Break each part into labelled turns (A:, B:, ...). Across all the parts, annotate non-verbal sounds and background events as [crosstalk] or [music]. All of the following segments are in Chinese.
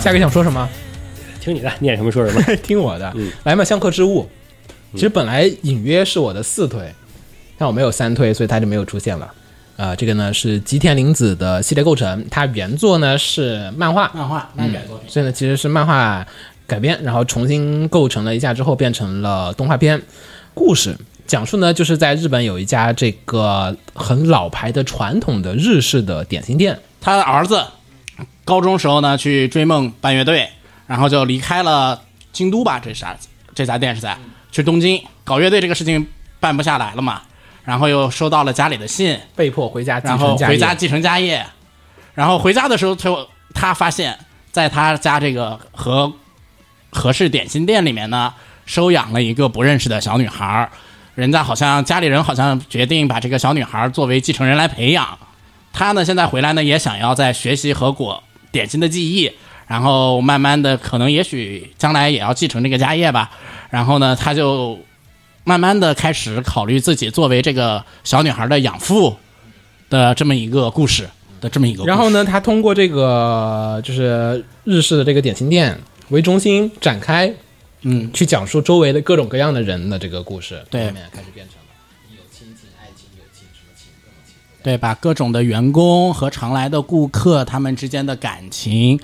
A: 下个想说什么？
B: 听你的，念什么说什么。
A: [laughs] 听我的，
B: 嗯
A: 来嘛，相克之物。其实本来隐约是我的四推，但我没有三推，所以它就没有出现了。呃，这个呢是吉田玲子的系列构成，它原作呢是漫画，
C: 漫画漫改作品，
A: 所以呢其实是漫画改编，然后重新构成了一下之后变成了动画片。故事讲述呢就是在日本有一家这个很老牌的传统的日式的点心店，
C: 他的儿子高中时候呢去追梦办乐队，然后就离开了京都吧，这啥这家店是在
A: 嗯
C: 去东京搞乐队这个事情办不下来了嘛，然后又收到了家里的信，
A: 被迫回家继
C: 然后
A: 承家
C: 回
A: 业
C: 家。继承家业，然后回家的时候，最后他发现，在他家这个和和氏点心店里面呢，收养了一个不认识的小女孩儿，人家好像家里人好像决定把这个小女孩儿作为继承人来培养。他呢，现在回来呢，也想要在学习和果点心的技艺，然后慢慢的，可能也许将来也要继承这个家业吧。然后呢，他就慢慢的开始考虑自己作为这个小女孩的养父的这么一个故事的这么一个故事。
A: 然后呢，他通过这个就是日式的这个点心店为中心展开，
C: 嗯，
A: 去讲述周围的各种各样的人的这个故事。
C: 对
A: 后面开始变成了
C: 对，把各种的员工和常来的顾客他们之间的感情，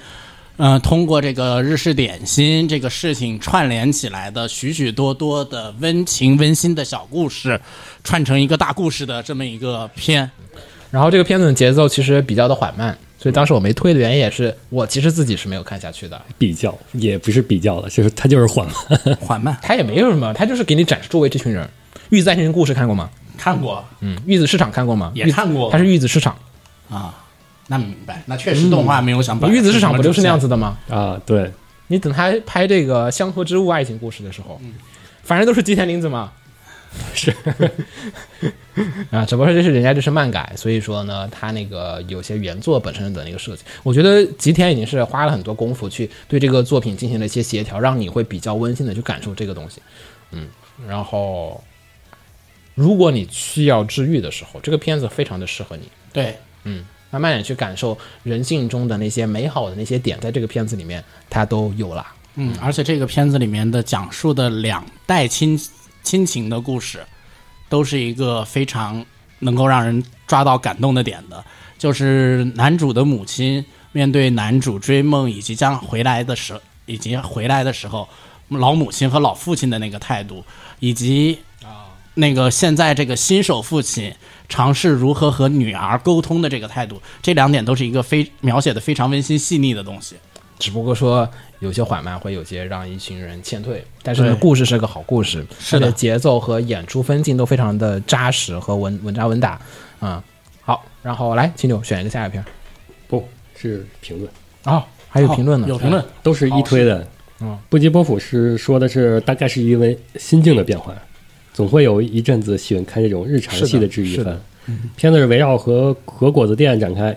C: 嗯、通过这个日式点心这个事情串联起来的许许多多的温情温馨的小故事，串成一个大故事的这么一个片。
A: 然后这个片子的节奏其实比较的缓慢，所以当时我没推的原因也是我其实自己是没有看下去的。
B: 比较也不是比较了，就是他就是
A: [laughs]
B: 缓慢。
C: 缓慢
A: 他也没有什么，他就是给你展示周围这群人。玉子爱情故事看过吗？
C: 看过
A: 嗯，玉子市场看过吗？
C: 也看过
A: 它是玉子市场。
C: 啊，那明白，那确实动画没有想把
A: 玉嗯子市场不就是那样子的吗？
B: 啊，对，
A: 你等他拍这个《香河之物爱情故事》的时候，反正都是吉田玲子嘛，
B: 是
A: [laughs] 啊，只不过这是人家这是漫改，所以说呢，他那个有些原作本身的那个设计，我觉得吉田已经是花了很多功夫去对这个作品进行了一些协调，让你会比较温馨的去感受这个东西，嗯，然后如果你需要治愈的时候，这个片子非常的适合你，
C: 对，
A: 慢慢的去感受人性中的那些美好的那些点，在这个片子里面它都有了。
C: 嗯，而且这个片子里面的讲述的两代亲亲情的故事，都是一个非常能够让人抓到感动的点的，就是男主的母亲面对男主追梦以及将回来的时，以及回来的时候，老母亲和老父亲的那个态度，以及那个现在这个新手父亲尝试如何和女儿沟通的这个态度，这两点都是一个非描写的非常温馨细腻的东西。
A: 只不过说有些缓慢，会有些让一群人欠退。但是呢，
C: 对
A: 故事是个好故事，
C: 是的
A: 而且节奏和演出分镜都非常的扎实和稳稳扎稳打。嗯，好，然后来秦九选一个下一篇。
B: 不是评论，
A: 哦，还有评论呢，
C: 有评论。
B: 都是一推的。
A: 嗯，
B: 不及波普是说的是，大概是因为心境的变化，总会有一阵子喜欢看这种日常系治愈
A: 是的是嗯
B: 番
A: 的。
B: 片子是围绕和和果子店展开，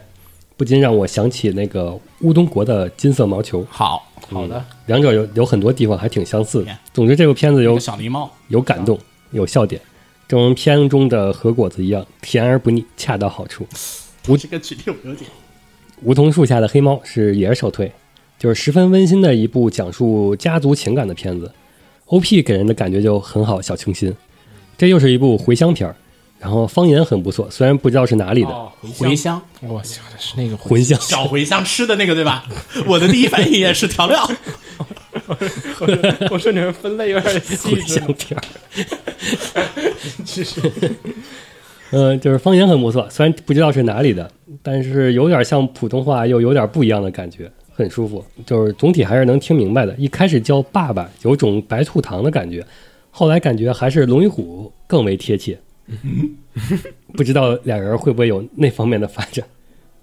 B: 不禁让我想起那个乌冬国的金色毛球。
C: 好，
A: 好的，
B: 两者有有很多地方还挺相似的
C: Yeah。
B: 总之，这部片子有
C: 有小狸猫，
B: 有感动，有笑点，正如片中的和果子一样，甜而不腻，恰到好处。
C: 我这个举例我有点
B: 梧桐树下的黑猫是也是首推，就是十分温馨的一部讲述家族情感的片子。OP 给人的感觉就很好，小清新。这又是一部回乡片儿，然后方言很不错，虽然不知道是哪里的、
A: 哦
C: 茴香，
A: 我想的是那个回
B: 混响。
C: 小茴香吃的那个对吧？ [laughs] 我的第一反应也是调料，
A: [laughs] 我说你们分类有点细
B: 回乡片儿。 [laughs] 嗯，就是方言很不错，虽然不知道是哪里的，但是有点像普通话，又有点不一样的感觉，很舒服。就是总体还是能听明白的。一开始叫爸爸，有种白兔糖的感觉，后来感觉还是龙与虎更为贴切。不知道俩人会不会有那方面的发展。 [laughs]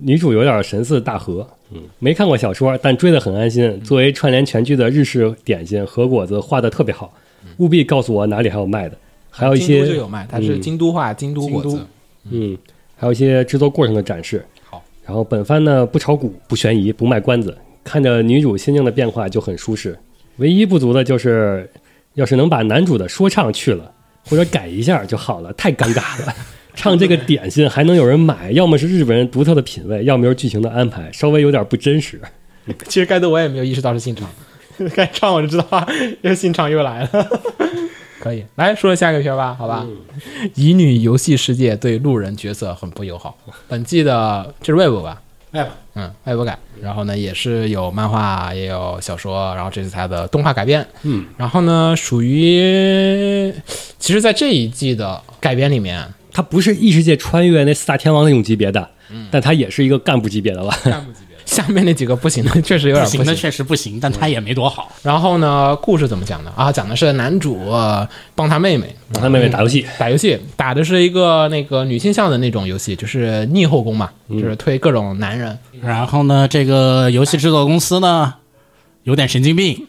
B: 女主有点神似大和，嗯，没看过小说，但追得很安心。
A: 嗯
B: 作为串联全剧的日式点心和果子画得特别好，务必告诉我哪里还有卖的，还有一
A: 嗯京
B: 些
A: 都就有卖，它是
B: 嗯
A: 京都话京都果
B: 京
A: 子
B: 都。嗯，还有一些制作过程的展示。
A: 好，
B: 然后本番呢不炒股、不悬疑、不卖关子，看着女主心境的变化就很舒适。唯一不足的就是，要是能把男主的说唱去了，或者改一下就好了，太尴尬了。唱这个点心还能有人买，要么是日本人独特的品味，要么就是剧情的安排稍微有点不真实。
A: [laughs] 其实该得我也没有意识到是信长， [laughs] 该唱我就知道啊，这信长又来了。 [laughs] 可以，来说下一个片儿吧，好吧？乙女游戏世界对路人角色很不友好。本季的这是 Web 吧？
C: 哎，
A: 嗯，外国改，然后呢也是有漫画，也有小说，然后这是它的动画改编，嗯，然后呢属于，其实，在这一季的改编里面，
B: 它不是异世界穿越那四大天王那种级别的，但它也是一个干部级别的吧？
A: 下面那几个不行的 [laughs] 确实有点
C: 不
A: 不行
C: 行的确实不行，但他也没多好。
A: 然后呢，故事怎么讲呢？啊，讲的是男主、呃帮他妹妹
B: [laughs] 帮他妹妹打游戏，
A: 打游戏，打的是一个那个女性向的那种游戏，就是逆后宫嘛，
C: 嗯
A: 就是推各种男人，
C: 然后呢，这个游戏制作公司呢，有点神经病，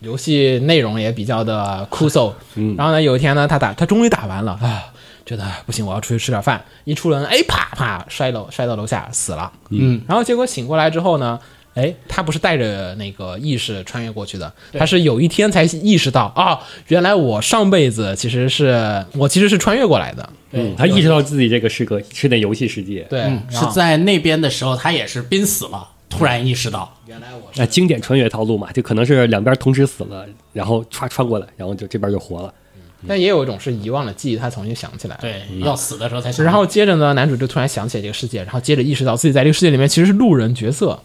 A: 游戏内容也比较的枯燥。
C: 嗯
A: 然后呢，有一天呢，他打他终于打完了啊，觉得不行，我要出去吃点饭。一出门，哎，啪啪摔楼摔到楼下死了。
C: 嗯，
A: 然后结果醒过来之后呢，哎，他不是带着那个意识穿越过去的，他是有一天才意识到啊，原来我上辈子其实是我其实是穿越过来的。
B: 嗯，他意识到自己这个是个是那游戏世界，
A: 对，
C: 嗯，
A: 然
C: 是
A: 后
C: 在那边的时候，他也是濒死了，突然意识到，
A: 原来我是
B: 那呃经典穿越套路嘛，就可能是两边同时死了，然后歘穿过来，然后就这边就活了。
A: 但也有一种是遗忘了记忆，他重新想起来了。
C: 对，要死的时候才想，
A: 嗯然后接着呢，男主就突然想起来这个世界，然后接着意识到自己在这个世界里面其实是路人角色。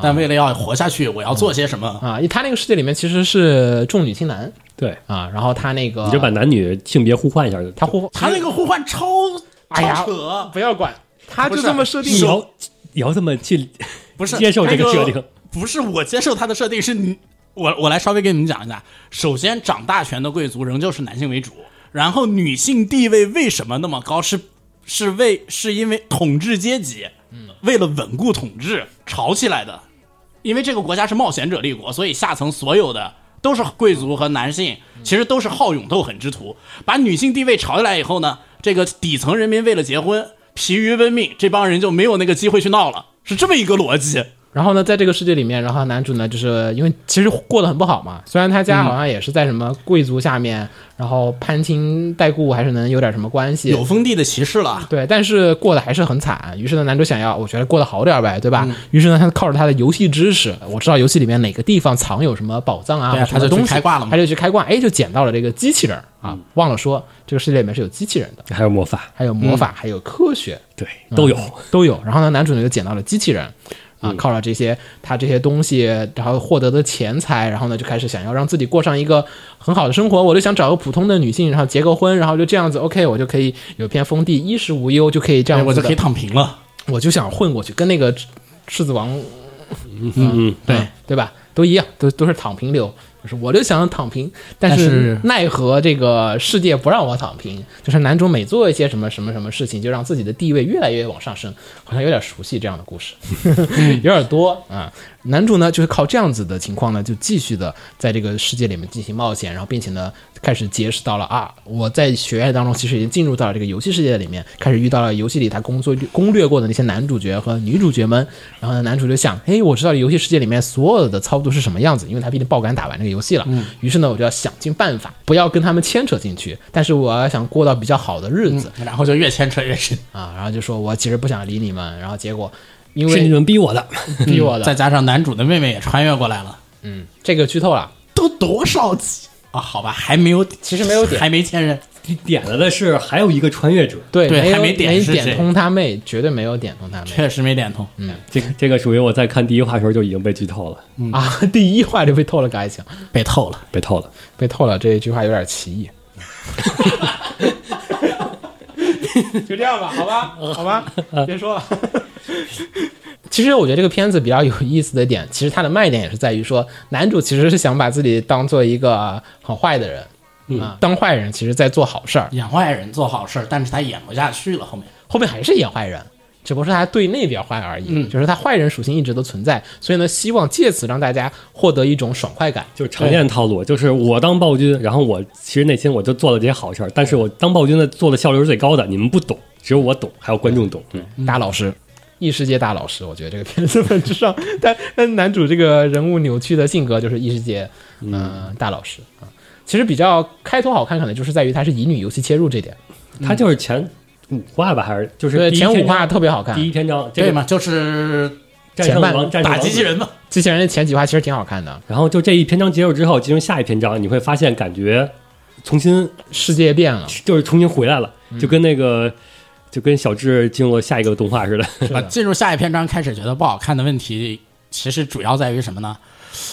C: 但为了要活下去，我要做些什么？
A: 啊，因为他那个世界里面其实是重女轻男
B: 对，
A: 啊，然后他那个
B: 你就把男女性别互换一下就。
A: 他互
C: 他那个互换超
A: 哎呀
C: 超扯，
A: 不要管，他
C: 不
A: 就是啊这么设定
B: 你
A: 的。
B: 要你要这么去
C: 不是
B: 接受这
C: 那
B: 个
C: 个
B: 设定，
C: 不是我接受他的设定，是你我我来稍微跟你们讲一下。首先，掌大权的贵族仍旧是男性为主，然后女性地位为什么那么高？是是为是因为统治阶级，为了稳固统治吵起来的。因为这个国家是冒险者立国，所以下层所有的都是贵族和男性，其实都是好勇斗狠之徒。把女性地位炒起来以后呢，这个底层人民为了结婚疲于奔命，这帮人就没有那个机会去闹了，是这么一个逻辑。
A: 然后呢，在这个世界里面，然后男主呢，就是因为其实过得很不好嘛，虽然他
B: 嗯
A: 家好像也是在什么贵族下面，然后攀亲带故还是能有点什么关系，
C: 有封地的骑士了，
A: [laughs] 对，但是过得还是很惨。于是呢，男主想要，我觉得过得好点儿呗，对
C: 嗯
A: 吧？于是呢，他靠着他的游戏知识，我知道游戏里面哪个地方藏有什么宝藏啊，
C: 对啊
A: 什么
C: 他就去
A: 东西
C: 开挂了嘛嗯
A: 他就去开挂，哎，就捡到了这个机器人儿啊。忘了说，这个世界里面是有机器人的，
B: [laughs] 还有魔法，
A: 还有魔
C: 嗯
A: 法，还有科学
B: 对，都有。
A: 都有。然后呢，男主呢就捡到了机器人。
C: 嗯
A: 啊，靠了这些他这些东西，然后获得的钱财，然后呢就开始想要让自己过上一个很好的生活。我就想找个普通的女性，然后结个婚，然后就这样子，OK，我就可以有片封地，衣食无忧，就可以这样
C: 哎
A: 子的。
C: 我就可以躺平了。
A: 我就想混过去，跟那个狮子王，
B: 嗯，
C: 对，
A: 对吧？都一样，都都是躺平流。就是我就想躺平，但
C: 但
A: 是
C: 是
A: 奈何这个世界不让我躺平。就是男主每做一些什么什么什么事情，就让自己的地位越来越往上升，好像有点熟悉这样的故事， [laughs] 有点多啊、男主呢，就是靠这样子的情况呢，就继续的在这个世界里面进行冒险，然后并且呢，开始结识到了啊，我在学院当中其实已经进入到了这个游戏世界里面，开始遇到了游戏里他工作攻略过的那些男主角和女主角们。然后呢，男主就想，嘿，我知道游戏世界里面所有的操作是什么样子，因为他毕竟爆肝打完这个游戏了。于是呢，我就要想尽办法，不要跟他们牵扯进去，但是我要想过到比较好的日子、
C: 然后就越牵扯越深，
A: 啊。然后就说我其实不想理你们，然后结果因
B: 是你
A: 为
B: 们逼我的。
A: 逼我的，
C: 再加上男主的妹妹也穿越过来了，
A: 嗯，这个剧透了。
C: 都多少集啊？好吧，还没有，其
A: 实没有点
C: 还没签认。
B: 你点了的是还有一个穿越者，
A: 对
C: 对
A: 没有
C: 还没点是谁
A: 点通他妹，绝对没有点通他妹、
C: 确实没点通，
B: 这个这个属于我在看第一话的时候就已经被剧透了，
C: 嗯
A: 啊！第一话就被透了个爱情，
C: 被透了。
B: 被透了。
A: 被透了这一句话有点歧义。 [laughs] 就这样吧，好吧，好吧，别说了。 [laughs] 其实我觉得这个片子比较有意思的点，其实它的卖点也是在于说，男主其实是想把自己当做一个很坏的人，
C: 嗯
A: 啊，当坏人其实在做好事儿，
C: 演坏人做好事儿，但是他演不下去了，后面
A: 后面还是演坏人，只不过是他对内比较坏而已，
B: 嗯
A: 就是他坏人属性一直都存在，所以呢，希望借此让大家获得一种爽快感。
B: 就是常见套路，就是我当暴君，然后我其实内心我就做了这些好事儿，但是我当暴君的做的效率是最高的，你们不懂，只有我懂，还有观众懂。嗯，
A: 大老师，异世界大老师，我觉得这个片子本质上，但但男主这个人物扭曲的性格就是异世界，嗯、大老师啊。其实比较开头好看，可能就是在于它是乙女游戏切入这点，
B: 他就是前五话吧，还是就是
A: 对
B: 第一
A: 前
B: 篇
A: 五话
B: 章
A: 特别好看，
B: 第一篇章，这
C: 对
B: 个哎
C: 嘛，就是
B: 战胜
A: 前半
B: 王战胜
C: 打
B: 王
C: 机器
B: 子
C: 人嘛，
A: 机器人的前几话其实挺好看的，
B: 然后就这一篇章结束之后，进入下一篇章，你会发现感觉重新
A: 世界变了，
B: 就是重新回来了，
C: 嗯
B: 就跟那个就跟小智进入了下一个动画似
C: [laughs]
B: 的。
C: 啊，进入下一篇章开始觉得不好看的问题，其实主要在于什么呢？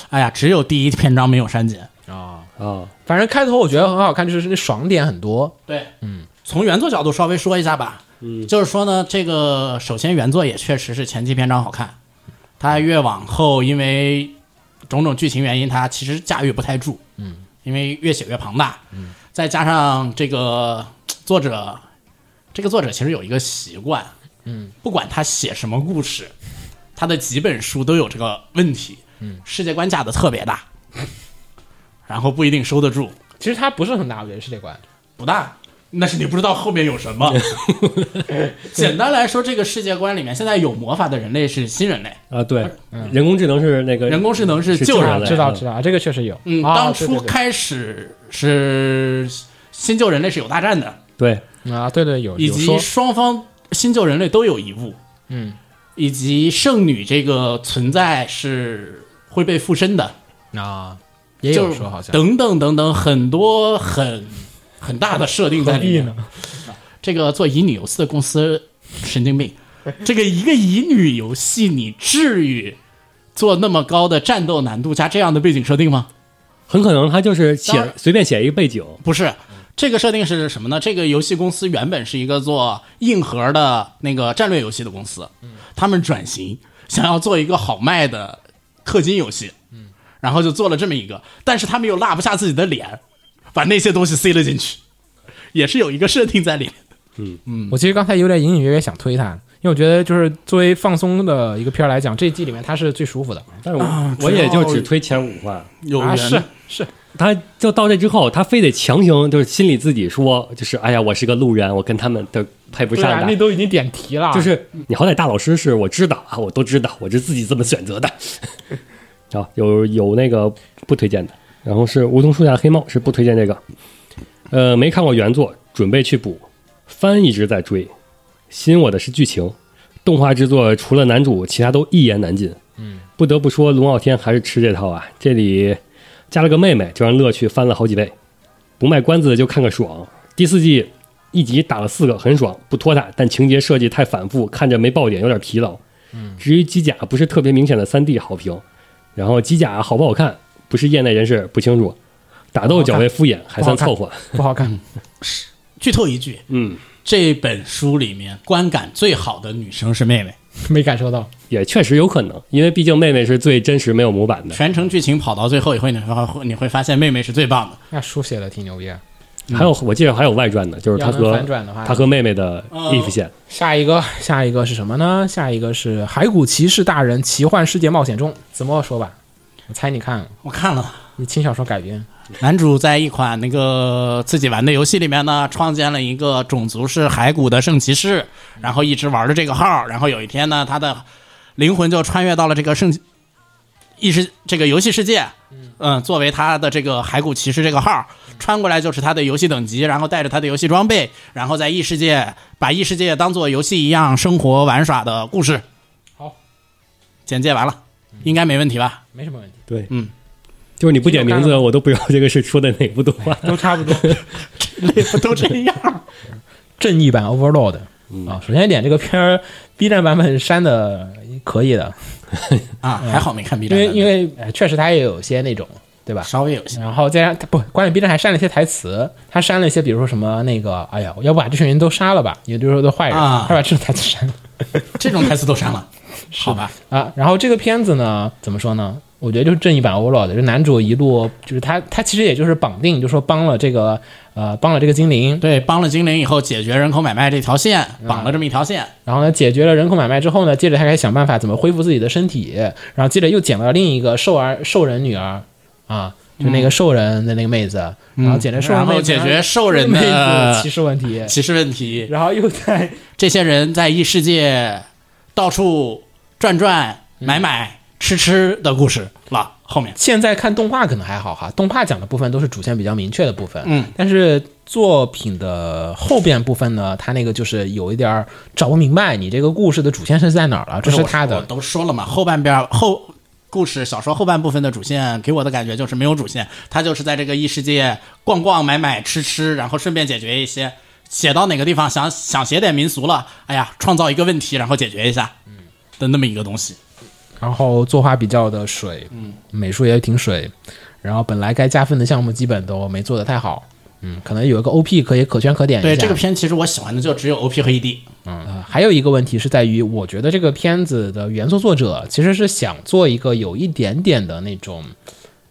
C: 哎呀，只有第一篇章没有删减。
A: 啊、
C: 哦
B: 啊，
A: 反正开头我觉得很好看，就是那爽点很多，
C: 对，嗯，从原作角度稍微说一下吧。嗯，就是说呢，这个首先原作也确实是前期篇章好看，它越往后因为种种剧情原因，它其实驾驭不太住。嗯，因为越写越庞大。嗯，再加上这个作者，这个作者其实有一个习惯，嗯，不管他写什么故事，他的几本书都有这个问题。嗯，世界观架的特别 [laughs] 大，然后不一定收得住。
A: 其实它不是很大，我觉得世界观。
C: 不大，那是你不知道后面有
A: [laughs]
C: 什么。简单来说，这个世界观里面，现在有魔法的人类是新人类，
B: 啊，对，人工智能是那个
C: 嗯人工智能是
B: 是
C: 旧
B: 救
C: 人
B: 人
A: 啊
B: 类
C: 类。
A: 知道知道，这个确实有。
C: 嗯，
A: 啊
C: 当
A: 对
C: 初
A: 对对
C: 开始是新旧人类是有大战的，
B: 对
A: 啊，对对有，
C: 以
A: 有
C: 及
A: 说
C: 双方新旧人类都有遗物，
A: 嗯，
C: 以及圣女这个存在是会被附身的，
A: 啊，也有
C: 就是
A: 说好像
C: 等等等等很多很很大的设定在里面。
A: 呢？
C: 这个做乙女游戏的公司神经病，这个一个乙女游戏，你至于做那么高的战斗难度加这样的背景设定吗？
B: 很可能他就是写
C: 当然啊
B: 随便写一个背景，
C: 不是，这个设定是什么呢？这个游戏公司原本是一个做硬核的那个战略游戏的公司，他们转型想要做一个好卖的氪金游戏，然后就做了这么一个，但是他们又落不下自己的脸，把那些东西塞了进去，也是有一个设定在里面。
A: 我其实刚才有点隐隐约约想推它，因为我觉得就是作为放松的一个片儿来讲，这一季里面它是最舒服的。
B: 但是我、
C: 啊
B: 我也
C: 主要
B: 就只推前五话。
C: 有
A: 啊，
C: 缘
A: 是是，
B: 他就到这之后，他非得强行就是心里自己说，就是哎呀，我是个路人，我跟他们都配不
A: 对
B: 上
A: 啊，
B: 的。
A: 那都已经点题了，啊
B: 就是你好歹大老师是我知道啊，我都知道，我是自己这么选择的。 [laughs] 啊，有有那个不推荐的，然后是梧桐树下黑猫是不推荐这个，呃，没看过原作，准备去补，番一直在追，吸引我的是剧情，动画制作除了男主，其他都一言难尽。嗯，不得不说龙傲天还是吃这套啊，这里加了个妹妹，就让乐趣翻了好几倍，不卖关子就看个爽。第四季一集打了四个，很爽，不拖沓，但情节设计太反复，看着没爆点，有点疲劳。
A: 嗯
B: 至于机甲，不是特别明显的三 D 好评，然后机甲好不好看，不是业内人士不清楚，打斗较为敷衍，还算凑合。
A: 不好
C: 嗯
A: 看。
C: 剧透一句，
B: 嗯，
C: 这本书里面观感最好的女生是妹妹，
A: 没感受到，
B: 也确实有可能，因为毕竟妹妹是最真实、没有模板的。
C: 全程剧情跑到最后以后，你会你会发现妹妹是最棒的。
A: 那书写的挺牛逼啊。
B: 还有我记得还有外传的，就是他
A: 要能
B: 和
A: 反转的话，
B: 他和妹妹的 if 线，
A: 下一个下一个是什么呢？下一个是《骸骨骑士大人奇幻世界冒险中》，怎么说吧？我猜你看了，
C: 我看了，
A: 你轻小说改编，
C: 男主在一款那个自己玩的游戏里面呢，创建了一个种族是骸骨的圣骑士，然后一直玩着这个号，然后有一天呢，他的灵魂就穿越到了这个圣意识这个游戏世界，嗯，作为他的这个骸骨骑士这个号穿过来就是他的游戏等级，然后带着他的游戏装备，然后在异世界把异世界当做游戏一样生活玩耍的故事。
A: 好，
C: 简介完了，应该没问题吧？
A: 没什么问题，
B: 对，
C: 嗯，
B: 就是你不点名字，我都不知道这个是说的哪部动画。
A: 都差不多。
C: 类不 [laughs] 都这样？
A: 正义版 Overlord
C: 嗯
A: 啊，首先一点，这个片儿 B 站版本删的可以的，
C: [laughs] 啊，还好没看 B
A: 因
C: 站
A: 为
C: 版本，
A: 因为呃确实它也有些那种，对吧？
C: 稍微有些
A: 然后再加上不，关键 B 站还删了一些台词，他删了一些，比如说什么那个，哎呀，要不把这群人都杀了吧，也就是说都坏人，
C: 啊
A: 他把这种台词删了
C: 这种台词都删了，好吧？
A: [laughs] 啊。然后这个片子呢，怎么说呢？我觉得就是正义版 Overlord，就男主一路就是他，他其实也就是绑定，就说帮了这个呃，帮了这个精灵，
C: [laughs] 对，帮了精灵以后解决人口买卖这条线，绑了这么一条线，
A: 然后呢，解决了人口买卖之后呢，接着他开始想办法怎么恢复自己的身体，然后接着又捡到了另一个兽儿兽人女儿啊，就那个兽人的那个妹子，然后捡着兽人
C: 嗯然
A: 妹子，
C: 后解决兽
A: 兽
C: 人
A: 妹子
C: 的 [laughs]
A: 歧视问题，
C: 歧视问题。
A: 然后又在
C: 这些人在异世嗯界到处转转、买买、吃吃的故事了。后面
A: 现在看动画可能还好哈，动画讲的部分都是主线比较明确的部分，
C: 嗯，
A: 但是作品的后边部分呢，它那个就是有一点儿找不明白你这个故事的主线是在哪儿了，这是他
C: 我
A: 的。
C: 都说了嘛，后半边后故事小说后半部分的主线给我的感觉就是没有主线，他就是在这个异世界逛逛、买买、吃吃，然后顺便解决一些。写到哪个地方想想写点民俗了，哎呀，创造一个问题，然后解决一下，嗯，的那么一个东西。
A: 然后作画比较的水，嗯，美术也挺水，然后本来该加分的项目基本都没做得太好，嗯，可能有一个 OP 可以可圈可点一下。
C: 对这个片，其实我喜欢的就只有 OP 和 E ED。
A: 呃，还有一个问题是在于，我觉得这个片子的原作作者其实是想做一个有一点点的那种，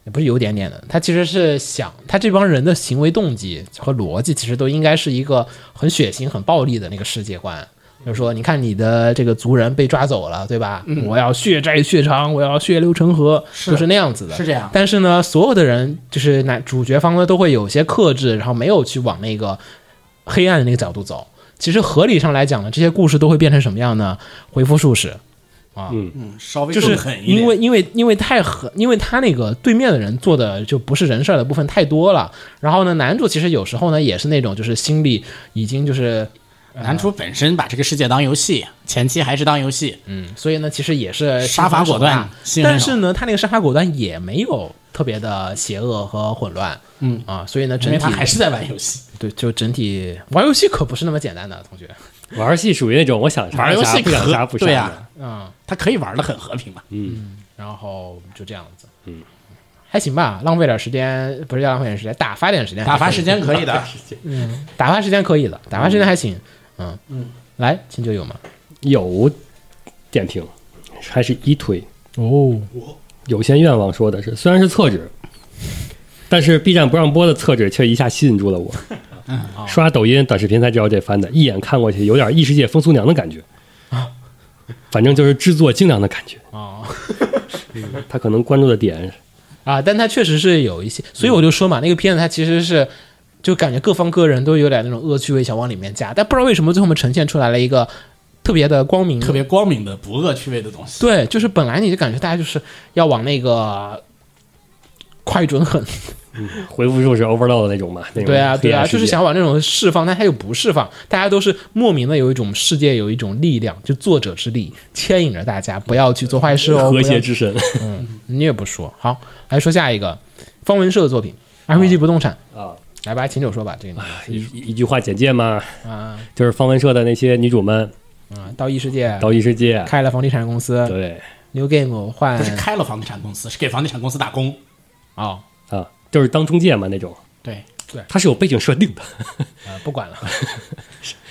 A: 也不是有一点点的，他其实是想他这帮人的行为动机和逻辑，其实都应该是一个很血腥、很暴力的那个世界观。就是说，你看你的这个族人被抓走了，对吧？我要血债血偿，我要血流成河，
C: 是
A: 就是那样子的。
C: 是这样
A: 但是呢，所有的人就是男主角方呢，都会有些克制，然后没有去往那个黑暗的那个角度走。其实合理上来讲呢，这些故事都会变成什么样呢？回复术士，
C: 嗯，稍微
A: 就是
C: 更狠一点，
A: 因为因为因为太狠，因为他那个对面的人做的就不是人事儿的部分太多了。然后呢，男主其实有时候呢也是那种就是心里已经就是，
C: 男主本身把这个世界当游戏，前期还是当游戏，
A: 嗯，所以呢其实也是
C: 杀伐果断
A: 心狠手辣
C: 心狠
A: 但
C: 手
A: 是呢，他那个杀伐果断也没有特别的邪恶和混乱，
C: 嗯
A: 啊，所以呢
C: 因
A: 整
C: 为
A: 体
C: 他还是在玩游戏。
A: 对，就整体玩游戏可不是那么简单的，同学。
B: [laughs] 玩游戏属于那种我想杀
C: 玩游
B: 杀
C: 戏
B: 不想
C: 可
B: 杀不杀
C: 对
B: 的
C: 呀他可以玩的很和平嘛。
A: 嗯然后就这样子，嗯，还行吧，浪费点时间，不是要浪费点时间，打发点时间，
C: 打发时间
A: [laughs]
C: 可以的，
A: 打发时间可以的，打发时间还行，嗯嗯，来，秦九有吗？
B: 有点评，还是一推。
A: 哦，
B: 有些愿望说的是，虽然是厕纸，但是 B 站不让播的厕纸却一下吸引住了我。
A: 嗯哦
B: 刷抖音短视频才知道这番的，一眼看过去有点异世界风俗娘的感觉
A: 啊
B: [laughs] 反正就是制作精良的感觉。
A: 哦
B: 他可能关注的点，
A: 啊，但他确实是有一些，所以我就说嘛，那个片子它其实是。就感觉各方各人都有点那种恶趣味想往里面加，但不知道为什么最后我们呈现出来了一个特别的光明、
C: 特别光明的不恶趣味的东西。
A: 对，就是本来你就感觉大家就是要往那个快准狠
B: 回复数是 overload 的那种嘛？那种
A: 对啊，对
B: 黑
A: 啊，
B: 暗世
A: 就
B: 界
A: 是想往那种释放，但他又不释放，大家都是莫名的有一种世界有一种力量，就作者之力牵引着大家，不要去做坏事哦。
B: 和谐
A: 不要，
B: 之神。
A: [laughs] 你也不说。好，来说下一个，方文社的作品《RPG 不动产》
B: 啊。
A: 来吧，秦九说吧，这个你
B: 一一句话简介嘛，
A: 啊
B: 就是方文社的那些女主们
A: 啊，到异世界
B: 到异世界，
A: 开了房地产公司
B: 对
A: ，New Game 换
C: 不是开了房地产公司，是给房地产公司打工。
A: 哦，
B: 啊，就是当中介嘛那种，
C: 对，
B: 它是有背景设定的。
A: 呃不
B: [laughs]
A: 管了，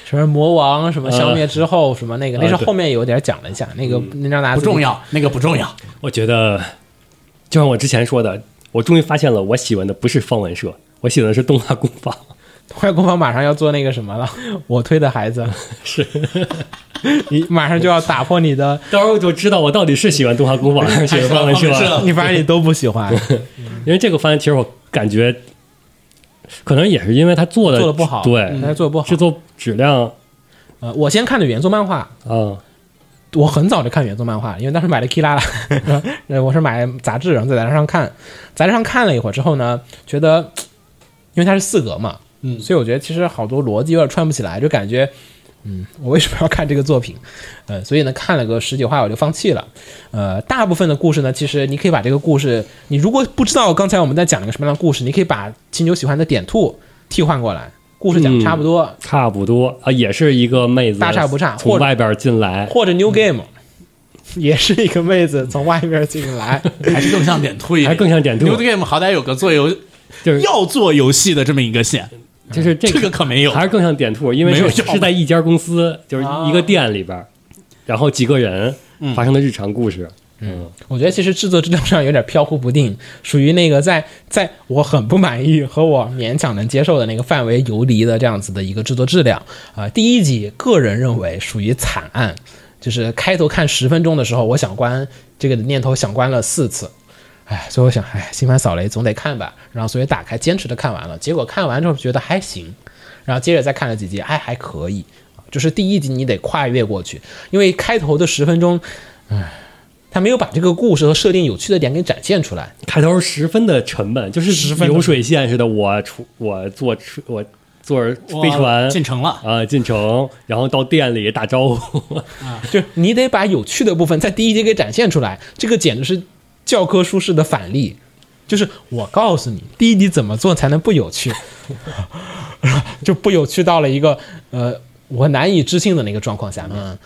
A: 什么魔王什么消灭之后什么那个，那是
B: 啊对嗯
A: 后面有点讲了一下，那个那张大家
C: 不
A: 自己
C: 重要，那个不
A: [laughs]
C: 重要。
B: 我觉得，就像我之前说的，我终于发现了我喜欢的不是方文社，我喜欢的是动画工坊。
A: 快工坊马上要做那个什么了，我推的孩子
B: 是， [laughs]
A: 你马上就要打破你的，
B: 到时候我就知道我到底是喜欢动画工坊还是喜欢方文社
C: 还是喜欢方
B: 了。
C: 文
A: 你发现你都不喜欢，
B: 因为这个番其实我感觉，可能也是因为他做的
A: 做的不好，
B: 对，
A: 他做的不好
B: 制。作质量啊、
A: 呃，我先看的原作漫画，
B: 嗯
A: 我很早就看原作漫画，因为当时买了 K 拉拉，呃 [laughs] 我是买杂志，然后在杂志上看，杂志上看了一会儿之后呢，觉得，因为它是四格嘛，
C: 嗯
A: 所以我觉得其实好多逻辑有点串不起来，就感觉，嗯，我为什么要看这个作品？ [laughs] 呃，所以呢，看了个十几话我就放弃了。呃，大部分的故事呢，其实你可以把这个故事，你如果不知道刚才我们在讲一个什么样的故事，你可以把秦九喜欢的点兔替换过来，故事讲得差不多，
B: 差不多啊，也是一个妹子
A: 大差不差或
B: 从
A: 者
B: 外边进来，
A: 或者 New Game，、也是一个妹子从外面进来。
C: 还是更像点兔一点，
B: 还更像点兔
C: New Game 好歹有个做游
B: 就是
C: [laughs] 要做游戏的这么一个线，
B: 就是这
C: 这个可没有
B: 还。是更像点兔，因为
C: 没有
B: 是
C: 用
B: 是在一家公司，就是
A: 啊
B: 一个店里边儿，然后几个人发生的日常故事。嗯，
A: 我觉得其实制作质量上有点飘忽不定，属于那个在在我很不满意和我勉强能接受的那个范围游离的这样子的一个制作质量。啊、第一集个人认为属于惨案，就是开头看十分钟的时候，我想关这个的念头想关了四次。哎，所以我想，哎，心烦扫雷总得看吧，然后所以打开坚持的看完了，结果看完之后觉得还行，然后接着再看了几集，哎，还可以，就是第一集你得跨越过去，因为开头的十分钟，唉，他没有把这个故事和设定有趣的点给展现出来。
B: 开头十分的沉闷，就是
D: 十分地
B: 流水线似的。我出我坐出我坐飞
C: 哇
B: 船
C: 进城了，
B: 啊进城，然后到店里打招呼， [laughs]
A: 就是你得把有趣的部分在第一集给展现出来，这个简直是教科书式的反例。就是我告诉你，第一集怎么做才能不有趣， [laughs] 就不有趣到了一个呃我难以置信的那个状况下面。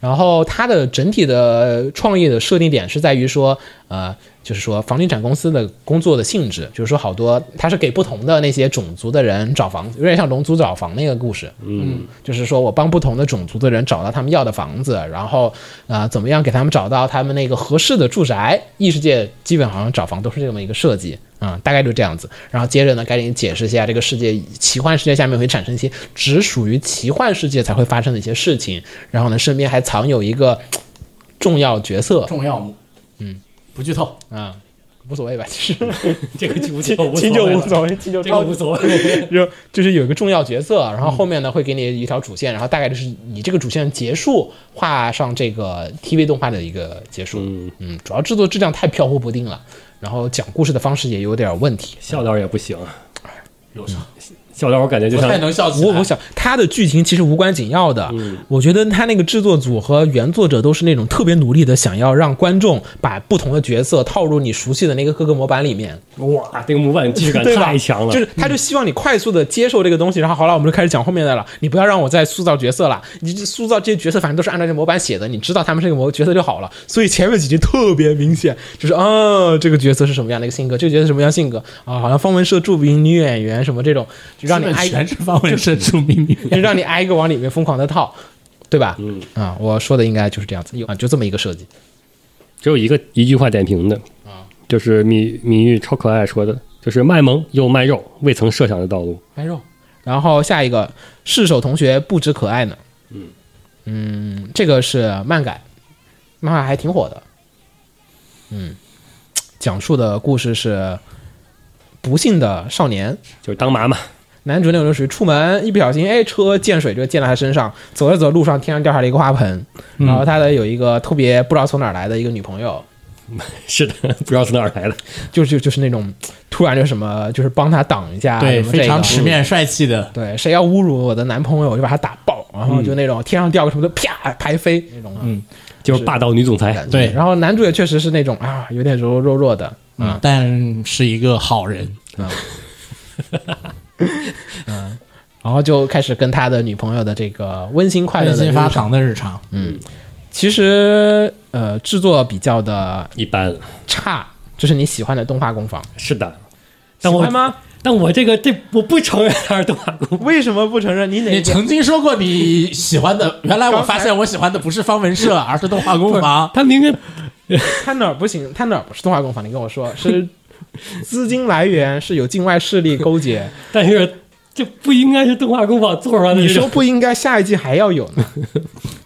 A: 然后它的整体的创业的设定点是在于说，呃，就是说房地产公司的工作的性质，就是说好多它是给不同的那些种族的人找房，有点像龙族找房那个故事，嗯，就是说我帮不同的种族的人找到他们要的房子，然后呃怎么样给他们找到他们那个合适的住宅，异世界基本好像找房都啊是这么一个设计。啊、大概就这样子。然后接着呢，该给你解释一下这个世界，奇幻世界下面会产生一些只属于奇幻世界才会发生的一些事情。然后呢，身边还藏有一个嘖重要角色
C: 重要嗯，不剧透，
A: 啊，无所谓吧，其实
B: 这个就这个无
A: 亲就
B: 所谓
A: 无
B: 了
A: 所谓，亲就
B: 这个
A: 超
B: 无所谓。
A: 就就是有一个重要角色，然后后面呢会给你一条主线，然后大概就是以这个主线结束，画上这个 TV 动画的一个结束。
B: 嗯
A: 嗯，主要制作质量太飘忽不定了，然后讲故事的方式也有点问题。
B: 笑点儿也不行，
C: 有啥？
B: 笑点儿我感觉就
C: 不
B: 像
C: 太能笑起
A: 我
C: 来。
A: 我想它的剧情其实无关紧要的，我觉得它那个制作组和原作者都是那种特别努力的，想要让观众把不同的角色套入你熟悉的那个各个模板里面，
B: 哇，这个模板即视感
A: 对吧
B: 太强了，
A: 就是他就希望你快速的接受这个东西，然后好了，我们就开始讲后面的了，你不要让我再塑造角色了，你就塑造这些角色反正都是按照这模板写的，你知道他们是个模角色就好了，所以前面几集特别明显，就是啊、这个角色是什么样的一个性格，这个角色是什么样的性格啊，好像方文社著名女演员什么这种，就让你挨
C: 全是方文社出秘密，
A: 就 [laughs] 让你挨个往里面疯狂的套，对吧？嗯啊，我说的应该就是这样子，有啊，就这么一个设计。
B: 只有一个一句话点评的就是米米玉超可爱说的，就是卖萌又卖肉，未曾设想的道路。
A: 卖肉。然后下一个世手同学不止可爱呢，嗯这个是漫改，漫画还挺火的，嗯，讲述的故事是不幸的少年，
B: 就是当妈妈，
A: 男主那种属于出门一不小心，哎，车溅水就溅到他身上，走着走路上天上掉下来一个花盆，
C: 嗯
A: 然后他的有一个特别不知道从哪儿来的一个女朋友，
B: [laughs] 是的， [laughs] 不知道从哪儿来的，
A: 就就就是那种突然就什么，就是帮他挡一下，
C: 对，
A: 啊什么这
C: 非
A: 个
C: 常直面帅气的，
A: 对，谁要侮辱我的男朋友，我就把他打爆，然后就那种天上掉个什么的，啪排飞嗯那种啊
C: 嗯
B: 就是霸道女总裁
A: 感。觉。
C: 对
A: 然后男主也确实是那种啊，有点柔柔弱的，
C: 嗯，但是一个好人，
A: 然后就开始跟他的女朋友的这个温馨快乐
C: 温
A: 的
C: 馨
A: 日
C: 发
A: 常。
C: 糖的日常，
A: 其实呃，制作比较的
B: 一般，
A: 差，这是你喜欢的动画工坊，
B: 是的。
A: 喜
B: 但我
A: 欢吗？
B: 但我这个这我不承认他是动画工，
A: [laughs] 为什么不承认？你哪
C: 你曾经说过你喜欢的，原来我发现我喜欢的不是方文社，而是动画工坊。
B: 他明明
A: 他哪儿不行？他哪儿不是动画工坊？你跟我说 [laughs] 是资金来源是有境外势力勾结。 [laughs]
B: 但是这不应该是动画工坊做出来的
A: 你
B: 这种。
A: 说不应该下一季还要有呢？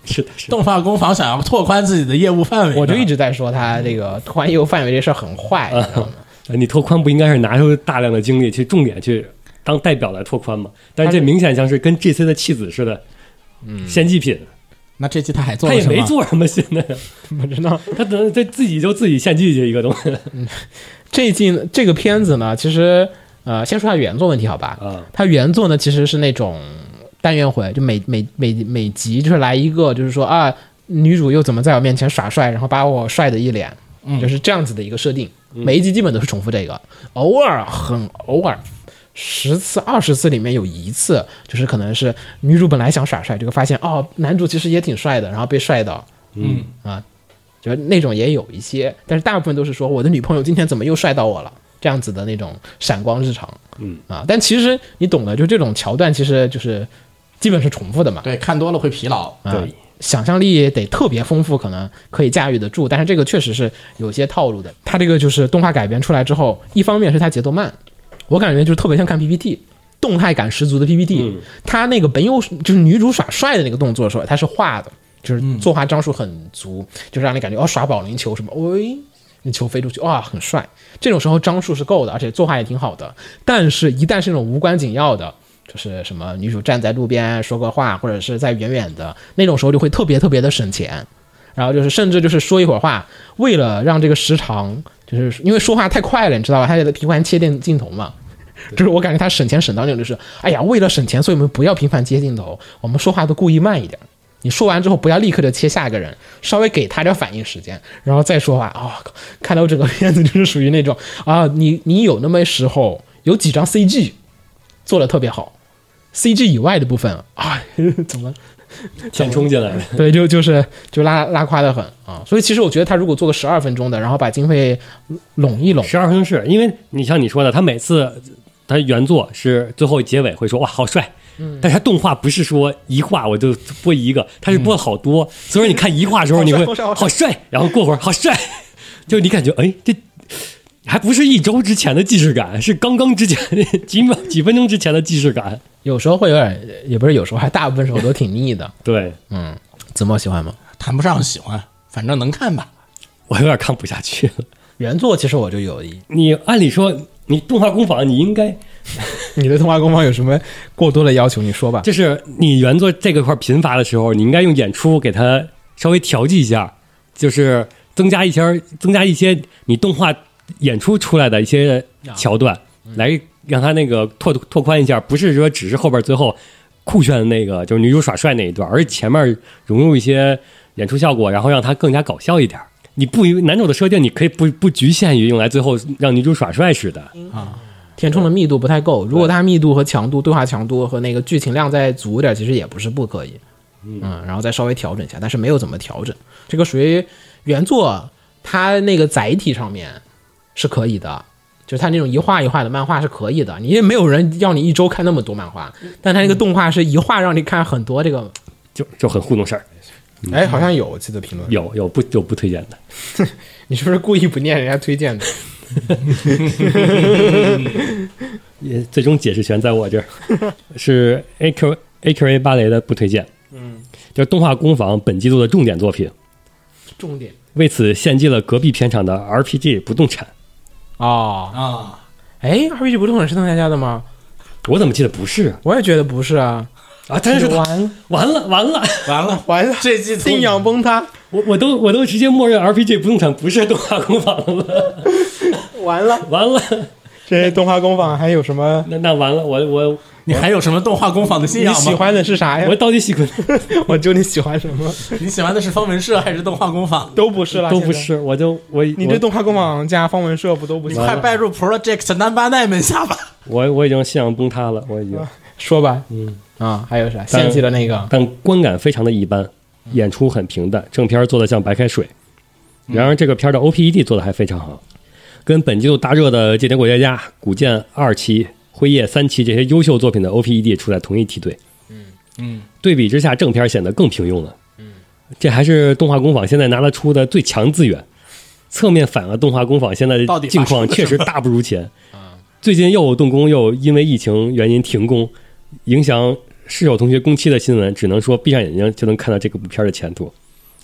B: 是的，是的。
C: 动画工坊想要拓宽自己的业务范围呢，
A: [laughs] 我就一直在说他这个拓宽业务范围这事儿很坏，你知道吗？
B: 哎你拓宽不应该是拿出大量的精力去重点去当代表来拓宽吗？但是这明显像是跟 GC 的弃子似的，嗯，献祭品，
C: 那这期他还做
B: 他
C: 了
B: 也
C: 什
B: 没
C: 么？
B: 做什么新的，
A: 我知道
B: 他等他自己就自己献祭去一个东西
A: 这一季呢这个片子呢，其实呃，先说下原作问题好吧？
B: [laughs] 啊，
A: 它原作呢其实是那种单元回，就每每每每集就是来一个，就是说啊，女主又怎么在我面前耍帅，然后把我帅的一脸，就是这样子的一个设定。每一集基本都是重复这个，偶尔很偶尔。十次、二十次里面有一次，就是可能是女主本来想耍帅，结果发现哦，男主其实也挺帅的，然后被帅到，
C: 嗯
A: 啊，就是那种也有一些，但是大部分都是说我的女朋友今天怎么又帅到我了这样子的那种闪光日常，嗯啊，但其实你懂的，就这种桥段其实就是基本是重复的嘛，
C: 对，看多了会疲劳。
A: 啊
B: 对，
A: 想象力得特别丰富，可能可以驾驭得住，但是这个确实是有些套路的。它这个就是动画改编出来之后，一方面是它节奏慢，我感觉就是特别像看 PPT。动态感十足的 PPT，、它那个本有就是女主耍帅的那个动作的时候，它是画的，就是作画张数很足，就是让你感觉哦耍保龄球什么，喂、那球飞出去，哇，很帅。这种时候张数是够的，而且作画也挺好的。但是，一旦是那种无关紧要的，就是什么女主站在路边说个话，或者是在远远的那种时候，就会特别特别的省钱。然后就是甚至就是说一会儿话，为了让这个时长，就是因为说话太快了，你知道吧？他的频繁切电镜头嘛。 [laughs] 就是我感觉他省钱省到那种，就是哎呀，为了省钱，所以我们不要频繁接镜头，我们说话都故意慢一点。你说完之后，不要立刻的切下一个人，稍微给他点反应时间，然后再说话。啊、靠看到整个片子就是属于那种啊，你你有那么时候有几张 CG 做的特别好，CG 以外的部分啊，怎么
B: 填充进来的。
A: 对，就就是就拉拉胯的很啊。所以其实我觉得他如果做个十二分钟的，然后把经费拢一拢，
B: 十二分钟是因为你像你说的，他每次他原作是最后结尾会说哇好帅，
A: 嗯
B: 但是他动画不是说一画我就播一个，他是播好多，所以说你看一画的时候你会
A: 嗯好帅好帅
B: 好帅，然后过会儿好帅， [laughs] 就你感觉哎这。还不是一周之前的既视感，是刚刚之前几秒几分钟之前的既视感。
A: 有时候会有点，也不是有时候，还大部分时候都挺腻的。
B: 对
A: 嗯， [laughs] 子墨喜欢吗？
C: 谈不上喜欢，反正能看吧。
B: 我有点看不下去了。
A: 原作其实我就有一，
B: 你按理说，你动画工坊，你应该
A: 你对动画工坊有什么过多的要求？你说吧。
B: 就是你原作这个块贫乏的时候，你应该用演出给它稍微调剂一下，就是增加一些增加一些你动画演出出来的一些桥段，来让它那个拓拓宽一下，不是说只是后边最后酷炫的那个就是女主耍帅那一段，而是前面融入一些演出效果，然后让它更加搞笑一点。你不男主的设定，你可以不不局限于用来最后让女主耍帅似的，
A: 填充的密度不太够，如果它密度和强度、对话强度和那个剧情量再足一点，其实也不是不可以。嗯，然后再稍微调整一下，但是没有怎么调整。这个属于原作，它那个载体上面是可以的，就是它那种一画一画的漫画是可以的。你也没有人要你一周看那么多漫 [laughs] 画，但它那个动画是一画让你看很多这个。
B: 就就很糊弄事儿。
A: 哎，好像有，我记得评论
B: 有有不有不推荐的。
A: 你是不是故意不念人家推荐的？
B: 也最终解释权在我
A: [laughs]
B: 这儿，是 A Q A Q A 芭蕾的不推荐。嗯，就是动画工坊本季度的重点作品，
A: 重点
B: 为此献祭了隔壁片场的 R P G 不动产。
A: 哦，
C: 啊，
A: [laughs] 哎，RPG 不动产是邓家家的吗？
B: 我怎么记得不是啊？
A: 我也觉得不是啊，
B: 啊，但是
A: 完了
B: 完了完了，
C: 完了，
A: 完了，
C: 这季
A: 信仰崩塌，
B: 我我都我都直接默认 R P G 不动产不是动画工坊了，
A: 完了。
B: 完了，
A: 这动画工坊还有什么？
B: 那那完了，我我
C: 你还有什么动画工坊的信
A: 你
C: 仰吗？
A: 喜欢的是哎啥呀
B: 我？到底喜欢
A: [laughs] 我究竟喜欢什么？
C: [laughs] 你喜欢的是方文社还是动画工坊？
A: 都不是了，
B: 都不
A: 现在。
B: 是，我就我
A: 你对动画工坊加方文社不都不
C: 你
A: 行？
C: 快拜入 Project 南八奈门下吧。
A: [laughs]
B: 我我已经信仰崩塌了，我已
A: 啊
B: 经。
A: 说吧，嗯啊，还有啥？献祭的那个
B: 但观感非常的一般，演出很平淡，正片儿做的像白开水。
C: 嗯
B: 然而这个片儿的 OPED 做的还非常好，跟本季度大热的《间谍过家家》《古剑二期》《辉夜三期》这些优秀作品的 E OPED 处在同一梯队。
C: 嗯，
B: 对比之下，正片显得更平庸了。嗯，这还是动画工坊现在拿得出的最强资源。侧面反了动画工坊现在
C: 到
B: 的
C: 底
B: 境
C: 发生了啊
B: 况确实大不如
C: [laughs]
B: 前。最近又有动工，又因为疫情原因停工，影响室友同学工期的新闻，只能说闭上眼睛就能看到这个部片儿的前途。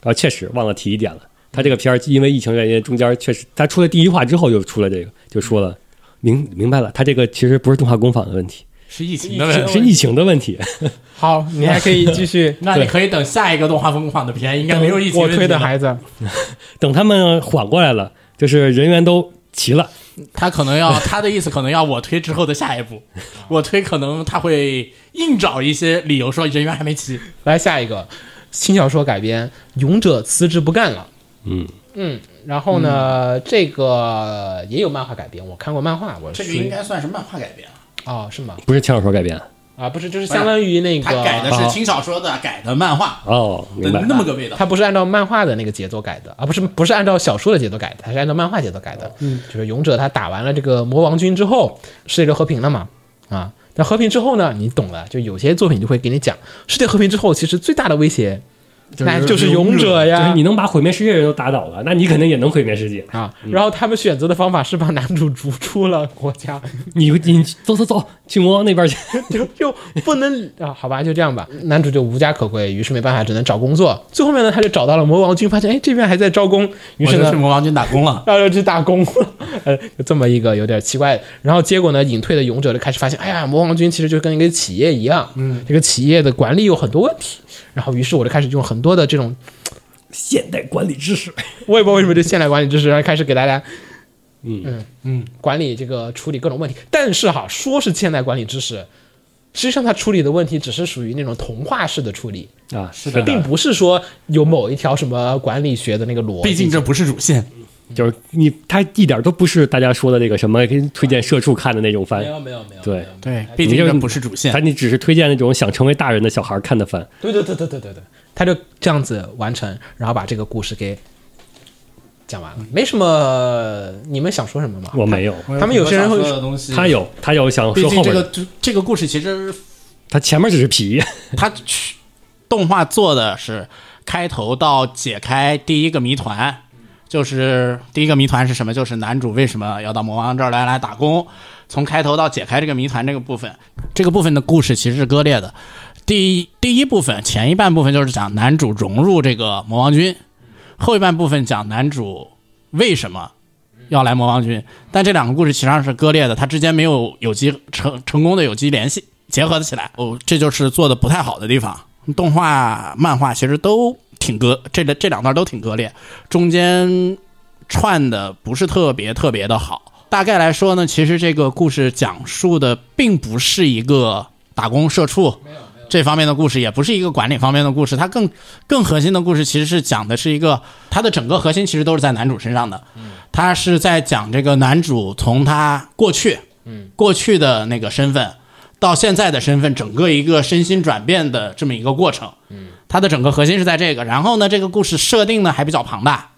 B: 啊，确实忘了提一点了，他这个片儿因为疫情原因，中间确实他出了第一话之后就出了这个，就说了明明白了，他这个其实不是动画工坊的问题，
C: 是疫情。
A: 的问题
B: 是疫情的问题。
E: [laughs]
A: 好，你还可以继 [laughs] 续
C: 那你可以等下一个动画工坊的片，应该没有疫情
A: 我
C: 问题
A: 推的
C: 了
A: 孩子，
B: 等他们缓过来了，就是人员都齐了，
C: 他可能要他的意思可能要我推之后的下一步， [laughs] 我推可能他会硬找一些理由说人员还没齐。
A: 来下一个轻小说改编，《勇者辞职不干了》。
B: 嗯
A: 嗯，然后呢，这个也有漫画改编，我看过漫画，我
C: [laughs] 这个
A: 属于
C: 应该算是漫画改编啊，
A: 哦，是吗？
B: 不是轻小说改编
A: 啊，不是，就是相当于那个
C: 他改
A: 啊
C: 的是轻小说的，改的漫画
B: 哦，
C: 的
B: 明白。
C: 那么个味道。
A: 它不是按照漫画的那个节奏改的啊，不是不是按照小说的节奏改的，它是按照漫画节奏改的。嗯，就是勇者他打完了这个魔王军之后，世界就和平了嘛，啊，那和平之后呢，你懂了，就有些作品就会给你讲，世界和平之后，其实最大的威胁，那就是勇者
B: 就
A: 呀
B: 是你能把毁灭世界的人都打倒了，那你肯定也能毁灭世界。
A: 啊。然后他们选择的方法是把男主逐出了国家， [laughs]
B: 你你走走走，去魔王那边去。
A: 就就不能啊，好吧，就这样吧。男主就无家可归，于是没办法，只能找工作。最后面呢，他就找到了魔王军，发现哎这边还在招工，于
C: 我
A: 是
C: 就
A: 呢
C: 去，魔王军打
A: [laughs]
C: 工了。
A: 然后就去打工了，呃，就这么一个有点奇怪。然后结果呢，隐退的勇者就开始发现，哎呀，魔王军其实就跟一个企业一样，嗯，这个企业的管理有很多问题。然后于是我就开始用很多的这种
B: 现代管理知识。
A: 我也不知道为什么这现代管理知识，然后开始给大家
B: 嗯
A: 管理这个处理各种问题。但是哈，说是现代管理知识，实际上它处理的问题只是属于那种童话式的处理，
B: [laughs] 啊，是
C: 的
A: 并不是说有某一条什么管理学的那个逻辑。
C: 毕竟这不是主线。
B: 就是你，他一点都不是大家说的那个什么给你推荐社畜看的那种番
A: 没，有没有没有，
B: 对
A: 没有
C: 对，毕竟这不是主线
B: 他。你只是推荐那种想成为大人的小孩看的番。
A: 对对对对对对对，他就这样子完成，然后把这个故事给讲完了，没什么。你们想说什么吗？
B: 我没有，
A: 他们有些人会
C: 说的东西，
B: 他有他有想
C: 毕
B: 说
C: 竟
B: 后
C: 这
B: 边
C: 个
B: 的，
C: 这这个故事其实
B: 他前面只是皮，
C: 他去动画做的是开头到解开第一个谜团，就是第一个谜团是什么？就是男主为什么要到魔王这儿来来打工？从开头到解开这个谜团这个部分，这个部分的故事其实是割裂的。第一第一部分前一半部分就是讲男主融入这个魔王军，后一半部分讲男主为什么要来魔王军。但这两个故事其实上是割裂的，它之间没有有机成成功的有机联系结合的起来。哦，这就是做的不太好的地方。动画、漫画其实都挺割，这这两段都挺割裂，中间串的不是特别特别的好。大概来说呢，其实这个故事讲述的并不是一个打工社畜这方面的故事，也不是一个管理方面的故事，它更更核心的故事其实是讲的是一个，它的整个核心其实都是在男主身上的，他是在讲这个男主从他过去，嗯，过去的那个身份到现在的身份，整个一个身心转变的这么一个过程，嗯，它的整个核心是在这个，然后呢，这个故事设定呢还比较庞大，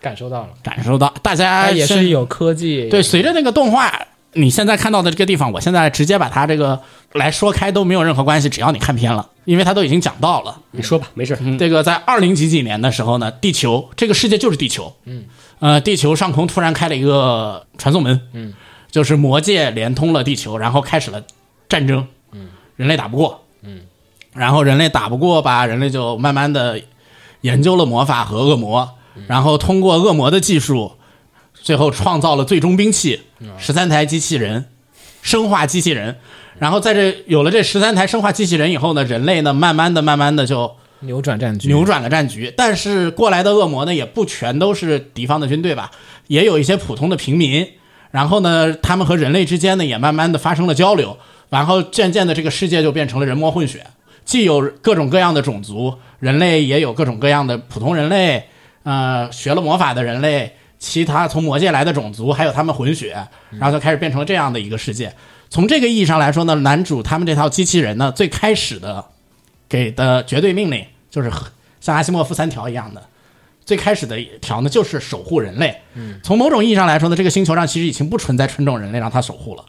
A: 感受到了，
C: 感受到大家
A: 它哎也
C: 甚
A: 是有科技，
C: 呃对，随着那个动画，你现在看到的这个地方，我现在直接把它这个来说开都没有任何关系，只要你看片了，因为它都已经讲到了。
B: 你说吧，没事。
C: 这个在二零几几年的时候呢，地球这个世界就是地球，嗯，呃，地球上空突然开了一个传送门，嗯，就是魔界连通了地球，然后开始了战争，嗯，人类打不过，嗯，然后人类打不过吧，人类就慢慢的研究了魔法和恶魔，然后通过恶魔的技术，最后创造了最终兵器十三台机器人，生化机器人。然后在这有了这十三台生化机器人以后呢，人类呢，慢慢的、慢慢的就
A: 扭转战局，
C: 扭转了战局。但是过来的恶魔呢，也不全都是敌方的军队吧，也有一些普通的平民。然后呢，他们和人类之间呢，也慢慢的发生了交流。然后渐渐的，这个世界就变成了人魔混血，既有各种各样的种族，人类也有各种各样的普通人类，呃，学了魔法的人类，其他从魔界来的种族，还有他们混血，然后就开始变成了这样的一个世界。从这个意义上来说呢，男主他们这套机器人呢，最开始的给的绝对命令就是和像阿西莫夫三条一样的，最开始的一条呢就是守护人类。从某种意义上来说呢，这个星球上其实已经不存在纯种人类让他守护了，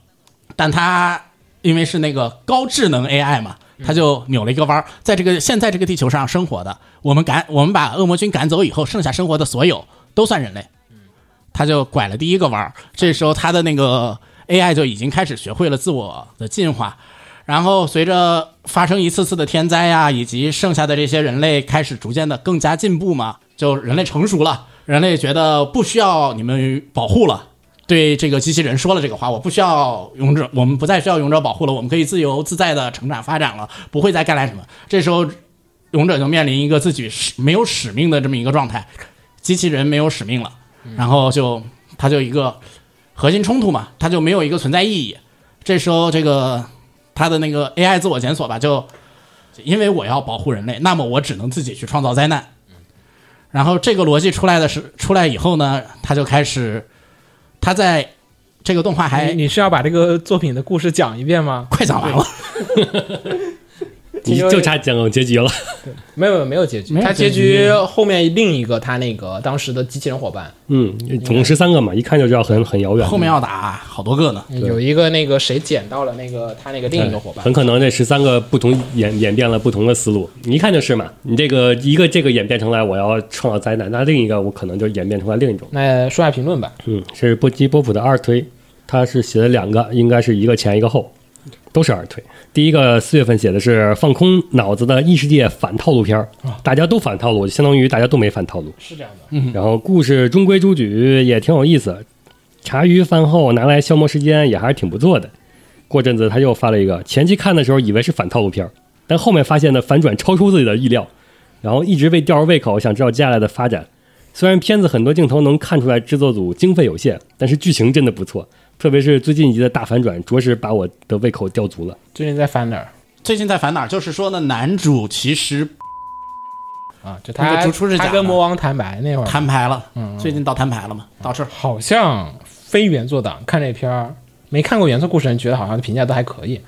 C: 但他因为是那个高智能 AI 嘛，他就扭了一个弯儿，在这个现在这个地球上生活的，我们赶我们把恶魔军赶走以后，剩下生活的所有都算人类。他就拐了第一个弯儿，这时候他的那个 AI 就已经开始学会了自我的进化，然后随着发生一次次的天灾呀、以及剩下的这些人类开始逐渐的更加进步嘛，就人类成熟了，人类觉得不需要你们保护了。对这个机器人说了这个话，我不需要勇者，我们不再需要勇者保护了，我们可以自由自在的成长发展了，不会再干来什么。这时候，勇者就面临一个自己使没有使命的这么一个状态，机器人没有使命了，然后就他就一个核心冲突嘛，他就没有一个存在意义。这时候，这个他的那个 AI 自我检索吧，就因为我要保护人类，那么我只能自己去创造灾难。然后这个逻辑出来的是出来以后呢，他就开始他在这个动画
E: 嗯
C: 还
A: 你你是要把这个作品的故事讲一遍吗？
C: 快讲完了，
B: 你就差讲个结局了。
A: 没有没有没有结局，
C: 没有
A: 它
C: 结
A: 结
C: 局
A: 局后面另一个他那个当时的机器人伙伴
B: 嗯，总共十三个嘛，一看就知道很很遥远。嗯
C: 后面要打好多个呢。
A: 有一个那个谁捡到了那个他那个另一个伙
B: 很
C: 嗯
A: 伴，
B: 可能这十三个不同演演变了不同的思路，你一看就是嘛。你这个一个这个演变成来我要创造灾难，那另一个我可能就演变成了另一种。
A: 那说下评论吧。
B: 嗯，这是波基波普的二推，他是写了两个，应该是一个前一个后，都是二推。第一个四月份写的是放空脑子的异世界反套路片儿，大家都反套路，相当于大家都没反套路。
A: 啊
B: 嗯
A: 是这样的，嗯
B: 然后故事中规中矩，也挺有意思。茶余饭后拿来消磨时间，也还是挺不错的。过阵子他又发了一个，前期看的时候以为是反套路片儿，但后面发现呢反转超出自己的意料，然后一直被吊着胃口，想知道接下来的发展。虽然片子很多镜头能看出来制作组经费有限，但是剧情真的不错，特别是最近一集的大反转，着实把我的胃口吊足了。
A: 最近在翻哪儿
C: 最近在烦哪儿？就是说呢，男主其实
A: 啊？就
C: 那
A: 他
C: 个逐出是假
A: 他
C: 的
A: 跟魔王摊牌那会儿，
C: 摊牌了，最近到摊牌了嘛，到这儿
A: 好像非原作党看这片儿，没看过原作故事人觉得好像评价都还可以。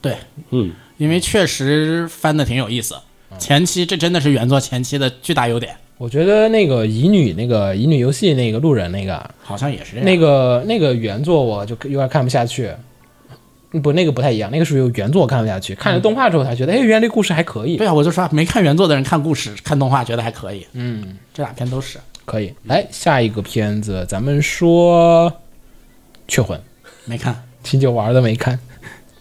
C: 对，
B: 嗯，
C: 因为确实翻的挺有意思。前期这真的是原作前期的巨大优点，
A: 我觉得那个乙女那个乙女游戏那个路人那个啊
C: 好像也是这样。
A: 那个那个原作我就有点看不下去，不那个不太一样，那个属于原作我看不下去，看了动画之后才觉得，哎，原来这故事还可以，
C: 对啊，我就说没看原作的人看故事、看动画觉得还可以。嗯，这俩片都是
A: 可以。来下一个片子，咱们说《雀魂》，
C: 没看，
A: 挺久玩的没看，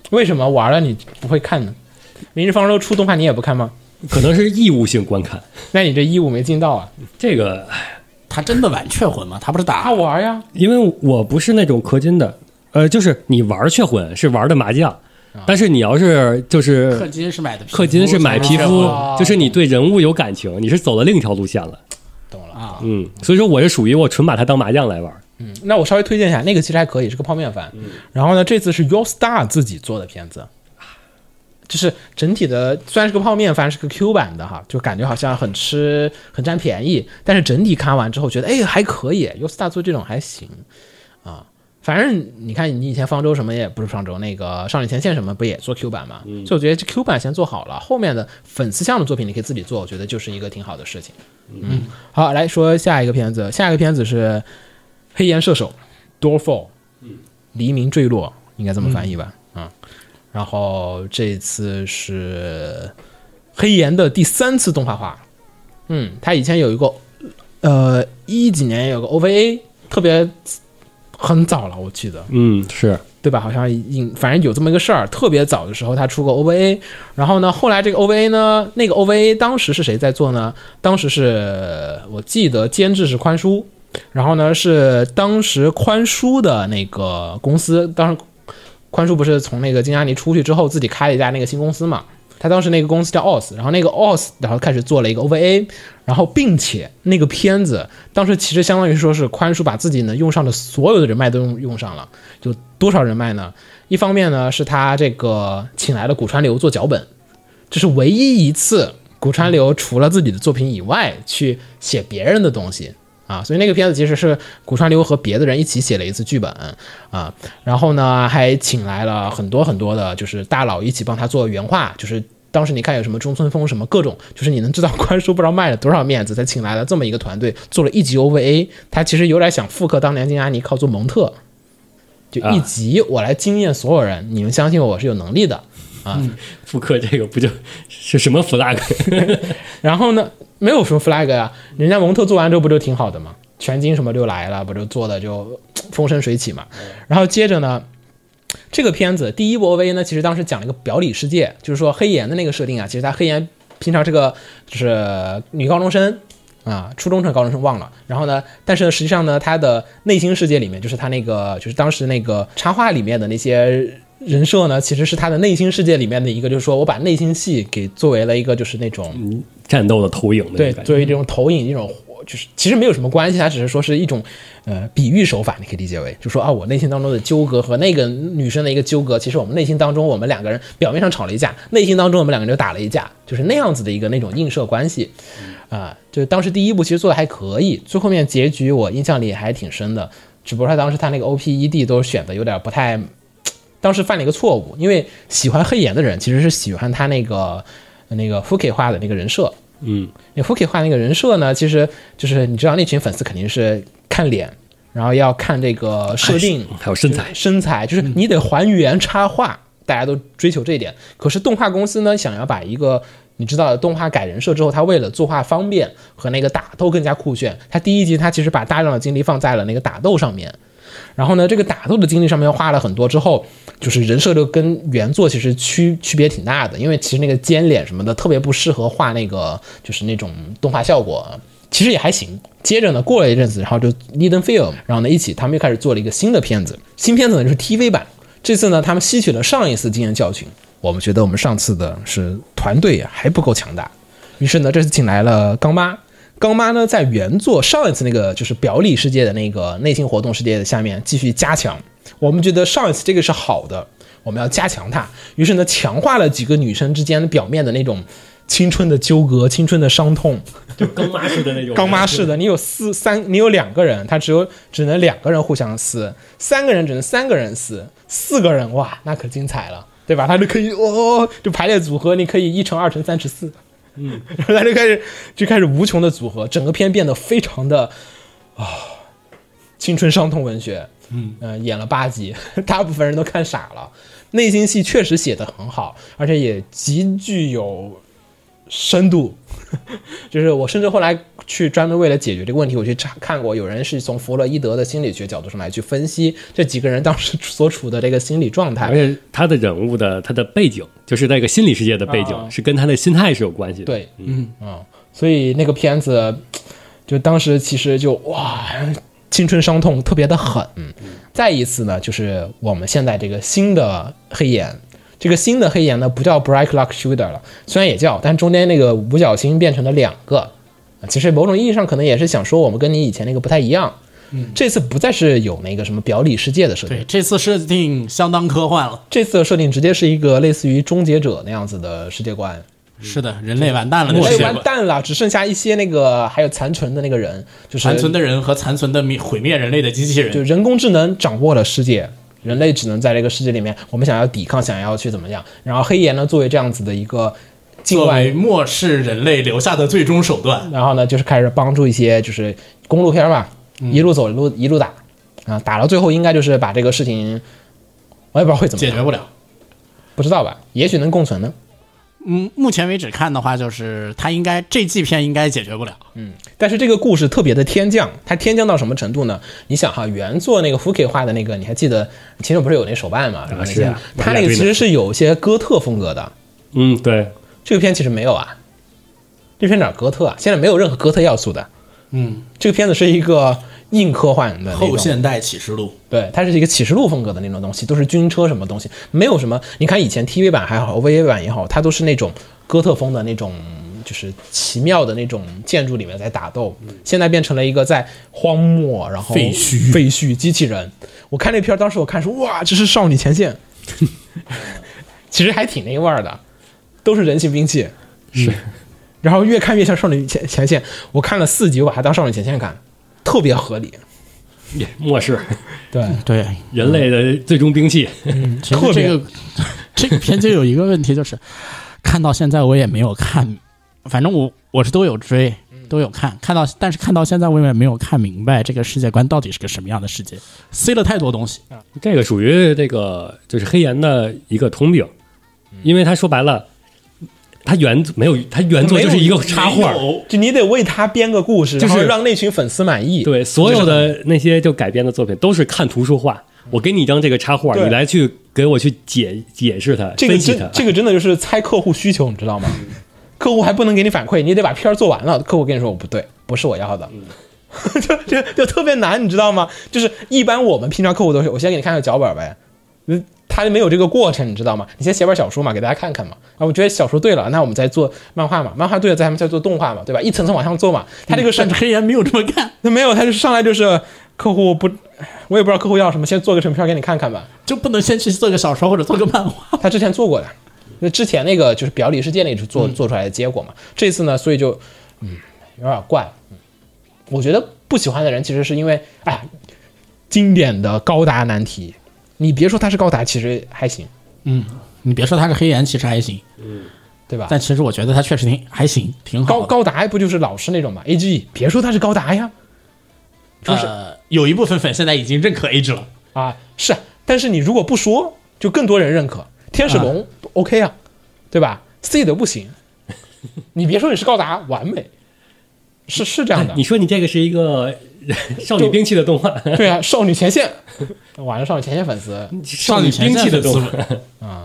A: 为什么玩了你不会看呢？《明日方舟》出动画你也不看吗？
B: 可能是义务性观看，
A: 那你这义务没尽到啊！
B: 这个
C: 他真的玩雀魂吗？他不是打
A: 啊，玩呀，
B: 因为我不是那种氪金的，呃，就是你玩雀魂是玩的麻将，但是你要是就是
C: 氪金是买的皮
B: 啊嗯
C: 肤，
B: 氪金是买皮
C: 才
B: 肤
C: 能，
A: 哦
B: 就是你对人物有感情，你是走了另一条路线了。
A: 懂了。
C: 啊。
B: 嗯，所以说我是属于我纯把它当麻将来玩儿。
A: 嗯，那我稍微推荐一下，那个其实还可以，是个泡面番。然后呢，这次是 Your Star 自己做的片子，就是整体的虽然是个泡面番，是个 Q 版的哈，就感觉好像很吃很占便宜，但是整体看完之后觉得哎还可以，Your Star 做这种还行啊。反正你看，你以前方舟什么也不是方舟，那个少女前线什么不也做 Q 版嘛？所以我觉得这 Q 版先做好了，后面的粉丝向的作品你可以自己做，我觉得就是一个挺好的事情。嗯，好，来说下一个片子，下一个片子是黑岩射手 Doorfall，黎明坠落，应该这么翻译吧？啊、然后这次是黑岩的第三次动画化，嗯，他以前有一个，呃，一几年有个 OVA，特别很早了，我记得，
B: 嗯，是
A: 对吧？好像应反正有这么一个事儿，特别早的时候他出过 OVA，然后呢，后来这个 OVA 呢，那个 OVA 当时是谁在做呢？当时是我记得监制是宽叔，然后呢是当时宽叔的那个公司，当时宽叔不是从那个金嘉尼出去之后自己开了一家那个新公司嘛？他当时那个公司叫 OS，然后那个 OS，然后开始做了一个 OVA，然后并且那个片子当时其实相当于说是宽叔把自己能用上的所有的人脉都用用上了，就多少人脉呢？一方面呢是他这个请来了古川流做脚本，这是唯一一次古川流除了自己的作品以外去写别人的东西啊，所以那个片子其实是古川流和别的人一起写了一次剧本啊，然后呢还请来了很多很多的就是大佬一起帮他做原画，就是。当时你看有什么中村风什么各种，就是你能知道宽叔不知道卖了多少面子，才请来了这么一个团队做了一集 OVA，他其实有点想复刻当年金阿尼靠做蒙特，就一
B: 啊
A: 集我来惊艳所有人，你们相信我，我是有能力的。
B: 复刻这个不就是什么 flag？
A: 然后呢，没有什么 flag 呀、人家蒙特做完之后不就挺好的吗？全金什么就来了，不就做的就风生水起嘛。然后接着呢，这个片子第一部 OVA 呢，其实当时讲了一个表里世界，就是说黑岩的那个设定啊，其实他黑岩平常是个就是女高中生。啊，初中生、高中生忘了。然后呢，但是呢，实际上呢，他的内心世界里面，就是他那个，就是当时那个插画里面的那些人设呢，其实是他的内心世界里面的一个，就是说我把内心戏给作为了一个，就是那种
B: 战斗的投影的那
A: 对
B: 种，感觉。
A: 作为这种投影一种活，就是其实没有什么关系，它只是说是一种呃比喻手法，你可以理解为，就说啊，我内心当中的纠葛和那个女生的一个纠葛，其实我们内心当中我们两个人表面上吵了一架，内心当中我们两个人就打了一架，就是那样子的一个那种映射关系。
B: 嗯
A: 啊，就是当时第一部其实做的还可以，最后面结局我印象里还挺深的，只不过他当时他那个 O P E D 都选的有点不太，当时犯了一个错误，因为喜欢黑岩的人其实是喜欢他那个那个 f u k i 画的那个人设，
B: 嗯，
A: 那 f u k i 画那个人设呢，其实就是你知道那群粉丝肯定是看脸，然后要看这个设定，
B: 还有身材，
A: 身材，就是你得还原插画，大家都追求这一点。可是动画公司呢，想要把一个你知道动画改人设之后，他为了作画方便和那个打斗更加酷炫，他第一集他其实把大量的精力放在了那个打斗上面。然后呢，这个打斗的精力上面又花了很多，之后就是人设就跟原作其实区区别挺大的，因为其实那个尖脸什么的特别不适合画那个就是那种动画效果，其实也还行。接着呢，过了一阵子，然后就 Eden Film，然后呢一起他们又开始做了一个新的片子，新片子呢就是 TV 版。这次呢，他们吸取了上一次经验教训，我们觉得我们上次的是团队还不够强大，于是呢，这次请来了刚妈。刚妈呢，在原作上一次那个就是表里世界的那个内心活动世界的下面继续加强。我们觉得上一次这个是好的，我们要加强它。于是呢，强化了几个女生之间表面的那种青春的纠葛、青春的伤痛。
B: 就刚妈式的那种
A: 刚妈式的，你有四三，你有两个人，他只有只能两个人互相撕，三个人只能三个人撕，四个人哇，那可精彩了，对吧？他就可以哦，就排列组合，你可以一乘二乘三乘四，嗯，然 [laughs] 后他就开始就开始无穷的组合，整个片变得非常的啊、青春伤痛文学，嗯、演了八集， [laughs] 大部分人都看傻了。内心戏确实写得很好，而且也极具有深度， [laughs] 就是我甚至后来去专门为了解决这个问题，我去查看过，有人是从弗洛伊德的心理学角度上来去分析这几个人当时所处的这个心理状态
B: 而。且他的人物的他的背景，就是那个心理世界的背景，
A: 啊
B: 是跟他的心态是有关系的。，
A: 对，嗯所以那个片子，就当时其实就哇，青春伤痛特别的狠。再一次呢，就是我们现在这个新的黑岩，这个新的黑岩呢不叫 Bright Luck Shooter 了，虽然也叫，但中间那个五角星变成了两个。啊其实某种意义上可能也是想说，我们跟你以前那个不太一样。这次不再是有那个什么表里世界的设定
C: 对，，这次设定相当科幻了。
A: 这次的设定直接是一个类似于终结者那样子的世界观。
C: 是的，人类完蛋了，
A: 人类
C: 世界
A: 完蛋了，只剩下一些那个还有残存的那个人，就是
C: 残存的人和残存的灭毁灭人类的机器
A: 就
C: 人，
A: 人工智能掌握了世界，人类只能在这个世界里面，我们想要抵抗，想要去怎么样。然后黑岩呢，作为这样子的一个境
C: 作
A: 外嗯
C: 为漠视人类留下的最终手段。
A: 然后呢，就是开始帮助一些就是公路片儿吧，
C: 嗯
A: 一路走一路一路打，啊，打到最后应该就是把这个事情，我也不知道会怎么
C: 解
A: 样，
C: 决不了。
A: 不知道吧？也许能共存呢。
C: 嗯，目前为止看的话，就是他应该这季片应该解决不了。
A: 但是这个故事特别的天降，它天降到什么程度呢？你想哈，原作那个福 K 画的那个，你还记得其中不是有那手办嘛？然后那
B: 是
A: 些
B: 啊，
A: 它那个其实是有些哥特风格的，
B: 嗯，对，
A: 这个片其实没有啊，这片哪儿哥特啊？现在没有任何哥特要素的。
C: 嗯，
A: 这个片子是一个硬科幻的那种
C: 后现代启示录，
A: 对，它是一个启示录风格的那种东西，都是军车什么东西，没有什么。你看以前 TV 版还好，OVA 版也好，它都是那种哥特风的那种，就是奇妙的那种建筑里面在打斗。现在变成了一个在荒漠，然后
C: 嗯废墟
A: 废墟机器人。我看那片儿，当时我看说哇，这是少女前
C: [laughs]
A: 线，其实还挺那味儿的，都是人形兵器，
B: 是
A: 然后越看越像少女前前线。我看了四集，我把它当少女前线看，特别合理。
B: 也漠视
A: 对，
C: 对，
B: 人类的最终兵器。
C: 其
A: 特
C: 实
A: 别
C: 这个这个片就有一个问题，就是看到现在我也没有看，反正我我是都有追，都有看，看到但是看到现在我也没有看明白这个世界观到底是个什么样的世界，塞了太多东西。
B: 这个属于这个就是黑岩的一个通病，因为他说白了，他原没有他原作就是一个插画，
A: 就你得为他编个故事，
B: 就是
A: 然后让那群粉丝满意。，
B: 对所有的那些就改编的作品都是看图说话。我给你一张这个插画，
A: 对
B: 你来去给我去解解释它，
A: 这个
B: 分析
A: 真
B: 它。
A: 这个真的就是猜客户需求，你知道吗？客户还不能给你反馈，你得把片儿做完了，客户跟你说我不对，不是我要的。就 [laughs] 就就特别难，你知道吗？就是一般我们平常客户都是，我先给你看看脚本呗，嗯，他没有这个过程，你知道吗？你先写本小说嘛，给大家看看嘛。啊，我觉得小说对了，那我们再做漫画嘛，漫画对了，咱们再做动画嘛，对吧？一层层往上做嘛。他这个是
C: 甚至嗯黑岩没有这么干，
A: 那没有，他就是上来就是客户不，我也不知道客户要什么，先做个成片儿给你看看吧。
C: 就不能先去做个小说或者做个漫画。
A: 他之前做过的，那之前那个就是表里世界那是做做出来的结果嘛。这次呢，所以就嗯有点怪。嗯我觉得不喜欢的人其实是因为哎，经典的高达难题，你别说它是高达，其实还行，
C: 嗯，你别说他是黑岩，其实还行，
A: 对吧？
C: 但其实我觉得他确实挺还行，挺
A: 高
C: 好的。
A: 高达不就是老式那种嘛？A G E，别说它是高达呀，就是
C: 呃，有一部分粉现在已经认可 A g 了。
A: 啊，是啊，但是你如果不说，就更多人认可。天使龙、OK 啊，对吧？C 的不行，你别说你是高达，完美，是是这样的
B: [laughs] 你。说你这个是一个少女兵器的动画，
A: 对啊，少女前线，完了少女前线粉丝，
B: [laughs] 少女兵器的动画，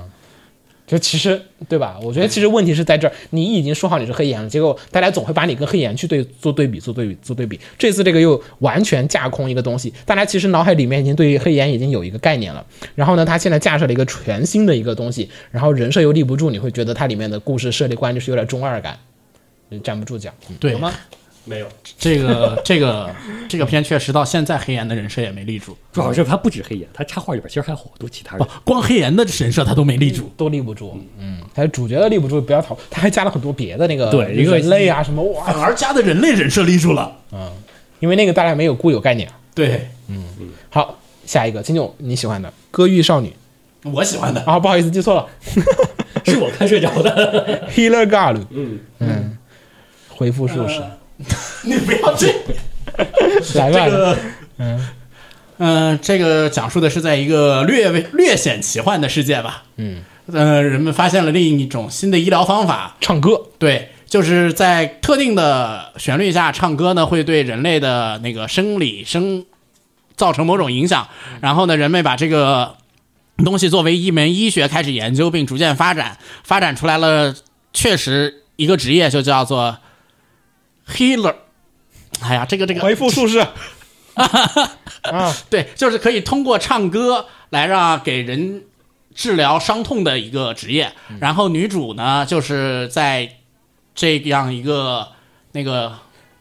A: 就其实对吧？我觉得其实问题是在这儿，你已经说好你是黑岩了，结果大家总会把你跟黑岩去对做对比，做对比，做对比。这次这个又完全架空一个东西，大家其实脑海里面已经对于黑岩已经有一个概念了。然后呢，他现在架设了一个全新的一个东西，然后人设又立不住，你会觉得它里面的故事设立观就是有点中二感。
E: 就站不住脚。嗯
C: 对
E: 有吗？
B: 没有，
C: 这个这个这个片确实到现在黑岩的人设也没立住，
B: 主要是他不止黑岩，他插画里边其实还有好多其他 [laughs] 人
C: 不。，光黑岩的人设他都没立住。
E: 都立不住，嗯，还有主角都立不住，不要讨，他还加了很多别的那个
B: 对一个
E: 人类啊什么哇，
C: 嗯反而加的人类人设立住了。
E: 因为那个大家没有固有概念。
C: 对，
E: 好，下一个，金总你喜欢的《歌剧少女
C: 我喜欢》的
E: 啊，不好意思记错了，
B: 是我看睡着的。
E: 《Healer Girl》。
B: 嗯
E: 嗯，回复术士，
C: [laughs] 你不要 [laughs] 这
E: 来吧，
C: 哎嗯、这个讲述的是在一个略微略显奇幻的世界吧。
E: 嗯，
C: 呃，人们发现了另一种新的医疗方法，
E: 唱
C: [laughs]
E: 歌，
C: 对，就是在特定的旋律下唱歌呢，会对人类的那个生理生造成某种影响。然后呢，人们把这个东西作为一门医学开始研究，并逐渐发展，发展出来了确实一个职业，就叫做 healer。哎呀，这个这个
E: 复
C: [laughs]
E: 术士。啊，
C: 对，就是可以通过唱歌来让给人治疗伤痛的一个职业。然后女主呢，就是在这样一个那个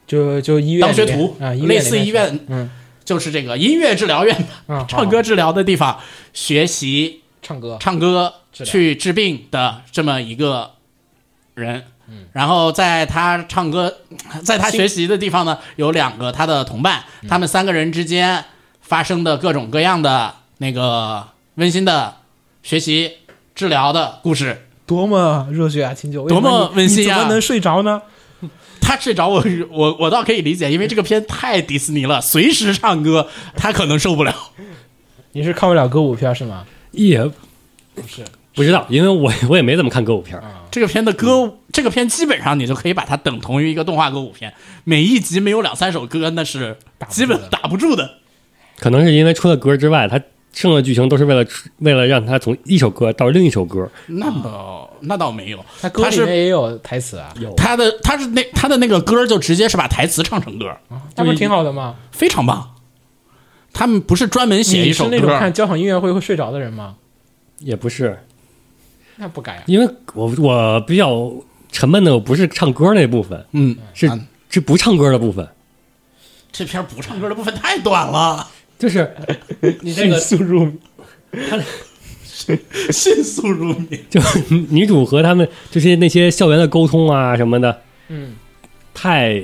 E: 就就医院
C: 当学
E: 里面
C: 徒
E: 啊，医院
C: 类似
E: 里面
C: 医院，
E: 嗯，
C: 就是这个音乐治疗院、
E: 啊，好
C: 唱歌治疗的地方，学习
E: 唱歌，
C: 唱歌
E: 治疗
C: 去治病的这么一个人。然后在他唱歌， [coughs] 在他学习的地方呢，有两个他的同伴，他们三个人之间发生的各种各样的那个温馨的学习治疗的故事。
E: 多么热血啊，秦九，为
C: 多
E: 什
C: 么
E: 你
C: 温馨
E: 你
C: 啊
E: 怎么能睡着呢？
C: 他睡着我，我我倒可以理解，因为这个片太迪士尼了，随时唱歌，他可能受不了。
E: 你是看不了歌舞片是吗？
B: [laughs] 也不
E: 是
B: 不知道，因为我我也没怎么看歌舞片儿。
C: 这个片的歌
E: 嗯
C: 舞，这个片基本上你就可以把它等同于一个动画歌舞片，每一集没有两三首歌，那是
E: 打不住
C: 基
E: 的
C: 本打不住的。
B: 可能是因为除了歌之外，它剩的剧情都是为了为了让它从一首歌到另一首歌。
C: 那倒啊那倒没有，
E: 他歌里面
C: 是
E: 也有台词啊，
B: 有
C: 他的他是那他的那个歌就直接是把台词唱成歌，
E: 那不是挺好的吗？
C: 非常棒。他们不是专门写一首
E: 你是那种
C: 歌，
E: 看交响音乐会会睡着的人吗？
B: 也不是，
E: 那不该啊，
B: 因为我我比较沉闷的，我不是唱歌那部分，
C: 嗯，
B: 是
C: 嗯
B: 是不唱歌的部分。
C: 这片不唱歌的部分太短了，
B: 就是 [laughs] 你这个
E: 速入迷
C: 迅速入迷。
B: 就 [laughs] 女主和他们就是那些校园的沟通啊什么的，
E: 嗯，
B: 太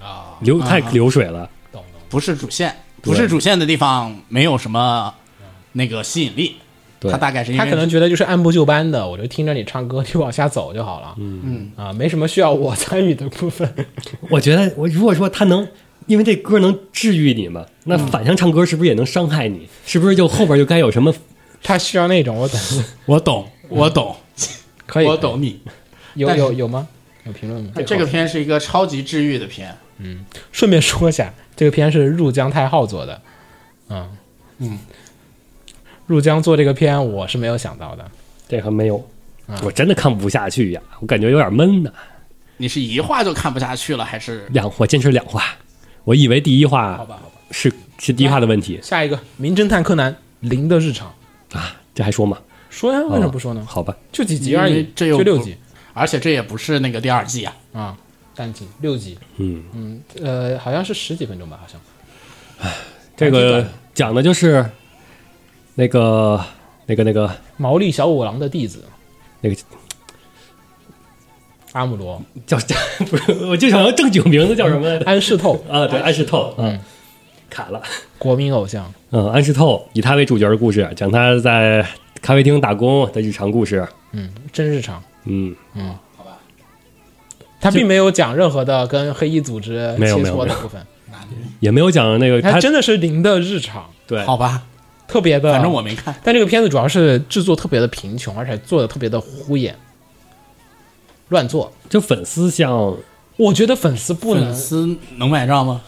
E: 啊，
B: 流
C: 啊
B: 太流水了。
E: 懂懂，
C: 不是主线，
B: 对
C: 不是主线的地方没有什么那个吸引力。
B: 对
C: 他大概是因为
E: 他可能觉得就是按部就班的，我就听着你唱歌就往下走就好了，
C: 嗯
E: 啊，没什么需要我参与的部分。
C: [laughs]
B: 我觉得我如果说他能。因为这歌能治愈你嘛，那
E: 嗯
B: 反向唱歌是不是也能伤害你？是不是就后边就该有什么？
E: 他需要那种我懂，
C: 我懂，我 [laughs] 懂，
E: 可以，
C: 我懂你。
E: [laughs] 有
C: 但是
E: 有有吗？有评论吗？
C: 这个片是一个超级治愈的片，
E: 顺便说一下，这个片是入江太浩做的，嗯
C: 嗯，
E: 入江做这个片我是没有想到的，
B: 这还没有，
E: 啊
B: 我真的看不下去呀、我感觉有点闷呢、
C: 你是一话就看不下去了，还是
B: 两我坚持两话，我以为第一
E: 好
B: 话
E: 吧好吧。
B: 是是第一话的问题
E: 下一个《名侦探柯南：零的日常》，
B: 啊，这还说吗？
E: 说呀，为什么不说呢？
B: 好吧，
E: 就几集而
C: 哦因
E: 已
C: 为，这又
E: 就六
C: 不
E: 集
C: 而且这也不是那个第二季啊，
E: 啊，单集六集，
B: 嗯
E: 嗯呃，好像是十几分钟吧，好像
B: 这
E: 还是
B: 个
E: 短
B: 讲的就是那个那个那个
E: 毛利小五郎的弟子
B: 那个
E: 阿姆罗
B: 叫 [laughs] 不是，我就想要正经名字叫什
A: [laughs]
B: 么来着？
E: 安室透，
B: 啊，对，安室透，
E: 嗯，
B: 卡了。
E: 国民偶像，
B: 嗯，安室透以他为主角的故事，讲他在咖啡厅打工的日常故事。
E: 嗯，真日常。
B: 嗯，
E: 他并没有讲任何的跟黑衣组织
B: 没有
E: 切
B: 没有
E: 磋
B: 没
E: 的
B: 有
E: 部分，
B: 也没有讲那个
E: 他
B: 他
E: 真的是零的日常，
B: 对
C: 好吧，
E: 特别
B: 啊
E: 的。
C: 反正我没看。
E: 但这个片子主要是制作特别的贫穷，而且做的特别的敷衍，乱做。
B: 就粉丝像
E: 我觉得粉丝不
B: 啊
C: 粉
E: 能。
C: 丝能买账 [laughs] 吗？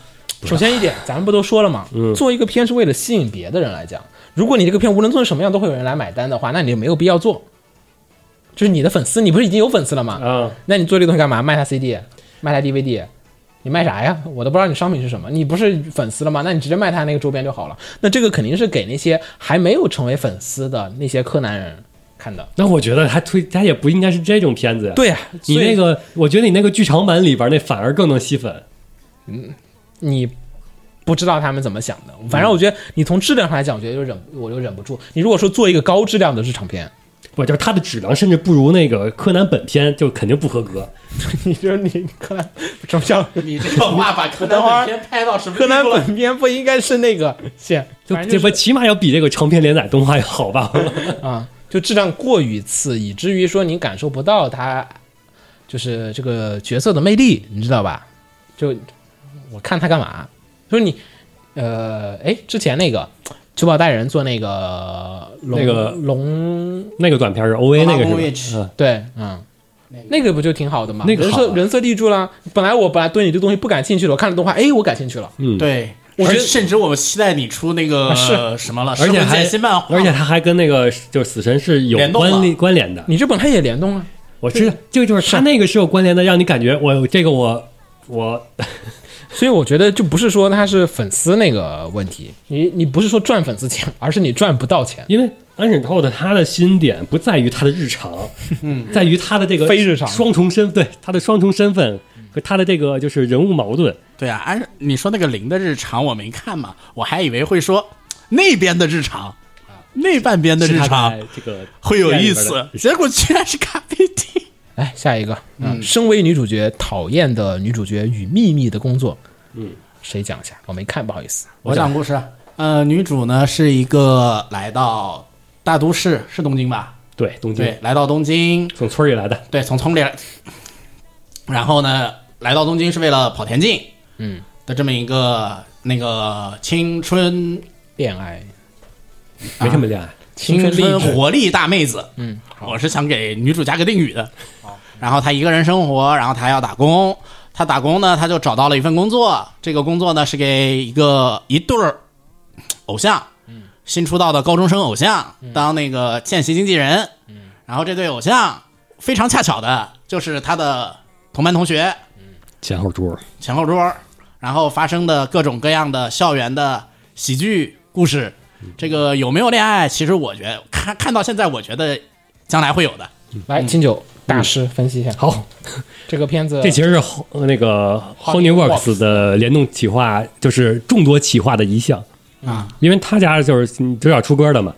E: 首先一点，咱们不都说了吗？
B: 嗯
E: 做一个片是为了吸引别的人来讲。如果你这个片无论做成什么样都会有人来买单的话，那你就没有必要做。就是你的粉丝，你不是已经有粉丝了吗？
B: 啊，
E: 那你做这个东西干嘛？卖他 CD，卖他 DVD，你卖啥呀？我都不知道你商品是什么。你不是粉丝了吗？那你直接卖他那个周边就好了。那这个肯定是给那些还没有成为粉丝的那些柯南人看
A: 看的。
B: 那我觉得他推他也不应该是这种片子呀。，
A: 对呀、
B: 你
A: 所以
B: 那个，我觉得你那个剧场版里边那反而更能吸粉。
A: 你不知道他们怎么想的。反正我觉得你从质量上来讲，我觉得就忍我就忍不住。你如果说做一个高质量的日常片，
B: 不，就是它的质量甚至不如那个柯南本片，就肯定不合格。
A: 你说你柯南什么叫
C: 你这个话把柯南本片拍到什么
A: 柯
C: 地步了
A: 南本片不应该是那个线，
B: 就
A: 反正
B: 这
A: 就
B: 不
A: 是
B: 起码要比这个长篇连载动画要好吧？
A: 啊，就质量过于次，以至于说你感受不到他就是这个角色的魅力，你知道吧？就我看他干嘛？就是你呃，哎，之前那个九保带人做那个龙
B: 那个
A: 龙
B: 那个短片是 O A 那个是
C: Overwatch
B: 吧？嗯，
A: 对，嗯，那个不就挺好的吗？
B: 那个
A: 人
B: 好
A: 设
B: 啊
A: 人设立住了。本来我本来对你这东西不感兴趣的，我看了动画，哎，我感兴趣了。
B: 嗯
C: 对，
A: 我觉得
C: 而甚至我期待你出那个
A: 是
C: 什么了，
B: 啊而且
C: 神魂
B: 还
C: 剑新漫画，
B: 而且它还跟那个就是死神是有
C: 联动
B: 关
C: 了
B: 联关联的。
A: 你这本来也联动啊，
B: 我知道，这个就是它
A: 是
B: 那个是有关联的，让你感觉我这个我我
A: 所以我觉得就不是说他是粉丝那个问题，你你不是说赚粉丝钱，而是你赚不到钱。
B: 因为安忍透的他的新点不在于他的日常，嗯，在于他的这个
A: 非日常
B: 双重身对他的双重身份和他的这个就是人物矛盾。
C: 对啊，按你说那个零的日常我没看嘛，我还以为会说那边的日常，那半边的
B: 是
C: 日
B: 他
C: 常
B: 在这个
C: 会有意
B: 店里边
C: 思
B: 的，
C: 结果居然是咖啡厅。
A: 来下一个，嗯，身为女主角讨厌的女主角与秘密的工作，嗯，谁讲一下？我没看，不好意思。
C: 我讲故事，呃，女主呢是一个来到大都市，是东京吧？
B: 对东京
C: 对，来到东京，
B: 从村儿里来的，
C: 对，从从里，然后呢，来到东京是为了跑田径，
A: 嗯，
C: 的这么一个那个青春
A: 恋爱，
B: 没什么
C: 啊
B: 恋爱。
A: 青春
C: 青
A: 励
C: 春
A: 志，
C: 活力大妹子，
A: 嗯，好，
C: 我是想给女主加个定语的。然后她一个人生活，然后她还要打工。她打工呢，她就找到了一份工作。这个工作呢是给一个一对儿偶像，
A: 嗯
C: 新出道的高中生偶像当那个见习经纪人。
A: 嗯
C: 然后这对偶像非常恰巧的就是她的同班同学
B: 前后桌
C: 前后桌，然后发生的各种各样的校园的喜剧故事。
B: 嗯
C: 这个有没有恋爱？其实我觉得看看到现在，我觉得将来会有的。
A: 来清酒大师分析一下
B: 好，
A: 嗯 [laughs] 这个片子，
B: 这其实是后呃那个
A: Honey
B: HoneyWorks 的联动企划，就是众多企划的一项
C: 啊。
B: 因为他家就是嗯主角出歌的嘛，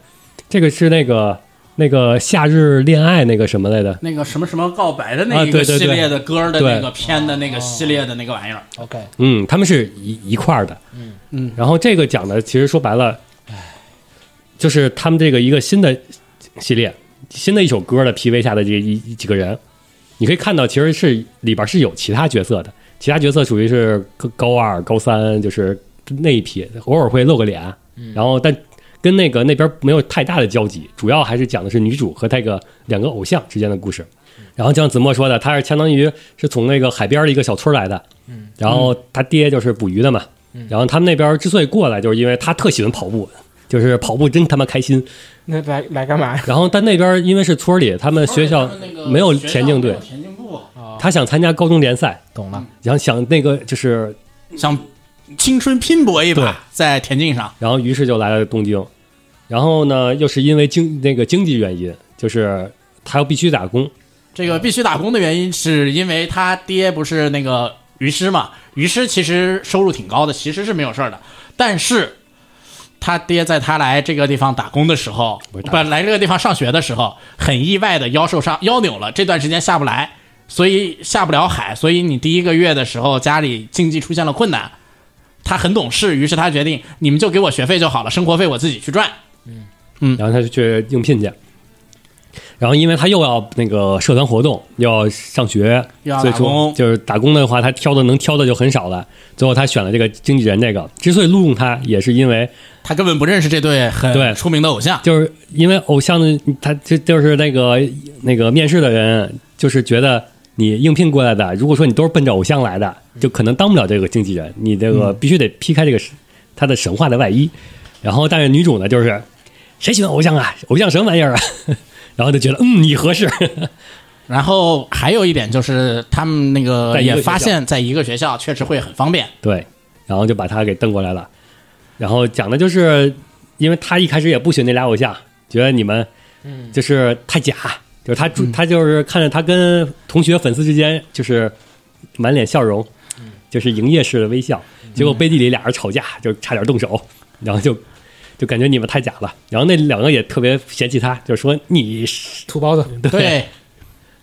B: 这个是那个那个夏日恋爱那个什么来的，
C: 那个什么什么告白的
B: 啊
C: 那一
B: 对
C: 个
B: 对
C: 系
B: 对
C: 列的歌的
B: 对
C: 那个片的那个系列的那个玩意儿，
A: OK，
B: 嗯，他们是一一块儿的，嗯
C: 嗯，
B: 然后这个讲的其实说白了，就是他们这个一个新的系列，新的一首歌的 PV 下的这一一几个人，你可以看到其实是里边是有其他角色的，其他角色属于是高高二、高三，就是那一批，偶尔会露个脸，然后但跟那个那边没有太大的交集，主要还是讲的是女主和那个两个偶像之间的故事。然后就像子墨说的，他是相当于是从那个海边的一个小村儿来的，然后他爹就是捕鱼的嘛，然后他们那边之所以过来，就是因为他特喜欢跑步，就是跑步真他妈开心。
A: 那来来干 [laughs] 嘛？
B: 然后但那边因为是村里，他们学
C: 哦
B: 校没有田径啊队，
C: 田径部
B: 他想参加高中联赛，
A: 懂了，
B: 然后想那个就是，
C: 想青春拼搏一
B: 对
C: 把，在田径上，
B: 然后于是就来了东京，然后呢又是因为经那个经济原因，就是他要必须打工，
C: 这个必须打工的原因是因为他爹不是那个于师嘛，于师其实收入挺高的，其实是没有事儿的，但是。他爹在他来这个地方打工的时候，
B: 不是打
C: 不来这个地方上学的时候，很意外的腰受伤，腰扭了，这段时间下不来，所以下不了海，所以你第一个月的时候家里经济出现了困难，他很懂事，于是他决定你们就给我学费就好了，生活费我自己去赚。嗯
B: 然后他就去应聘去。然后，因为他又要那个社团活动，又要上学，
C: 又要
B: 最
C: 打
B: 终
C: 工
B: 就是打工的话，他挑的能挑的就很少了。最后他选了这个经纪人，这个之所以录用他，也是因为
C: 他根本不认识这对
B: 对
C: 很出名的偶像，
B: 就是因为偶像的他就就是那个那个面试的人，就是觉得你应聘过来的，如果说你都是奔着偶像来的，就可能当不了这个经纪人，你这个必须得劈开这个神他的神话的外衣。然后，但是女主呢，就是谁喜欢偶像啊？偶像什么玩意儿啊？ [laughs] 然后就觉得嗯，你合适。
C: 然后还有一点就是他们那个
B: 在一个
C: 也
B: 学校
C: 发现，在一个学校确实会很方便。
B: 对，然后就把他给瞪过来了。然后讲的就是，因为他一开始也不选那俩偶像，觉得你们嗯，就是太假，就是
C: 嗯
B: 他注他就是看着他跟同学粉丝之间就是满脸笑容，
C: 嗯
B: 就是营业式的微笑，结果背地里俩人吵架，就差点动手，然后就。就感觉你们太假了，然后那两个也特别嫌弃他，就说你是
A: 土包子，
C: 对，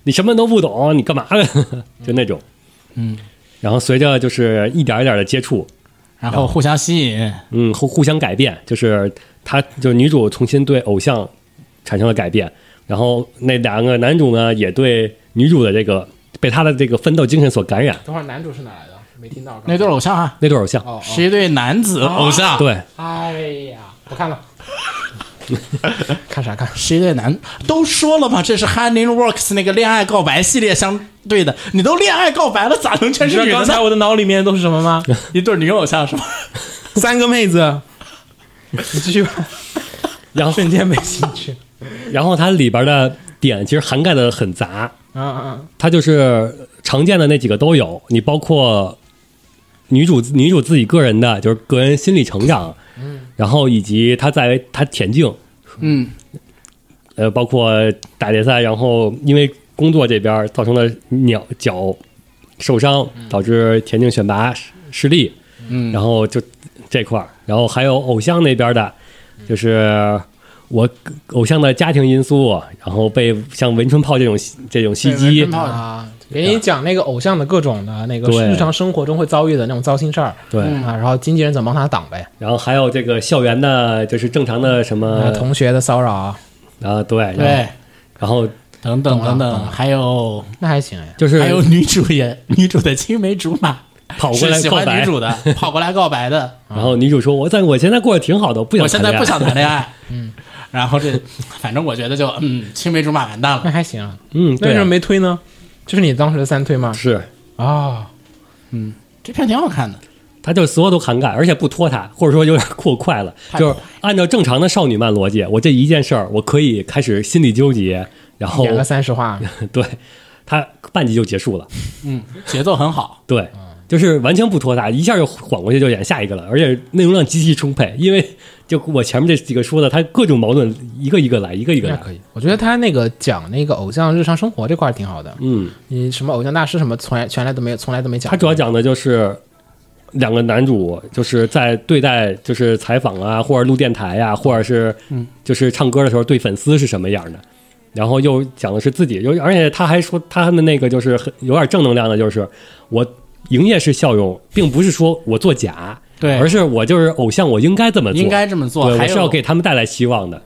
B: 你什么都不懂，你干嘛呢？ [laughs] 就那种，
C: 嗯，
B: 然后随着就是一点一点的接触，
C: 然后互相吸引，
B: 嗯，互互相改变，就是她就是女主重新对偶像产生了改变，然后那两个男主呢也对女主的这个被她的这个奋斗精神所感染，
A: 等会儿男主是哪来的？没听到。
C: 那对偶像啊，
B: 那对偶像，
A: 哦，
C: 是一对男子偶像，，
B: 对
A: 哎呀，不看 [laughs] 了。看啥看？
C: 是一对男，都说了嘛，这是 Honey Works 那个恋爱告白系列相对的，你都恋爱告白了，咋能全
A: 你知
C: 是
A: 道
C: 女的
A: 刚才
C: 呢？
A: 我的脑里面都是什么 [laughs] 吗？
C: 一对女偶像是吗？
A: 三个妹子。你继续吧。
B: 然后
A: 瞬间没兴趣。
B: [laughs] 然后它里边的点其实涵盖的很杂，
A: 啊啊！
B: 它就是常见的那几个都有，你包括女主女主自己个人的，就是个人心理成长，
A: 嗯
B: 然后以及她在她田径，
C: 嗯，
B: 呃，包括打决赛，然后因为工作这边儿造成了鸟脚受伤，导致田径选拔失失利，
C: 嗯
B: 然后就这块儿，然后还有偶像那边的，
C: 嗯
B: 就是我偶像的家庭因素，然后被像文春炮这种这种袭
C: 对文
B: 击
C: 春，炮
A: 啊，给你讲那个偶像的各种的那个
B: 对
A: 日常生活中会遭遇的那种糟心事儿
B: 对，
C: 嗯
A: 啊，然后经纪人怎么帮他挡呗？
B: 然后还有这个校园的，就是正常的什么
A: 啊，同学的骚扰啊，
B: 啊，对，然后
C: 对，
B: 然后
C: 等等等
A: 懂
C: 等，
A: 了
C: 还有
A: 那还行哎。
B: 就是
C: 还有女主也女主的青梅竹马，
B: [laughs] 跑过来
C: 是喜
B: 告
C: 欢女
B: 白，
C: 主的，跑过来告白的，
B: 然后女主说：“我在我现在过得挺好的，我不想
C: 我现
B: 谈
C: 在
B: 恋
C: 不
B: 爱
C: 想谈恋爱， [laughs] 嗯，然后这反正我觉得就嗯，青梅竹马完蛋了，
A: 那还行啊，
B: 嗯，
A: 那为
B: 对
A: 什
B: 啊、
A: 么没推呢？就是你当时的三推吗？
B: 是，
A: 啊，
C: 这片挺好看的，
B: 他就所有都涵盖，而且不拖沓，或者说有点过快了。
C: 太
B: 就是按照正常的少女漫逻辑，我这一件事儿，我可以开始心里纠结，然后
A: 演个三十话，
B: [laughs] 对他半集就结束了，
C: 嗯，节奏很好，
B: 对，
A: 嗯
B: 就是完全不拖沓，一下就缓过去就演下一个了，而且内容量极其充沛，因为就我前面这几个说的，他各种矛盾一个一个来，一个一个
A: 那
B: 来，
A: 可以。我觉得他那个讲那个偶像日常生活这块儿挺好的。
B: 嗯，
A: 你什么偶像大师什么，从来全来都没有，从来都没讲过。
B: 他主要讲的就是两个男主就是在对待就是采访啊，或者录电台呀、或者是
C: 嗯
B: 就是唱歌的时候对粉丝是什么样的。然后又讲的是自己，又而且他还说他的那个就是很有点正能量的，就是我营业式笑容，并不是说我作假，
C: 对
B: 而是我就是偶像，我应该这么做，
C: 应该这么做，
B: 对，
C: 还
B: 我
C: 有
B: 是要给他们带来希望的。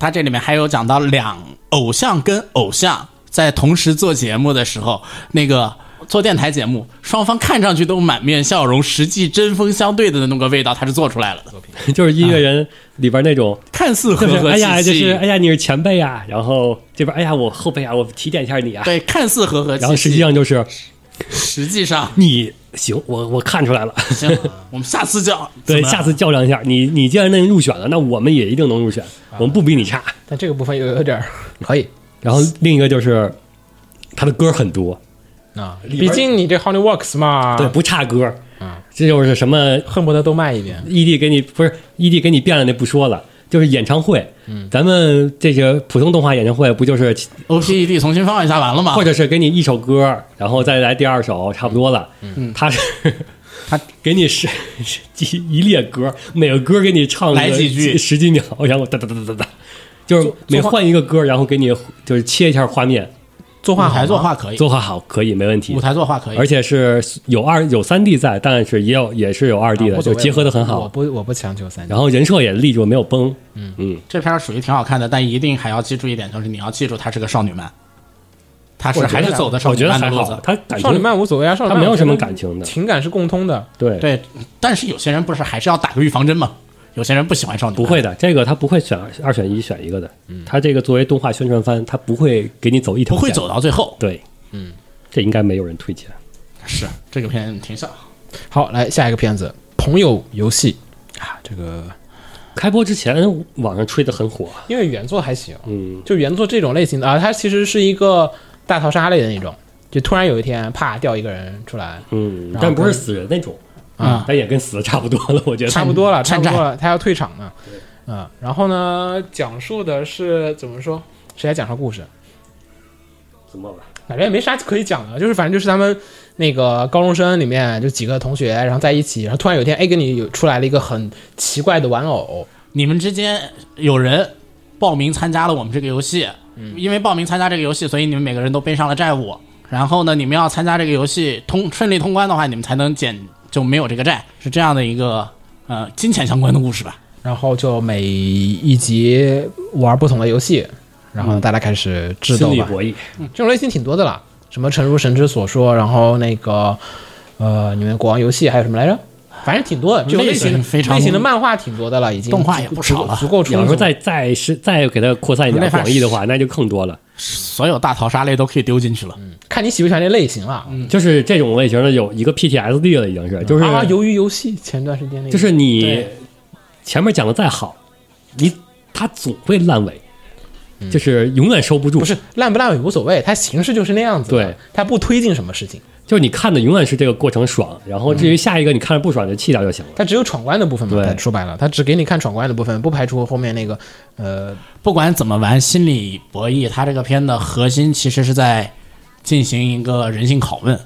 C: 他这里面还有讲到两偶像跟偶像在同时做节目的时候，那个做电台节目，双方看上去都满面笑容，实际针锋相对的那个味道，他是做出来
B: [laughs]
C: 了的，
B: 就是音乐人里边那种
C: 看似
B: 就
C: 和
B: 是
C: 啊和
B: 哎
C: 气气，
B: 呀，就是哎呀，你是前辈啊，然后这边哎呀，我后辈啊，我提点一下你啊，
C: 对，看似和和气气，
B: 然后实际上就是
C: 实际上
B: 你行，我我看出来了， [laughs]
C: 行，我们下次叫
B: 对，啊
C: 怎么
B: 下次较量一下，你你既然能入选了，那我们也一定能入选，我们不比你差。
A: 但这个部分又有点儿可以
B: 然后另一个就是他的歌很多，
A: 啊，毕竟你这 Honey Works 嘛，
B: 对，，不差歌，这就是什么
A: 恨不得都卖一遍。
B: ED 给你不是 ED 给你变了那不说了，就是演唱会，咱们这些普通动画演唱会不就是
C: O P E D 重新放一下完了吗？
B: 或者是给你一首歌，然后再来第二首，差不多了。嗯，他是他 [laughs] 给你是是一一列歌，每个歌给你唱
C: 来
B: 个
C: 几句
B: 十几秒，然后哒哒哒哒哒哒，就是每换一个歌，然后给你就是切一下画面，
A: 作画
C: 舞
A: 好吗
C: 台作画可以，
B: 作画好可以没问题
C: 舞。台作画可以，
B: 而且是有二有三 D 在，但是也有也是有二 D
E: 啊
B: 的，
A: 无所
B: 就
A: 谓
B: 结合的很
A: 我
B: 好。
A: 不我不强求三
B: 然后人设也立住，没有崩。嗯
C: 这片儿属于挺好看的，但一定还要记住一点，就是你要记住它是个少女漫，它是
B: 我觉得
C: 还是走的少
B: 我觉
C: 女
B: 得
C: 漫
B: 还
C: 的路
B: 好
C: 子，。
B: 他感
A: 少女
B: 情
A: 漫无所谓啊，少女
B: 他
A: 漫
B: 没有什么
A: 我觉得
B: 感情的，
A: 情感是共通的。
B: 对
C: 对，但是有些人不是还是要打个预防针吗？有些人不喜欢少女漫，
B: 不会的，这个他不会选二选一选一个的，他这个作为动画宣传番，他不会给你走一条
C: 嗯不
B: 线，
C: 会走到最后。
B: 对，嗯，这应该没有人推荐。
C: 是这个片挺像，
A: 好，来下一个片子《朋友游戏》啊，这个
B: 开播之前网上吹的很火，
A: 因为原作还行，
B: 嗯，
A: 就原作这种类型的啊，它其实是一个大逃杀类的那种，就突然有一天啪掉一个人出来，
B: 嗯，
A: 然后
B: 但不是
A: 跟
B: 死人那种
C: 啊
B: 但也跟死的差不多了，我觉得
A: 差不多了，差
C: 参
A: 不
C: 战
A: 多了，他要退场了。嗯，然后呢，讲述的是怎么说？谁来讲述故事？
B: 子墨吧。
A: 感觉也没啥可以讲的，就是反正就是他们那个高中生里面就几个同学，然后在一起，然后突然有一天，哎，给你有出来了一个很奇怪的玩偶，
C: 你们之间有人报名参加了我们这个游戏，
B: 嗯
C: 因为报名参加这个游戏，所以你们每个人都背上了债务。然后呢，你们要参加这个游戏通顺利通关的话，你们才能减就没有这个债，是这样的一个呃金钱相关的故事吧？
A: 然后就每一集玩不同的游戏，然后大家开始智
B: [laughs] 心
A: 斗
B: 理
A: 吧。
B: 博弈，
A: 这种类型挺多的啦，什么诚如神之所说，然后那个呃，你们国王游戏还有什么来着？反正挺多的，这种类型的
C: 类型非常
A: 类型的漫画挺多的了，已经
C: 动画也不少了
A: 足够
B: 你
A: 足
B: 要
A: 够充
B: 说
A: 足。
B: 再再是再给它扩散一
C: 那
B: 点
C: 反
B: 广义的话，那就更多了。
C: 所有大逃杀类都可以丢进去了。
A: 看你喜不喜欢这类型了。
B: 就是这种类型的有一个 PTSD 了，已经是，就是
A: 啊，鱿鱼游戏前段时间那个，
B: 嗯就是你
C: 对
B: 前面讲的再好，你它总会烂尾，就是永远收不住。
A: 嗯不是烂不烂也无所谓，它形式就是那样子的，
B: 对
A: 它不推进什么事情，
B: 就是你看的永远是这个过程爽，然后至于下一个你看着不爽就弃掉就行了。
A: 它只有闯关的部分嘛。
B: 对
A: 它说白了，它只给你看闯关的部分，不排除后面那个呃
C: 不管怎么玩心理博弈，它这个片的核心其实是在进行一个人性拷问。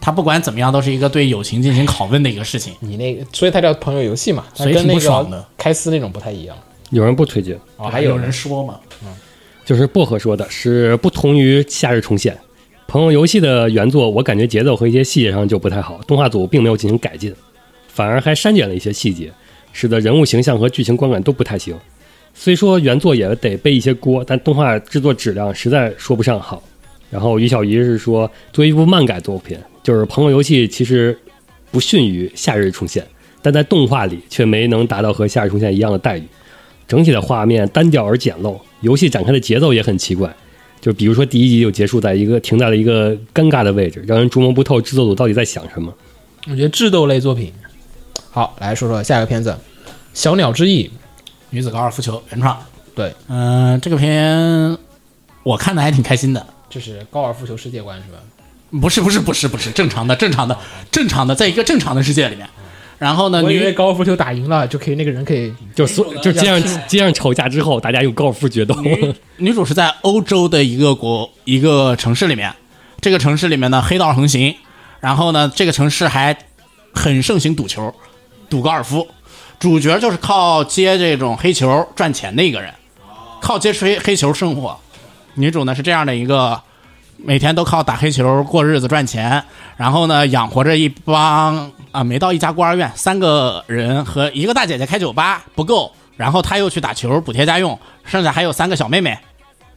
C: 它不管怎么样，都是一个对友情进行拷问的一个事情。
A: 你那个，所以它叫朋友游戏嘛，它
C: 所以
A: 跟
C: 挺
A: 那
C: 不爽的
A: 个开司那种不太一样。
B: 有人不推荐，
A: 哦，还有
C: 人说嘛，
B: 就是薄荷说的是不同于夏日重现。朋友游戏的原作，我感觉节奏和一些细节上就不太好，动画组并没有进行改进，反而还删减了一些细节，使得人物形象和剧情观感都不太行。虽说原作也得背一些锅，但动画制作质量实在说不上好。然后于小鱼是说，作为一部漫改作品，就是朋友游戏其实不逊于夏日重现，但在动画里却没能达到和夏日重现一样的待遇。整体的画面单调而简陋，游戏展开的节奏也很奇怪。就比如说第一集就结束在一个停在了一个尴尬的位置，让人琢磨不透制作组到底在想什么。
A: 我觉得智斗类作品。好，来说说下一个片子，《小鸟之翼》。
C: 女子高尔夫球原创。
A: 对，
C: 嗯、这个片我看的还挺开心的。
A: 这是高尔夫球世界观是吧？
C: 不是不是不是不是正常的正常的正常的，在一个正常的世界里面。然后呢，
A: 我以为
C: 女
A: 高尔夫球打赢了就可以，那个人可以
B: 就所就街上 [laughs] 街上吵架之后，大家用高尔夫决斗。
C: [laughs] 女主是在欧洲的一个国一个城市里面，这个城市里面呢黑道横行，然后呢这个城市还很盛行赌球，赌高尔夫，主角就是靠接这种黑球赚钱的一个人，靠接黑黑球生活。女主呢是这样的一个，每天都靠打黑球过日子赚钱，然后呢养活着一帮啊没到一家孤儿院三个人和一个大姐姐开酒吧不够，然后她又去打球补贴家用，剩下还有三个小妹妹，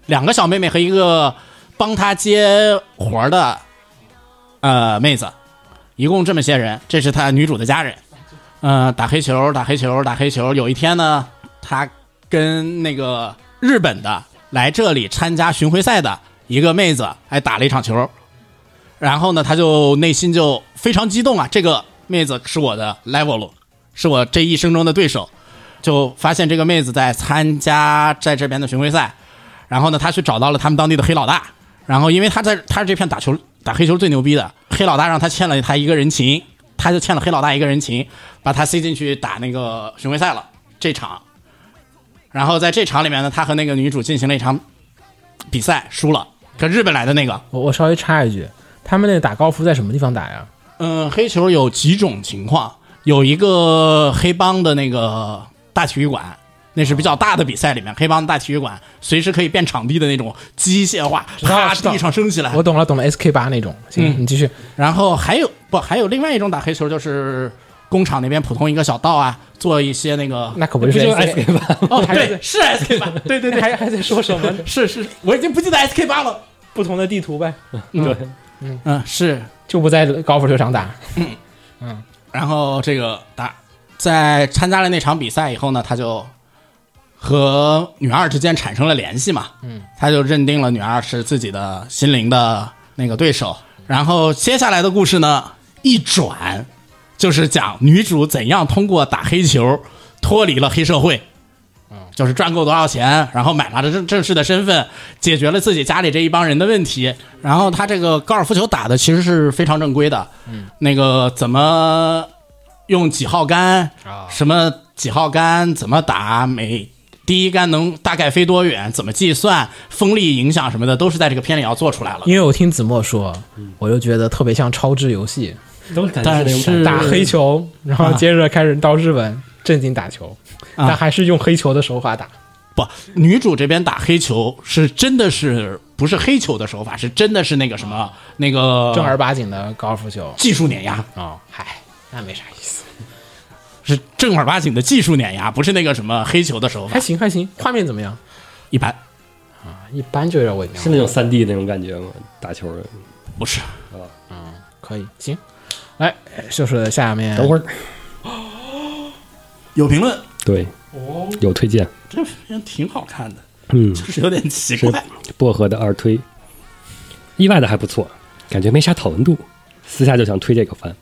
C: 两个小妹妹和一个帮她接活儿的呃妹子，一共这么些人，这是她女主的家人。呃，打黑球，打黑球，打黑球。有一天呢，她跟那个日本的来这里参加巡回赛的一个妹子，还打了一场球。然后呢，她就内心就非常激动啊，这个妹子是我的 level，是我这一生中的对手。就发现这个妹子在参加在这边的巡回赛，然后呢，她去找到了他们当地的黑老大，然后因为她在她是这片打球打黑球最牛逼的，黑老大让她欠了他一个人情，她就欠了黑老大一个人情，把她塞进去打那个巡回赛了这场，然后在这场里面呢，她和那个女主进行了一场比赛，输了，可日本来的那个，
A: 我我稍微插一句，他们那打高尔夫在什么地方打呀？
C: 嗯，黑球有几种情况，有一个黑帮的那个大体育馆，那是比较大的比赛里面，黑帮大体育馆随时可以变场地的那种机械化，
A: 知道了
C: 啪
A: 知道
C: 地上升起来
A: 我。懂了，懂了，SK 八那种。行，你继续。
C: 然后还有不还有另外一种打黑球就是。工厂那边普通一个小道啊，做一些那个
A: 那可不
B: 不
A: 是
B: [laughs] 就是哎
A: SK
B: SK 吧？
C: 哦，
A: 还是
C: 对，是 SK 吧？对对对，
A: 还还在说什么？
C: 是是，我已经不记得 SK 八了。
A: [laughs] 不同的地图呗，
B: 对，
C: 嗯，是
A: 就不在高尔夫球场打。
C: 然后这个打在参加了那场比赛以后呢，他就和女二之间产生了联系嘛，嗯，他就认定了女二是自己的心灵的那个对手。然后接下来的故事呢，一转就是讲女主怎样通过打黑球脱离了黑社会。就是赚够多少钱，然后买拿着正正式的身份，解决了自己家里这一帮人的问题。然后他这个高尔夫球打的其实是非常正规的，嗯，那个怎么用几号杆，
A: 啊
C: 什么几号杆怎么打，每第一杆能大概飞多远，怎么计算风力影响什么的，都是在这个片里要做出来了。
A: 因为我听子墨说，我就觉得特别像超智游戏，
B: 都感
C: 但
B: 觉是那种
C: 是
A: 打黑球，然后
C: 啊
A: 接着开始到日本正经打球，
C: 啊
A: 但还是用黑球的手法打。
C: 不，女主这边打黑球是真的是不是黑球的手法，是真的是那个什么那个
A: 正儿八经的高尔夫球
C: 技术碾压，
A: 哦，嗨，那没啥意思，
C: 是正儿八经的技术碾压，不是那个什么黑球的手法
A: 还。行还行，画面怎么样？
C: 一般
A: 啊，一般就有点微妙，
B: 是那种三 D 那种感觉吗？打球的，
C: 不是，
A: 可以行。来，就是下面
B: 等会儿
C: 有评论，
B: 对，有推荐，
C: 这片挺好看的，
B: 嗯，
C: 就是有点奇
B: 是
C: 怪。
B: 薄荷的二推，意外的还不错，感觉没啥讨论度，私下就想推这个番。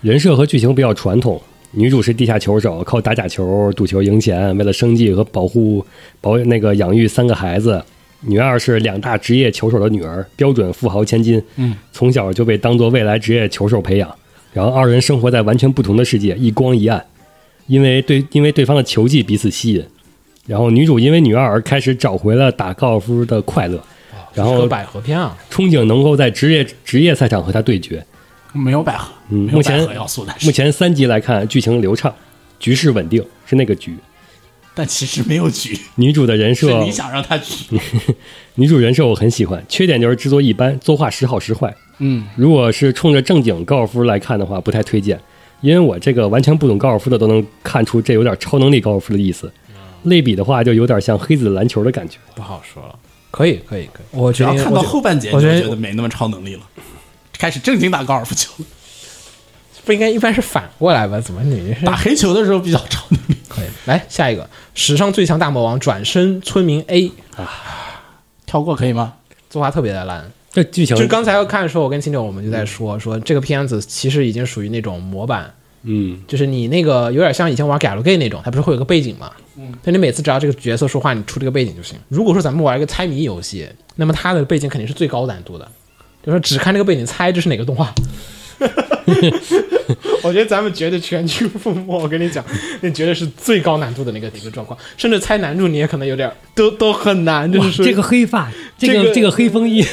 B: 人设和剧情比较传统，女主是地下球手，靠打假球、赌球赢钱，为了生计和保护保那个养育三个孩子。女二是两大职业球手的女儿，标准富豪千金，
C: 嗯，
B: 从小就被当做未来职业球手培养。然后二人生活在完全不同的世界，一光一暗，因为对因为对方的球技彼此吸引。然后女主因为女二而开始找回了打高尔夫的快乐，然
A: 是
B: 后
A: 个百合片啊，
B: 憧憬能够在职业职业赛场和他对决。
C: 没有百合，
B: 嗯
C: 没
B: 目
C: 有百
B: 前
C: 合要素的，
B: 目前三集来看，剧情流畅，局势稳定，是那个局。
C: 但其实没有局，
B: 女主的人
C: 是
B: 设
C: 你，想让他局。
B: 女主人设我很喜欢，缺点就是制作一般，作画时好时坏。
C: 嗯，
B: 如果是冲着正经高尔夫来看的话，不太推荐，因为我这个完全不懂高尔夫的都能看出这有点超能力高尔夫的意思。类比的话，就有点像黑子篮球的感觉。
A: 不好说了。可以可以可以，我
C: 只
A: 决
C: 要
A: 定
C: 看
A: 我
C: 到
A: 决
C: 后半截，
A: 我
C: 就
A: 觉得
C: 觉得没那么超能力了，开始正经打高尔夫球了。
A: 不应该一般是反过来吧？怎么女是
C: 打黑球的时候比较超能力。
A: 可以？来下一个，史上最强大魔王转身村民 A，
C: 跳过可以吗？
A: 作画特别的烂。
B: 这剧情
A: 就刚才要看的时候，我跟秦九我们就在说说这个片子其实已经属于那种模板，
B: 嗯，
A: 就是你那个有点像以前玩 g a l g a 那种，它不是会有个背景嘛？嗯，那你每次只要这个角色说话，你出这个背景就行。如果说咱们玩一个猜谜游戏，那么它的背景肯定是最高难度的，就是说只看这个背景猜这是哪个动画。我觉得咱们绝对全军覆没，我跟你讲， [laughs] 那绝对是最高难度的那个一个状况，甚至猜难度你也可能有点儿都都很难，就是说
B: 这个黑发，这
A: 这
B: 个、
A: 个
B: 这个黑风衣，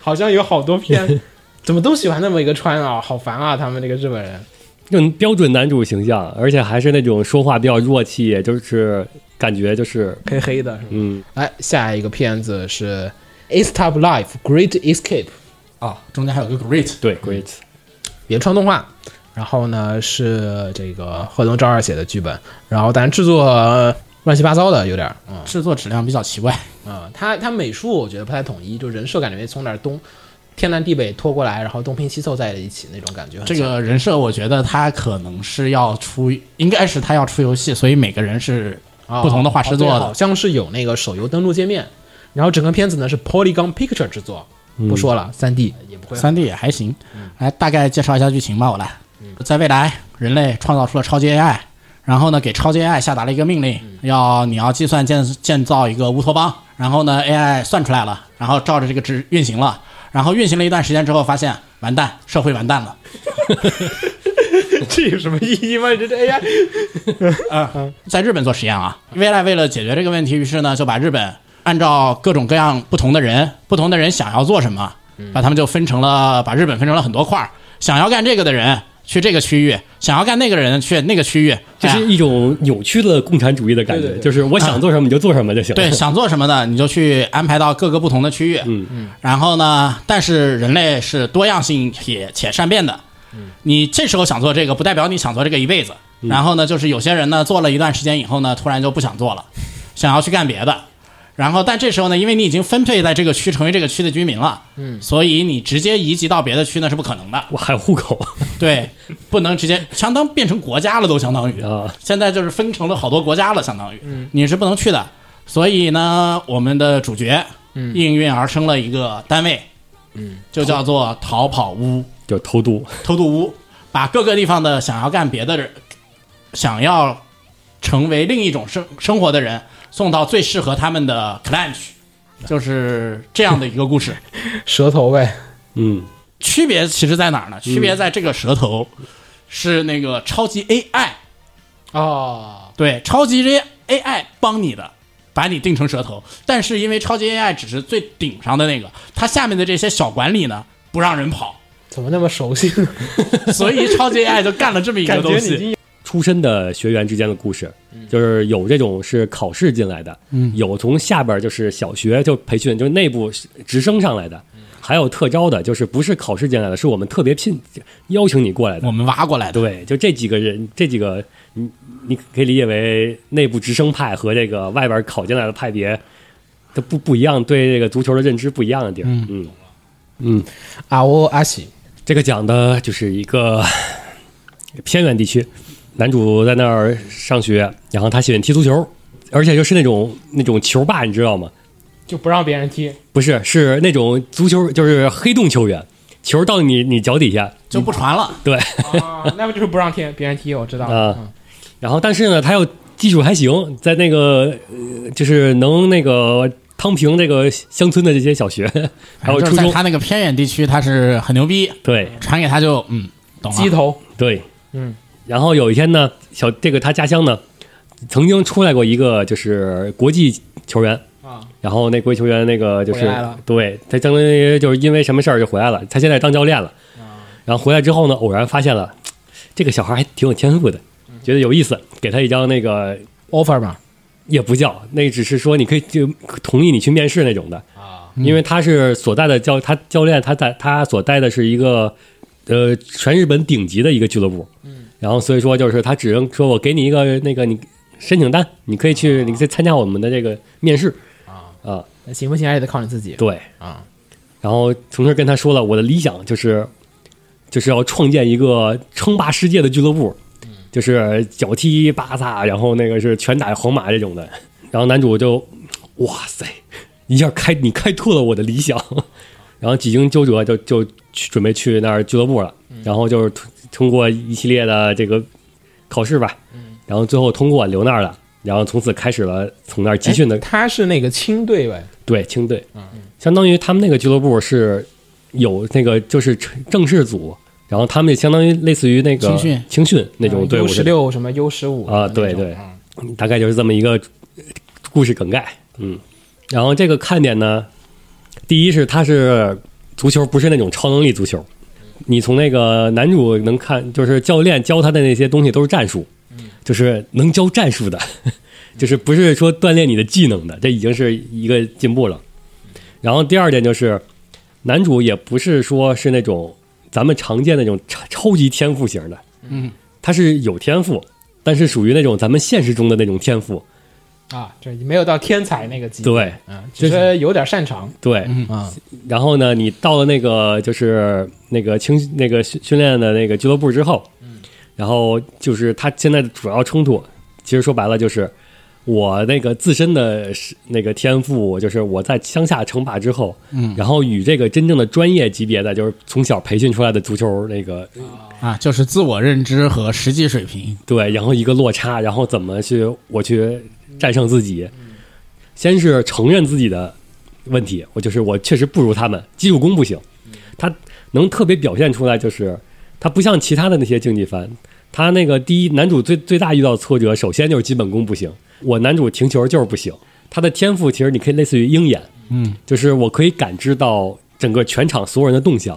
A: 好像有好多
B: [laughs]
A: 片，怎么都喜欢那么一个穿啊，好烦啊！他们这个日本人，
B: 这种标准男主形象，而且还是那种说话比较弱气，就是感觉就是
A: 黑黑的。是吧
B: 嗯，
A: 来，下一个片子是《Ace Top Life Great [laughs] Escape》
C: 啊，中间还有个 great，
B: 对，great，
A: 嗯啊原创动画，然后呢是这个贺龙昭二写的剧本，然后但是制作呃乱七八糟的，有点儿，嗯
C: 制作质量比较奇怪。
A: 啊、他他美术我觉得不太统一，就人设感觉从哪儿东天南地北拖过来，然后东拼西凑在了一起那种感觉很
C: 这
A: 强。
C: 个人设，我觉得他可能是要出，应该是他要出游戏，所以每个人是
A: 啊
C: 不同的画师做
A: 哦对
C: 的
A: 好像是有那个手游登录界面，然后整个片子呢是 Polygon Picture 制作，不说了，三 D 也不会很
C: 三 D 也还行。来，大概介绍一下剧情吧，我来。在未来，人类创造出了超级 AI，然后呢，给超级 AI 下达了一个命令，要你要计算建建造一个乌托邦。然后呢，AI 算出来了，然后照着这个值运行了。然后运行了一段时间之后，发现完蛋，社会完蛋了。
A: 这有什么意义吗？你这这 AI
C: 在日本做实验啊。未来为了解决这个问题，于是呢就把日本按照各种各样不同的人，不同的人想要做什么，把他们就分成了，把日本分成了很多块儿。想要干这个的人去这个区域，想要干那个人去那个区域，
B: 这
C: 哎
B: 是一种扭曲的共产主义的感觉，
A: 对对对
B: 就是我想做什么你就做什么就行了。
C: 对，想做什么呢？你就去安排到各个不同的区域。
B: 嗯
C: 嗯。然后呢，但是人类是多样性也且善变的。
B: 嗯
C: 你这时候想做这个，不代表你想做这个一辈子。然后呢，就是有些人呢，做了一段时间以后呢，突然就不想做了，想要去干别的。然后，但这时候呢，因为你已经分配在这个区，成为这个区的居民了，嗯，所以你直接移籍到别的区那是不可能的，
B: [laughs] 我还有户口 [laughs]
C: 对，不能直接相当变成国家了，都相当于
B: 啊，
C: 现在就是分成了好多国家了，相当于，你是不能去的。所以呢，我们的主角，应运而生了一个单位，嗯，就叫做逃跑屋、
B: 就偷渡。
C: 偷渡屋，把各个地方的想要干别的人，想要成为另一种生生活的人，送到最适合他们的 clan 去，就是这样的一个故事。
A: [laughs] 舌头呗，
B: 嗯，
C: 区别其实在哪儿呢？区别在这个舌头是那个超级 AI
A: 哦，
C: 对，超级 A AI 帮你的，把你定成蛇头。但是因为超级 AI 只是最顶上的那个，它下面的这些小管理呢不让人跑， [laughs]
A: 怎么那么熟悉 [laughs] 呢？
C: 所以超级 AI 就干了这么一个
A: 感觉
C: 东
A: 你已
C: 西。
A: 经
B: 出身的学员之间的故事，
A: 嗯
B: 就是有这种是考试进来的，有从下边就是小学就培训，就是内部直升上来的，
A: 嗯
B: 还有特招的，就是不是考试进来的，是我们特别聘邀请你过来的。
C: 我们挖过来的，
B: 对，就这几个人，这几个你你可以理解为内部直升派和这个外边考进来的派别，它不不一样，对这个足球的认知不一样的地儿。嗯嗯，
A: 啊哦阿喜，
B: 这个讲的就是一个 [laughs] 偏远地区，男主在那儿上学，然后他喜欢踢足球，而且就是那种那种球霸，你知道吗？
A: 就不让别人踢，
B: 不是，是那种足球，就是黑洞球员，球到你你脚底下，
C: 就不传了。
B: 对，
A: [laughs] 啊，那不就是不让踢别人踢？我知道嗯了
B: 啊，然后但是呢，他又技术还行，在那个、呃、就是能那个汤平这个乡村的这些小
A: [laughs]
B: 学，还有
C: 就
B: 初
C: 是在
B: 中，
C: 他那个偏远地区，他是很牛逼，
B: 对
C: 传给他就嗯，懂
A: 嗯
C: 了
A: 鸡。头，
B: 对，
A: 嗯。
B: 然后有一天呢，小这个他家乡呢，曾经出来过一个就是国际球员，
A: 啊，
B: 然后那国际球员那个就是
A: 回来了
B: 对他相当于就是因为什么事儿就回来了，他现在当教练了。
A: 啊
B: 然后回来之后呢，偶然发现了嘖这个小孩还挺有天赋的，
A: 嗯
B: 觉得有意思，给他一张那个
A: offer 嘛，
B: 也不叫，那只是说你可以就同意你去面试那种的，
A: 啊，
B: 因为他是所在的教他教练他在他所带的是一个呃全日本顶级的一个俱乐部，嗯，然后所以说就是他只能说我给你一个那个你申请单，你可以去你可以参加我们的这个面试
A: 啊
B: 啊，
A: 那行不行还得靠你自己
B: 对，
A: 啊。
B: 然后从这儿跟他说了，我的理想就是就是要创建一个称霸世界的俱乐部，
A: 嗯
B: 就是脚踢巴萨，然后那个是拳打皇马这种的。然后男主就哇塞，一下开你开拓了我的理想， [laughs] 然后几经周折就就去准备去那儿俱乐部了，
A: 嗯
B: 然后就是通通过一系列的这个考试吧，
A: 嗯
B: 然后最后通过留那儿了，然后从此开始了从那儿集训的
A: 哎他是那个青队呗，
B: 对，青队，
C: 嗯
B: 相当于他们那个俱乐部是有那个就是正式组，然后他们也相当于类似于那个
C: 青训嗯
B: 青训那种队伍
A: U 十
B: 的，
A: 六什么 U 十五
B: 啊对对大概就是这么一个故事梗概，嗯，然后这个看点呢，第一是它是足球不是那种超能力足球，你从那个男主能看，就是教练教他的那些东西都是战术，就是能教战术的， [laughs] 就是不是说锻炼你的技能的，这已经是一个进步了。然后第二点就是，男主也不是说是那种咱们常见的那种超超级天赋型的，
C: 嗯，
B: 他是有天赋，但是属于那种咱们现实中的那种天赋，
A: 啊，这没有到天才那个级，
B: 对
A: 啊，只是有点擅长
B: 对，
A: 啊，
B: 然后呢，你到了那个就是那个青那个训训练的那个俱乐部之后，然后就是他现在的主要冲突，其实说白了就是我那个自身的是那个天赋，就是我在乡下称霸之后，嗯，然后与这个真正的专业级别的，就是从小培训出来的足球那个
C: 啊，就是自我认知和实际水平。
B: 对，然后一个落差，然后怎么去我去战胜自己？先是承认自己的问题，我就是我确实不如他们，基础功不行。他能特别表现出来，就是他不像其他的那些竞技番，他那个第一男主最最大遇到挫折，首先就是基本功不行。我男主停球就是不行，他的天赋其实你可以类似于鹰眼，
C: 嗯，
B: 就是我可以感知到整个全场所有人的动向。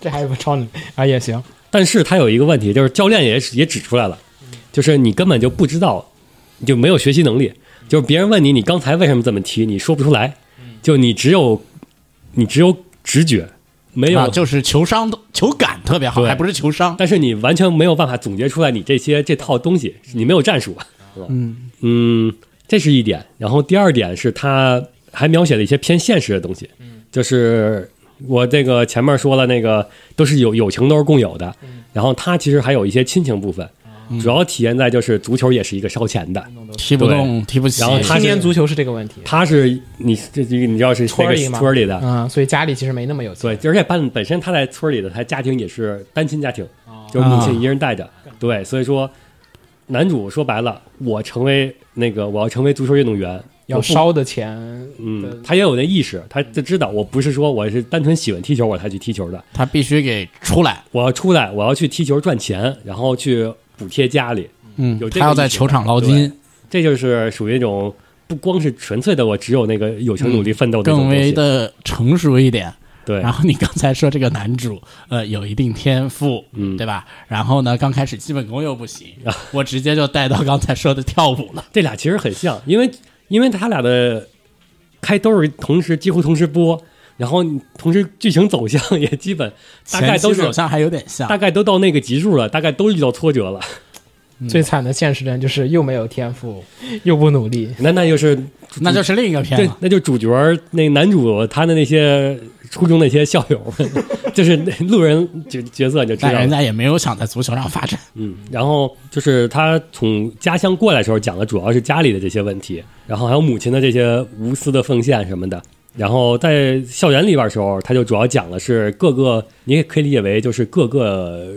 A: 这还不超你啊也行
B: 但是他有一个问题，就是教练也也指出来了，就是你根本就不知道，你就没有学习能力。就是别人问你，你刚才为什么这么踢，你说不出来，就你只有你只有直觉，没有，
C: 啊就是球商球感特别好，
B: 对
C: 还不是球商。
B: 但是你完全没有办法总结出来你这些这套东西，你没有战术。
C: 嗯
B: 嗯，这是一点。然后第二点是他还描写了一些偏现实的东西，
A: 嗯
B: 就是我这个前面说了，那个都是有友情都是共有的，
A: 嗯
B: 然后他其实还有一些亲情部分，
A: 啊
B: 主要体现在就是足球也是一个烧钱的，
A: 嗯
C: 踢不动，踢不起。
B: 然后他
A: 青
B: 是
A: 年足球是这个问题
B: 他是你这这个你知道是那
A: 村儿
B: 个
A: 里嘛
B: 村儿里的，
A: 啊，所以家里其实没那么有钱
B: 对，而且本本身他在村里的，他家庭也是单亲家庭，就是母
C: 啊
B: 亲一人带着。对，所以说男主说白了，我成为那个我要成为足球运动员，
A: 要
B: 我不
A: 烧的钱
B: 嗯，他也有那意识，他就知道我不是说我是单纯喜欢踢球我才去踢球的，
C: 他必须给出来。
B: 我要出来，我要去踢球赚钱，然后去补贴家里。
C: 嗯
B: 有，这
C: 他
B: 个
C: 要
B: 意
C: 在
B: 识
C: 球
B: 的
C: 场捞
B: 对
C: 金，
B: 这就是属于一种不光是纯粹的我只有那个友情努力奋斗的那种
C: 嗯更
B: 东
C: 为
B: 西，
C: 的成熟一点。
B: 对
C: 然后你刚才说这个男主， [laughs] 呃，有一定天赋，
B: 嗯啊
C: 对吧？然后呢，刚开始基本功又不行，我直接就带到刚才说的跳舞了。
B: 这俩其实很像，因为因为他俩的开都是同时几乎同时播，然后你同时剧情走向也基本大概都
C: 前期走
B: 是
C: 向还有点像
B: 大，概都到那个级数了，大概都遇到挫
C: [laughs]
B: 折了。嗯
A: 最惨的现实人就是又没有天赋，又不努力，
B: 那那就是
C: 那就是另一个片
B: 对
C: 了，。
B: 那就主角儿那男主他的那些初中那些校友们， [laughs] 就是那路人角角色你就知道
C: 但
B: 了
C: 人。家也没有想在足球上发展。
B: 嗯，然后就是他从家乡过来的时候讲的主要是家里的这些问题，然后还有母亲的这些无私的奉献什么的。然后在校园里边的时候，他就主要讲的是各个，你也可以理解为就是各个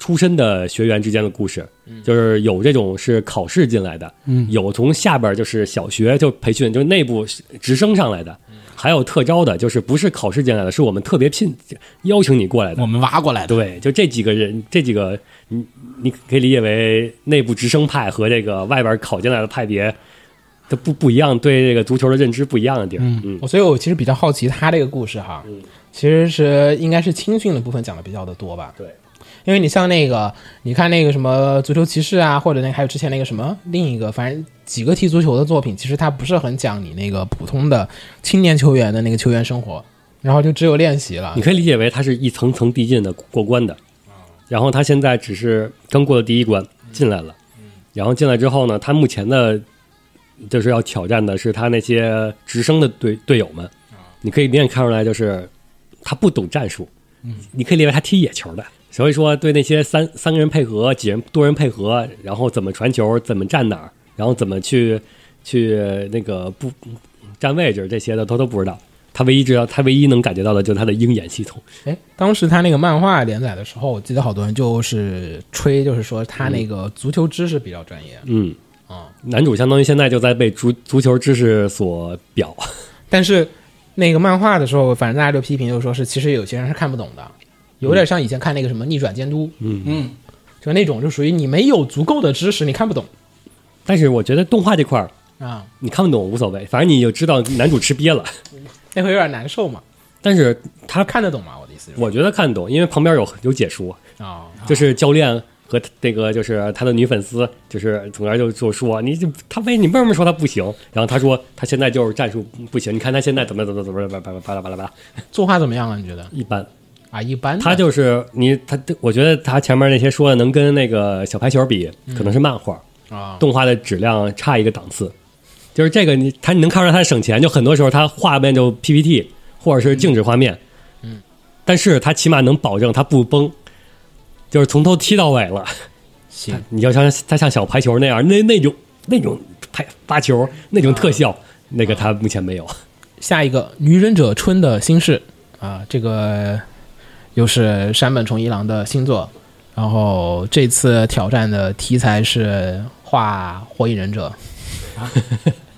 B: 出身的学员之间的故事，就是有这种是考试进来的，
C: 嗯
B: 有从下边就是小学就培训就内部直升上来的，还有特招的，就是不是考试进来的，是我们特别聘邀请你过来的
C: 我。们挖过来的，
B: 对，就这几个人，这几个你你可以理解为内部直升派和这个外边考进来的派别，它不不一样，对这个足球的认知不一样的地儿。嗯
A: 我哦所以，我其实比较好奇他这个故事哈，其实是应该是青训的部分讲的比较的多吧？
B: 对，
A: 因为你像那个，你看那个什么足球骑士啊，或者那个还有之前那个什么另一个，反正几个踢足球的作品，其实它不是很讲你那个普通的青年球员的那个球员生活，然后就只有练习了
B: 你。可以理解为它是一层层递进的过关的，然后他现在只是刚过了第一关进来了，然后进来之后呢，他目前的就是要挑战的是他那些直升的队队友们，你可以明显看出来，就是他不懂战术，你可以理解为他踢野球的。所以说，对那些三三个人配合、几人多人配合，然后怎么传球、怎么站哪儿，然后怎么去去那个不站位置这些的，他都不知道。他唯一知道，他唯一能感觉到的就是他的鹰眼系统。
A: 哎，当时他那个漫画连载的时候，我记得好多人就是吹，就是说他那个足球知识比较专业，
B: 嗯，
A: 啊
B: 男主相当于现在就在被足足球知识所表。 [laughs]
A: 但是那个漫画的时候，反正大家就批评，就说是其实有些人是看不懂的，有点像以前看那个什么《逆转监督》，
C: 嗯，
A: 就那种就属于你没有足够的知识，你看不懂
B: 但是我觉得动画这块儿
A: 啊，
B: 你看不懂无所谓，反正你就知道男主吃瘪了。
A: 那会有点难受嘛。
B: 但是
A: 他看得懂吗？我的意思就是
B: 我觉得看得懂，因为旁边有有解说，
A: 啊、
B: 就是教练和那个就是他的女粉丝，就是从而就就说你就他为你为什么说他不行？然后他说他现在就是战术不行，你看他现在怎么怎么怎么怎么巴拉巴拉巴拉巴拉，
A: 作画怎么样啊？你觉得
B: 一般。
A: 啊，一般的。
B: 他就是你他，我觉得他前面那些说的能跟那个小排球比，
A: 嗯
B: 可能是漫画，
A: 啊，
B: 动画的质量差一个档次。就是这个你他你能看出来他省钱，就很多时候他画面就 PPT 或者是静止画面，嗯，但是他起码能保证他不崩，就是从头踢到尾了。
A: 行，
B: [laughs] 你要像他像小排球那样，那那种那种拍发球那种特效，那个他目前没有。
A: 下一个《女忍者春的心事》啊，这个又是山本崇一郎的新作，然后这次挑战的题材是画火影忍者，啊
B: [laughs]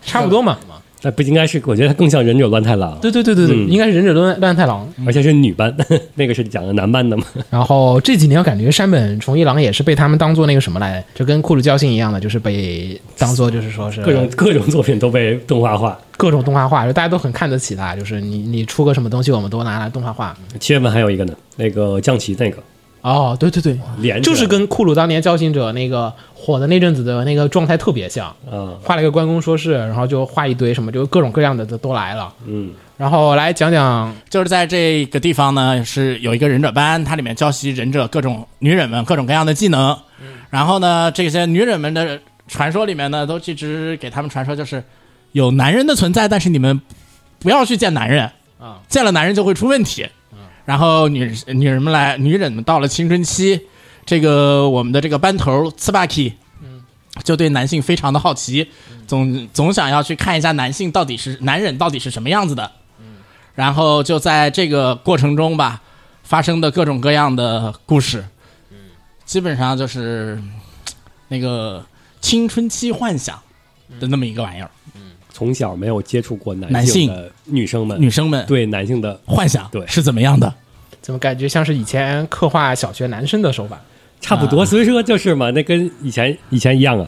A: 差不多嘛。
B: 那不应该是，我觉得他更像忍者乱太郎，
A: 对对对对对，
B: 嗯
A: 应该是忍者乱乱太郎。
B: 而且是女班， [laughs] 那个是讲的男班的嘛。
A: 然后这几年我感觉山本崇一郎也是被他们当做那个什么来，就跟库鲁教信一样的，就是被当做就是说是
B: 各种各种作品都被动画化。
A: 各种动画化，就大家都很看得起他，就是你你出个什么东西，我们都拿来动画化。
B: 七月份还有一个呢，那个降旗那个
A: 哦，对对对，
B: 连
A: 就是跟库鲁当年交行者那个火的那阵子的那个状态特别像，
B: 啊
A: 画了一个关公说事，然后就画一堆什么，就各种各样的都都来了。
B: 嗯
A: 然后来讲讲
C: 就是在这个地方呢，是有一个忍者班，它里面教习忍者各种女忍们各种各样的技能。然后呢，这些女忍们的传说里面呢，都一直给他们传说就是有男人的存在，但是你们不要去见男人
A: 啊，
C: 见了男人就会出问题。然后女女人们来，女忍们到了青春期，这个我们的这个班头 Tsubaki，就对男性非常的好奇，总总想要去看一下男性到底是男人到底是什么样子的。然后就在这个过程中吧，发生的各种各样的故事，基本上就是嗯那个青春期幻想的那么一个玩意儿，
B: 从小没有接触过
C: 男
B: 男
C: 性
B: 的女生们，
E: 嗯
C: 女生们
B: 对男性的
C: 幻想
B: 对
C: 是怎么样的？
A: 怎么感觉像是以前刻画小学男生的手法
B: 差不
E: 啊
B: 多，所以说就是嘛，那跟以前以前一样啊。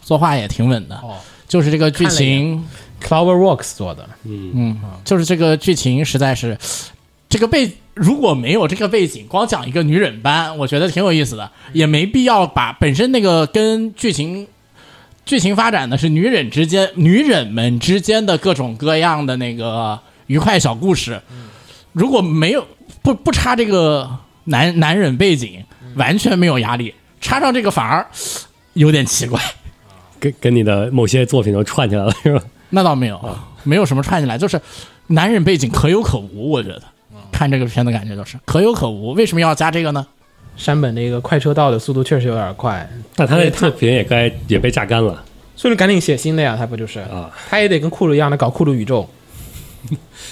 C: 作画也挺稳的，
E: 哦
C: 就是这个剧
E: 看了一眼
C: 情，
E: ，CloverWorks 做的，
C: 嗯，就是这个剧情实在是，这个背如果没有这个背景，光讲一个女忍班，我觉得挺有意思的，也没必要把本身那个跟剧情。剧情发展的是女忍之间、女忍们之间的各种各样的那个愉快小故事。如果没有不不插这个男男忍背景，完全没有压力，插上这个反而有点奇怪。
B: 跟跟你的某些作品都串起来了， [laughs] 是吧？
C: 那倒没有，
E: 啊
C: 没有什么串起来，就是男人背景可有可无，我觉得。
E: 嗯
C: 看这个片的感觉就是可有可无，为什么要加这个呢？
E: 山本这个快车道的速度确实有点快，
B: 那他的作品也该也被榨干了
E: 所以赶紧写新的呀，他不就是？
B: 啊！
E: 他也得跟库鲁一样的搞库鲁
B: [laughs]
E: 宇宙。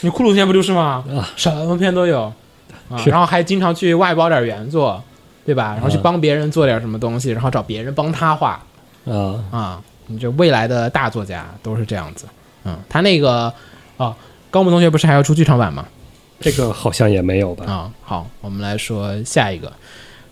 E: 你库鲁片不就是吗？什么片都有啊，
B: 是
E: 然后还经常去外包点原作，对吧？然后去
B: 啊
E: 帮别人做点什么东西，然后找别人帮他画
B: 啊，
E: 啊。你这未来的大作家都是这样子，嗯，他那个啊，高木同学不是还要出剧场版吗？
B: 这个好像也没有吧？
E: 啊、好，我们来说下一个，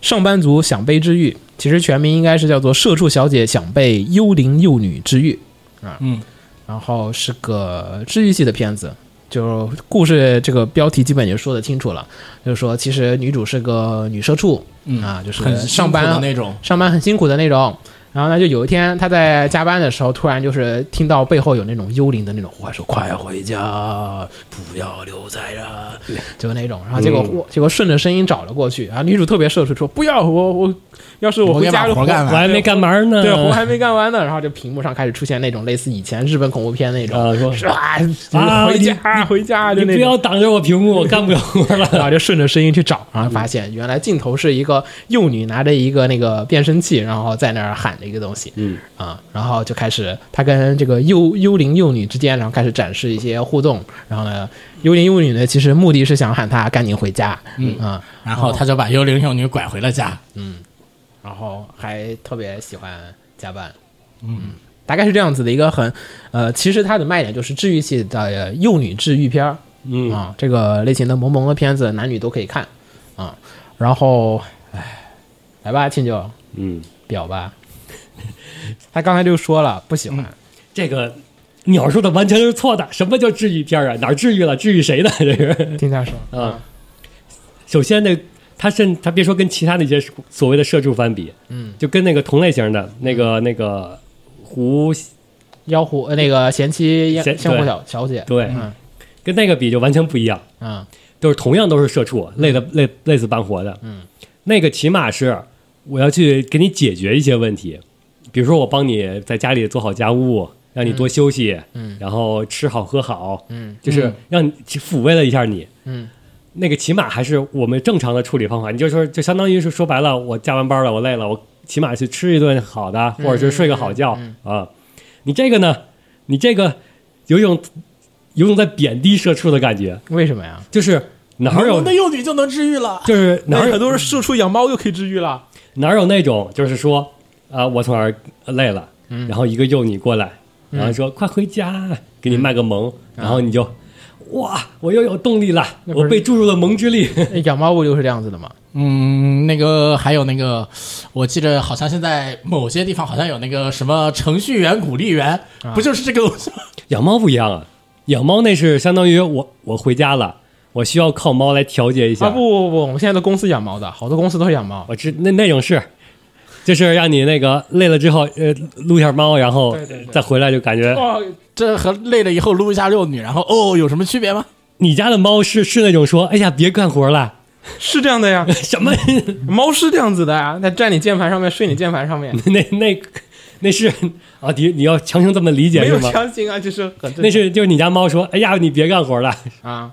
E: 上班族想被治愈，其实全名应该是叫做“社畜小姐想被幽灵幼女治愈”啊，
C: 嗯，
E: 然后是个治愈系的片子，就故事这个标题基本就说得清楚了，就是说其实女主是个女社畜，
C: 嗯
E: 啊，就是
C: 很
E: 上班
C: 辛苦的那种，
E: 上班很辛苦的那种。然后呢，就有一天他在加班的时候，突然就是听到背后有那种幽灵的那种呼唤，说“快回家，不要留在这儿”，
C: [laughs]
E: 就那种。然后结果、
B: 嗯
E: 结果顺着声音找了过去，然后女主特别社畜说：“不要我我，要是我
C: 我
E: 回
C: 得
E: 家
C: 把
E: 就
C: 活干
B: 我
C: 完
B: 还没干嘛呢。
E: 对，活还没干完呢。”然后就屏幕上开始出现那种类似以前日本恐怖片那种，
B: 啊，说
E: 是吧？
B: 啊
E: 回
B: 你
E: 家回家就
B: 你
E: 那
B: 不
E: 种。
B: 要挡着我屏幕，我干不了活
E: [laughs]
B: 了。
E: 然啊后就顺着声音去找，然后发现原来镜头是一个幼女拿着一个那个变声器，然后在那儿喊着一个东西，
B: 嗯
E: 啊，然后就开始他跟这个幽幽灵幼女之间，然后开始展示一些互动，然后呢，幽灵幼女呢其实目的是想喊她赶紧回家，嗯啊，
C: 然后他就把幽灵幼女拐回了家。
E: 然后还特别喜欢加班，嗯，大概是这样子的一个很，呃，其实它的卖点就是治愈系的呃幼女治愈片儿，
B: 嗯，
E: 啊，这个类型的萌萌的片子，男女都可以看啊。然后，哎，来吧，亲舅，
B: 嗯，
E: 表吧。他刚才就说了不喜欢，
B: 这个鸟说的完全是错的。什么叫治愈片儿啊？哪儿治愈了？治愈谁呢？ [laughs] 这是
E: 嗯听他说
B: 啊。首先呢，他甚他别说跟其他那些所谓的社畜番比，
E: 嗯，
B: 就跟那个同类型的那个那个胡
E: 妖狐呃那个贤妻妖
B: 贤
E: 相
B: 对
E: 互小小姐，
B: 对
E: 嗯
B: 跟那个比就完全不一样。
E: 嗯
B: 就是同样都是社畜，累的累累死半活的。
E: 嗯，
B: 那个起码是我要去给你解决一些问题，比如说我帮你在家里做好家务，让你多休息，
E: 嗯
B: 然后吃好喝好，
E: 嗯
B: 就是让你抚慰了一下你。
E: 嗯
B: 那个起码还是我们正常的处理方法，你就说就相当于是说白了，我加完班了，我累了，我起码去吃一顿好的，
E: 嗯
B: 或者是睡个好觉、啊。你这个呢，你这个有一种有一种在贬低社畜的感觉，
E: 为什么呀？
B: 就是哪有
C: 我们的幼女就能治愈了。
B: 就是哪有
E: 多人社畜养猫就可以治愈了。
B: 哪有那种就是说啊、我从哪儿累了，
E: 嗯
B: 然后一个幼女过来，然后说、快回家，给
E: 嗯
B: 你卖个萌，然后你就哇，我又有动力了，
E: 那不是
B: 我被注入了萌之力。
E: [laughs]
B: [laughs]
E: 那养猫不就是这样子的吗？
C: 嗯，那个还有那个，我记着好像现在某些地方好像有那个什么程序员鼓励员，
E: 啊
C: 不就是这个？ [laughs]
B: 养猫不一样啊，养猫那是相当于我我回家了，我需要靠猫来调节一下。
E: 啊不不不，我们现在的公司养猫的，好多公司都是养猫。
B: 我知那那种是。就是让你那个累了之后，呃，撸一下猫，然后
E: 对对对
B: 再回来就感觉
E: 哦，
C: 这和累了以后撸一下幼女，然后哦，有什么区别吗？
B: 你家的猫是是那种说，哎呀，别干活了， [laughs]
E: 是这样的呀，
B: 什么 [laughs]
E: 猫是这样子的呀，它站你键盘上面，睡你键盘上 [laughs] 面，
B: 那那那是啊，你你要强行这么理解
E: 没
B: 是
E: 有
B: 吗？
E: 强行啊，就是很正
B: 那是就是你家猫说：“哎呀，你别干活了。 [laughs]
E: 常啊”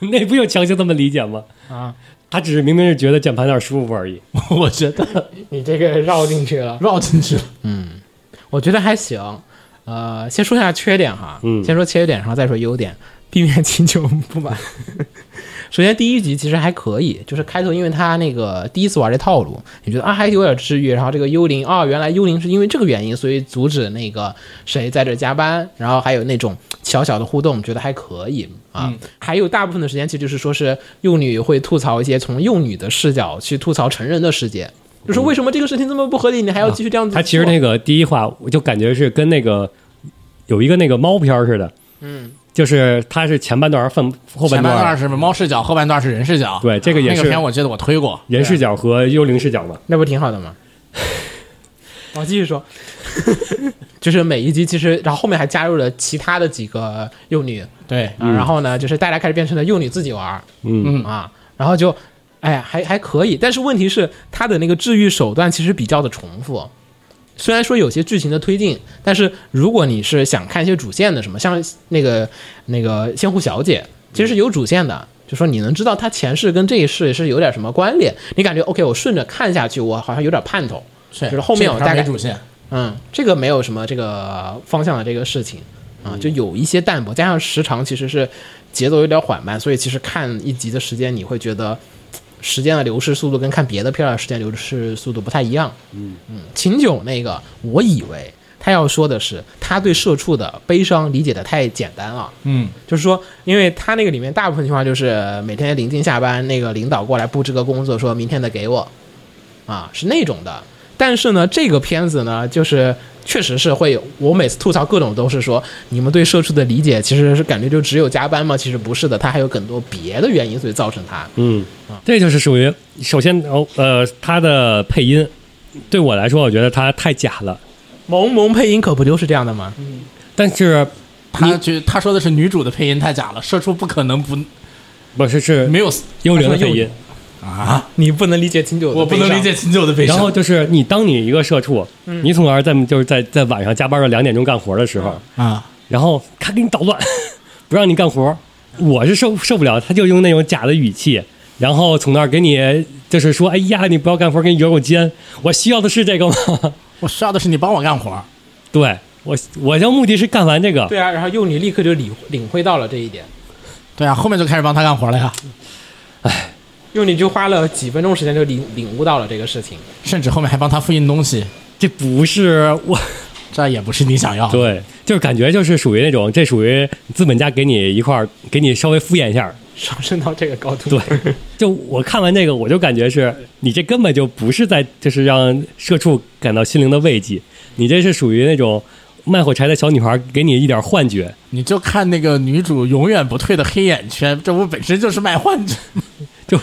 B: 那不就强行这么理解吗？
E: 啊，
B: 它只是明明是觉得键盘那儿舒服
E: [laughs]
B: 而已。
C: 我觉得
E: 你这个绕进去了，
C: 绕进去了。
E: 我觉得还行。呃，先说一下缺点哈，
B: 嗯
E: 先说缺点，然后再说优点， [laughs] 避免请求
A: [laughs]
E: 不满。首先，第一集其实还可以，就是开头，因为他那个第一次玩这套路，你觉得啊还有点治愈，然后这个幽灵啊，原来幽灵是因为这个原因，所以阻止那个谁在这加班，然后还有那种小小的互动，觉得还可以啊。还有大部分的时间，其实就是说是幼女会吐槽一些从幼女的视角去吐槽成人的世界，
A: 就说为什么这个事情这么不合理，你还要继续这样子哦做？
B: 他其实那个第一话，我就感觉是跟那个有一个那个猫片儿似的，
A: 嗯，
B: 就是它是前半段儿放后
C: [laughs] 前
B: 半
C: 半
B: 段
C: 段
B: 儿
C: 是猫视角，后半段是人视角。
B: 对这个也
C: 那
B: 是
C: 个片我记得我推过。
B: 人视角和幽灵视角嘛。
A: 那不挺好的 [laughs] 吗？我继续 [laughs] 说，就是每一集其实，然后后面还加入了其他的几个幼女，
C: 对，
A: 啊、然后呢，就是大家开始变成了幼女自己玩儿
B: 嗯，
C: 嗯
A: 啊，然后就，哎呀，还还可以，但是问题是它的那个治愈手段其实比较的重复。虽然说有些剧情的推进，但是如果你是想看一些主线的，什么像那个那个仙户小姐，其实是有主线的，就说你能知道她前世跟这一世是有点什么关联，你感觉 OK，我顺着看下去，我好像有点盼头。
C: 是
A: 就是后面我大概
C: 这片儿没主线。
A: 嗯，这个没有什么这个方向的这个事情啊，就有一些淡薄，加上时长其实是节奏有点缓慢，所以其实看一集的时间你会觉得嘖时间的流逝速度跟看别的片儿的时间流逝速度不太一样。嗯嗯，秦九那个，我以为他要说的是他对社畜的悲伤理解的太简单了。
C: 嗯，
A: 就是说，因为他那个里面大部分情况就是呃每天临近下班，那个领导过来布置个工作，说明天的给我，啊，是那种的。但是呢，这个片子呢，就是确实是会有，我每次吐槽各种都是说，你们对社畜的理解其实是感觉就只有加班吗？其实不是的，它还有很多别的原因，所以造成它。
B: 嗯，这就是属于首先哦呃，它的配音对我来说，我觉得它太假了。
A: 萌萌配音可不就是这样的吗？
B: 但是
C: 他觉他说的是女主的配音太假了，社畜不可能不
B: 不是是
C: 没有死
B: 幽灵的
A: 他说
B: 配
A: 幽灵
B: 音，
C: 啊！
A: 你不能理解秦九的
C: 我不能
A: 悲伤
C: 理解。秦九的悲伤。
B: 然后就是你当你一个社畜，
C: 嗯
B: 你从而在就是在在晚上加班到两点钟干活的时候，
C: 啊，
B: 然后他给你捣乱， [laughs] 不让你干活，我是受受不了。他就用那种假的语气，然后从那儿给你就是说，哎呀，你不要干活，给你揉揉肩。我需要的是这个吗？ [laughs]
C: 我需要的是你帮我干活儿。
B: 对我，我要目的是干完这个。
A: 对啊，然后幼女立刻就领领会到了这一点，
C: 对啊，后面就开始帮他干活了呀，
A: 幼女就花了几分钟时间就领领悟到了这个事情。
C: 甚至后面还帮他复印东西，
B: 这不是我，
C: 这也不是你想要的。
B: 对，就是感觉就是属于那种，这属于资本家给你一块儿，给你稍微敷衍一下。
A: 上升到这个高度。
B: 对，就我看完这个，我就感觉是你这根本就不是在，就是让社畜感到心灵的慰藉，你这是属于那种卖火柴的小女孩给你一点幻觉，
C: 你就看那个女主永远不退的黑眼圈，这不本身就是卖幻觉， [laughs]
B: 就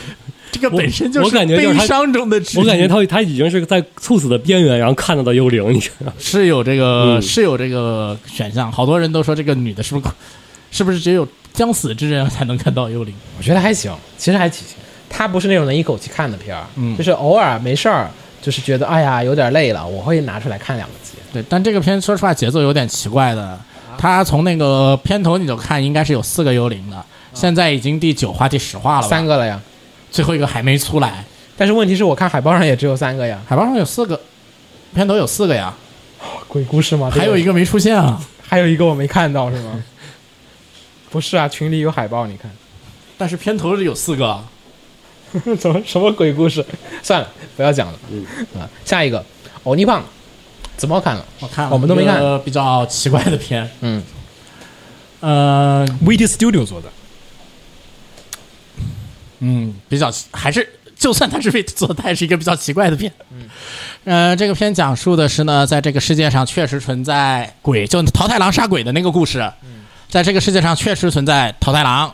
C: 这个本身就
B: 我感觉就是
C: 悲
B: 他
C: 伤中的指
B: 我感觉他他已经是在猝死的边缘，然后看到的幽灵，你知道吗？
C: 是有这个、
B: 嗯
C: 是有这个选项，好多人都说这个女的是不是是不是只有将死之人才能看到幽灵？
A: 我觉得还行， [laughs] 其实还行。它不是那种能一口气看的片儿，
C: 嗯
A: 就是偶尔没事儿，就是觉得哎呀有点累了，我会拿出来看两集。
C: 对，但这个片说实话节奏有点奇怪的，它从那个片头你就看应该是有四个幽灵的，现在已经第九话、第十话了吧，
A: 三个了呀，
C: 最后一个还没出来，
A: 但是问题是我看海报上也只有三个呀。
C: 海报上有四个，片头有四个呀，
A: 鬼故事吗？
C: 还有一
A: 个，
C: 个没出现啊。
A: 还有一个我没看到是
E: [laughs]
A: 吗？不是啊，群里有海报，你看。
C: 但是片头有四个，
A: 怎
E: [laughs]
A: 么什么鬼故事？算了，不要讲了。
E: 嗯
A: 啊，下一个，
E: 哦
A: 欧尼胖，怎么看了？
C: 我看了啊
A: 我们都没看
C: 一个比较奇怪的片，
A: 嗯
C: 呃，
A: ，VT Studio 做的，
C: 嗯，比较奇还是就算它是被做，它也是一个比较奇怪的片。嗯，呃，这个片讲述的是呢，在这个世界上确实存在鬼，就桃太郎杀鬼的那个故事。在这个世界上确实存在桃太郎，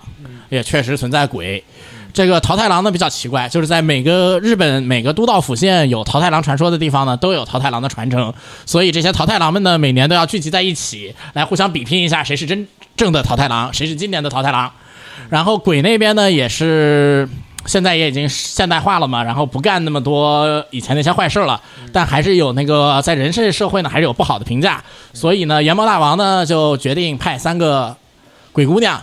C: 也确实存在鬼。这个桃太郎呢比较奇怪，就是在每个日本每个都道府县有桃太郎传说的地方呢，都有桃太郎的传承，所以这些桃太郎们呢，每年都要聚集在一起，来互相比拼一下谁是真正的桃太郎，谁是今年的桃太郎。然后鬼那边呢，也是现在也已经现代化了嘛，然后不干那么多以前那些坏事了，但还是有那个在人类社会呢，还是有不好的评价。所以呢，炎魔大王呢就决定派三个鬼姑娘。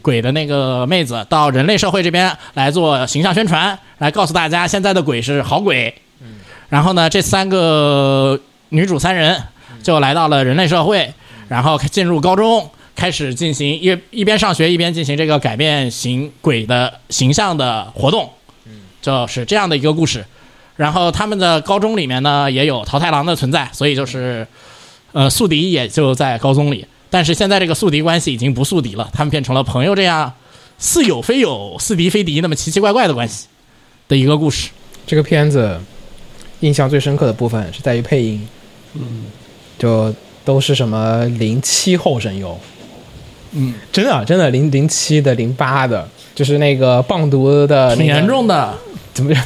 C: 鬼的那个妹子到人类社会这边来做形象宣传，来告诉大家现在的鬼是好鬼。然后呢，这三个女主三人就来到了人类社会，然后进入高中，开始进行一一边上学一边进行这个改变形鬼的形象的活动，就是这样的一个故事。然后他们的高中里面呢也有桃太郎的存在，所以就是，呃，宿敌也就在高中里。但是现在这个宿敌关系已经不宿敌了，他们变成了朋友这样似友非友、似敌非敌那么奇奇怪怪的关系的一个故事。
A: 这个片子
E: 印象最深刻的部分是在于配音，
A: 嗯
E: 就都是什么零七后声优，
C: 嗯，
E: 真的啊真的零零七的零八的，就是那个棒读的、那个，
C: 挺严，重的，
E: 怎
C: [laughs]
E: 么样？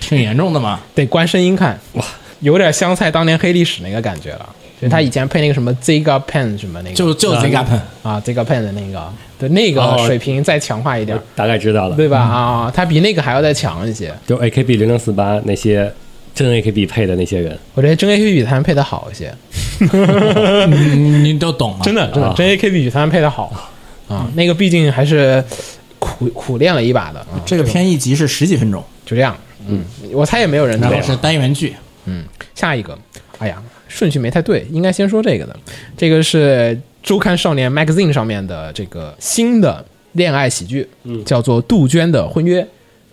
C: 挺严重的嘛。
E: 得关声音看，哇，有点香菜当年黑历史那个感觉了。就是他以前配那个什么 Ziga Pen 什么那个，
C: 就就
B: 啊
C: z i g a p e
E: 啊 Ziga Pen 的那个的那个
B: 哦
E: 水平再强化一点，
B: 大概知道了。
E: 对吧？啊，他比那个还要再强一些。
B: 就 AKB 零零四八那些真 AKB 配的那些人，
E: 我觉得真 A K B 比他们配的好一些，
C: n 你都懂了。
E: 真的真的
B: 啊
E: 真 A K B 比他们配的好啊。那个毕竟还是苦苦练了一把的啊，
C: 这个片一集是十几分钟，
E: 就这样。嗯，我猜也没有人
C: 然
E: 这
C: 后
E: 样
C: 是单元剧，
E: 下一个，哎呀，顺序没太对，应该先说这个的。这个是周刊少年 Magazine 上面的这个新的恋爱喜剧，叫做《杜鹃的婚约》。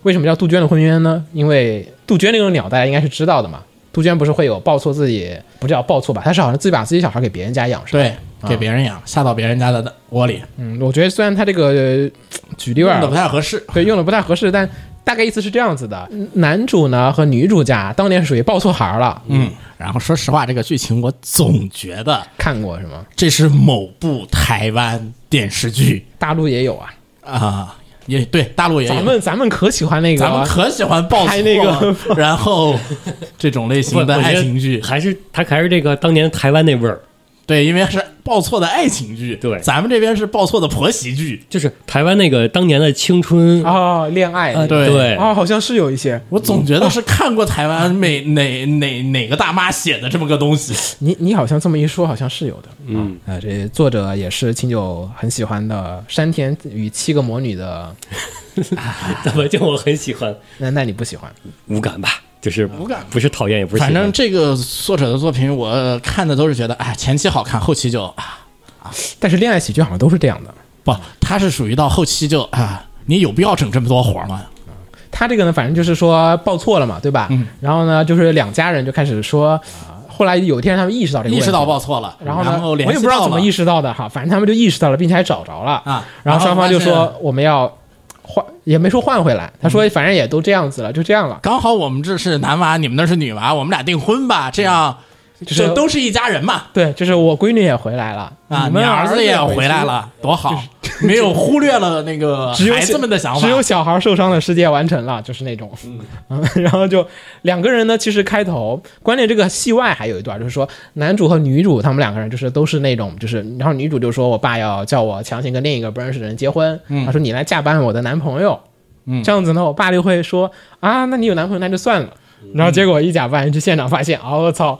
E: 为什么叫杜鹃的婚约呢？因为杜鹃这种鸟大家应该是知道的嘛。杜鹃不是会有抱错自己，不叫抱错吧？它是好像自己把自己小孩给别人家养，是吧？
C: 对，给别人养，下到别人家的窝里，
E: 嗯，我觉得虽然它这个呃举例有
C: 用的
E: 点
C: 不太合适。
E: 对，用的不太合适，但大概意思是这样子的：男主呢和女主家当年属于抱错孩儿了，
C: 嗯，然后说实话，这个剧情我总觉得
E: 看过是吗？
C: 这是某部台湾电视剧
E: 大陆也有啊，
C: 啊，也对，大陆也有。
E: 咱们啊咱们可喜欢那个，啊
C: 咱们可喜欢爆
E: 拍那个，
C: [laughs] 然后这种类型的
B: 我
C: 爱
B: 觉得
C: 情剧，
B: 还是他还是这个当年台湾那味儿，
C: 对，因为是报错的爱情剧，
B: 对
C: 咱们这边是报错的婆媳剧。
B: 就是台湾那个当年的青春，
E: 哦，恋爱
B: 呃
E: 那个
C: 对
B: 对，
E: 哦，好像是有一些。
C: 我总觉得是看过台湾
E: [laughs]
C: 哪哪哪哪个大妈写的这么个东西，
E: 你你好像这么一说，好像是有的。
B: 嗯，
E: 啊、这作者也是清酒很喜欢的山田与七个魔女的，
B: 怎么就我很喜欢
E: 那那你不喜欢？
B: 无感吧？就是
C: 无感
B: 不是讨厌也不是喜
C: 反
B: 欢，
C: 正这个作者的作品我看的都是觉得，哎，前期好看，后期就啊
E: 但是恋爱喜剧好像都是这样的。
C: 不，他是属于到后期就啊，你有必要整这么多活吗？
E: 他这个呢，反正就是说报错了嘛，对吧？
C: 嗯
E: 然后呢，就是两家人就开始说，啊后来有一天他们意识到这个
C: 意
E: 问题，
C: 识到报错了，
E: 然
C: 然
E: 后呢，
C: 联
E: 我也
C: 系
E: 不知道
C: 到
E: 怎么
C: 了
E: 意识到的哈，反正他们就意识到了，并且还找着了
C: 啊
E: 然后双方就
C: 然后发
E: 说我们要换，也没说换回来，他说反正也都这样子了，就这样了。
C: 刚好我们这是男娃，你们那是女娃，我们俩订婚吧，这样
E: [laughs] 就是
C: 就都是一家人嘛。
E: 对，就是我闺女也回来了
C: 啊，
E: 你
C: 你
E: 们
C: 儿
E: 子
C: 子也
E: 回
C: 回来
E: 去，
C: 了，多好，没有忽略了那个
E: 只有
C: 孩子们的想法
E: 只。有小孩受伤的世界完成了，就是那种，嗯， [laughs] 然后就两个人呢，其实开头关键这个戏外还有一段，就是说男主和女主他们两个人就是都是那种，就是然后女主就说我爸要叫我强行跟另一个不认识的人结婚，他说你来假扮我的男朋友，
C: 嗯
E: 这样子呢，我爸就会说啊，那你有男朋友那就算了。
C: 嗯
E: 然后结果一假扮去现场发现，啊我操！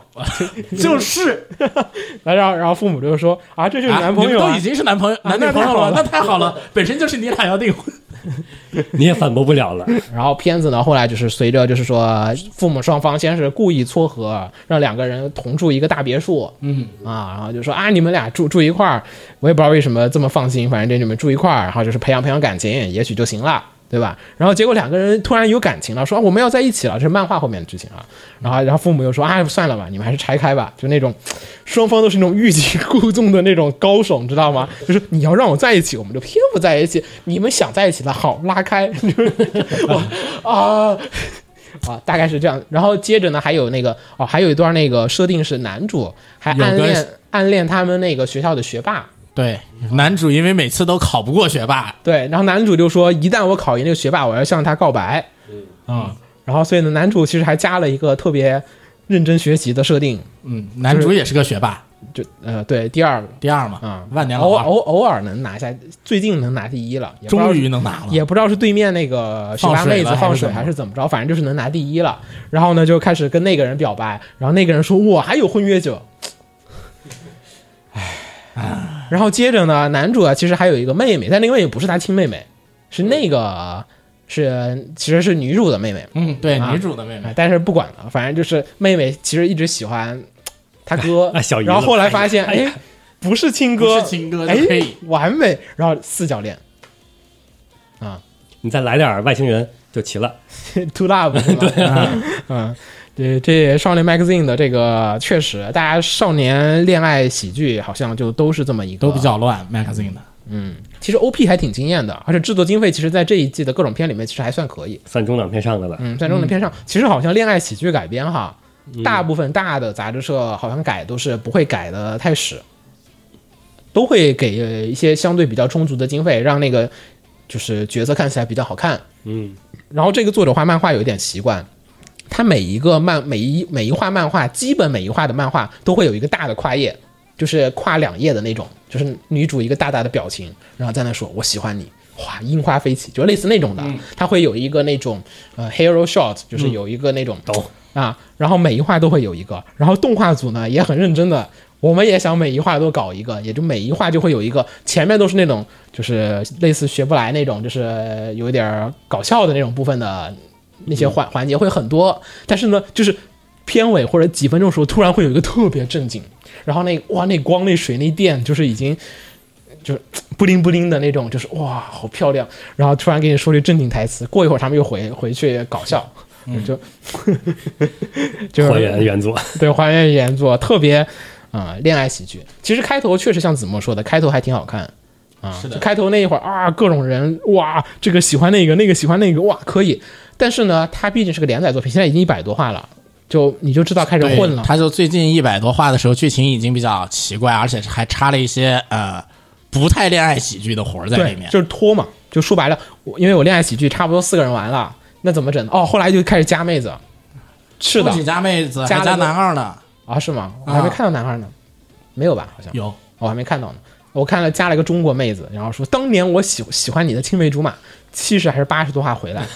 C: 就是
E: 然后然后父母就说啊，这就是你
C: 啊
E: 男朋
C: 你
E: 友、
C: 们
E: 啊
C: 都已经是男朋友、男女朋友了，那太好了，本身就是你俩要订婚。
B: 你也反驳不了了。
E: 然后片子呢，后来就是随着就是说父母双方先是故意撮合，让两个人同住一个大别墅，
C: 嗯
E: 啊，然后就说啊你们俩住住一块儿，我也不知道为什么这么放心，反正这你们住一块儿，然后就是培养培养感情，也许就行了。对吧？然后结果两个人突然有感情了，说、啊我们要在一起了，这是漫画后面的剧情啊。然后，然后父母又说啊，算了吧，你们还是拆开吧。就那种，双方都是那种欲擒故纵的那种高手，你知道吗？就是你要让我在一起，我们就偏不在一起。你们想在一起了，好拉开。就是 [laughs] 我啊， [laughs] 啊，大概是这样。然后接着呢，还有那个哦，还有一段那个设定是男主还暗
C: 有个
E: 恋暗恋他们那个学校的学霸。
C: [laughs] 对，男主因为每次都考不过学霸，
E: 对，然后男主就说，一旦我考赢那个学霸，我要向他告白。
C: 嗯
E: 然后所以呢，男主其实还加了一个特别认真学习的设定，
C: 嗯，男主也是个学霸，
E: 就呃，对，第二
C: 第二嘛，
A: 嗯
E: 啊、
C: 万年老
E: 偶
C: 二，
E: 偶偶尔能拿下，最近能拿第一了，也不知道
C: 终
E: 是
C: 于能拿了。
E: 也不知道是对面那个学霸妹子放
C: 啊放水
E: 水
C: 了
E: 还是怎么着，反正就是能拿第一了。然后呢，就开始跟那个人表白，然后那个人说我还有婚约者，唉。然后接着呢，男主啊其实还有一个妹妹，但那个妹妹不是他亲妹妹，是那个是其实是女主的妹妹，
C: 嗯，对，
E: 啊
C: 女主的妹妹
E: 哎，但是不管了，反正就是妹妹其实一直喜欢他哥
B: 哎哎小姨，子
E: 然后后来发现
B: 哎呀
E: 哎不是亲
C: 不
E: 哥，
C: 是亲哥
E: 哎
C: 就可以
E: 完美，然后四角恋 [laughs] 啊。
B: 你再来点儿外星人就齐了。
E: To Love 是吧？对
C: 啊
E: 嗯，这这少年 Magazine 的这个确实，大家少年恋爱喜剧好像就都是这么一个，
A: 嗯
C: 都比较乱，magazine 的
A: 其实 OP 还挺惊艳的，而且制作经费其实在这一季的各种片里面其实还算可以。
B: 算中档片上的了。
A: 嗯，在中等偏上，其实好像恋爱喜剧改编哈，大部分大的杂志社好像改都是不会改的太屎，都会给呃一些相对比较充足的经费，让那个就是角色看起来比较好看。
B: 嗯，
A: 然后这个作者画漫画有一点习惯，他每一个漫每一每一画漫画，基本每一画的漫画都会有一个大的跨页，就是跨两页的那种，就是女主一个大大的表情，然后在那说“我喜欢你”，哗，樱花飞起，就类似那种的。他会有一个那种呃 hero shot，就是有一个那种、
B: 懂
A: 啊，然后每一画都会有一个，然后动画组呢也很认真的。我们也想每一画都搞一个，也就每一画就会有一个，前面都是那种就是类似学不来那种，就是有一点儿搞笑的那种部分的那
B: 嗯
A: 些环环节会很多，但是呢，就是片尾或者几分钟的时候，突然会有一个特别正经，然后那哇那光那水那电就是已经就是不灵不灵的那种，就是哇好漂亮，然后突然给你说句正经台词，过一会儿他们又回回去搞
B: [laughs]
A: 笑，就就是
B: 嗯还原原作，
A: 对，还原原作特别啊、恋爱喜剧。其实开头确实像子墨说的，开头还挺好看啊。
C: 是的
A: 就开头那一会儿啊，各种人哇，这个喜欢那个，那个喜欢那个，哇，可以。但是呢，它毕竟是个连载作品，现在已经一百多话了，就你就知道开始
C: 对
A: 混了。
C: 他就最近一百多话的时候，剧情已经比较奇怪，而且还插了一些呃不太恋爱喜剧的活儿在里
A: 对，
C: 面。
A: 就是拖嘛，就说白了，我因为我恋爱喜剧差不多四个人玩了，那怎么整？哦，后来就开始加妹子，是
C: 不
A: 的
C: 仅加妹子，
A: 加
C: 还
A: 了
C: 加
A: 个
C: 男二呢。
A: 啊，是吗？我
C: 啊
A: 还没看到男二呢，没有吧？好像哦
C: 有，
A: 我还没看到呢。我看了加了一个中国妹子，然后说当年我喜喜欢你的青梅竹马，七十还是八十多话回来，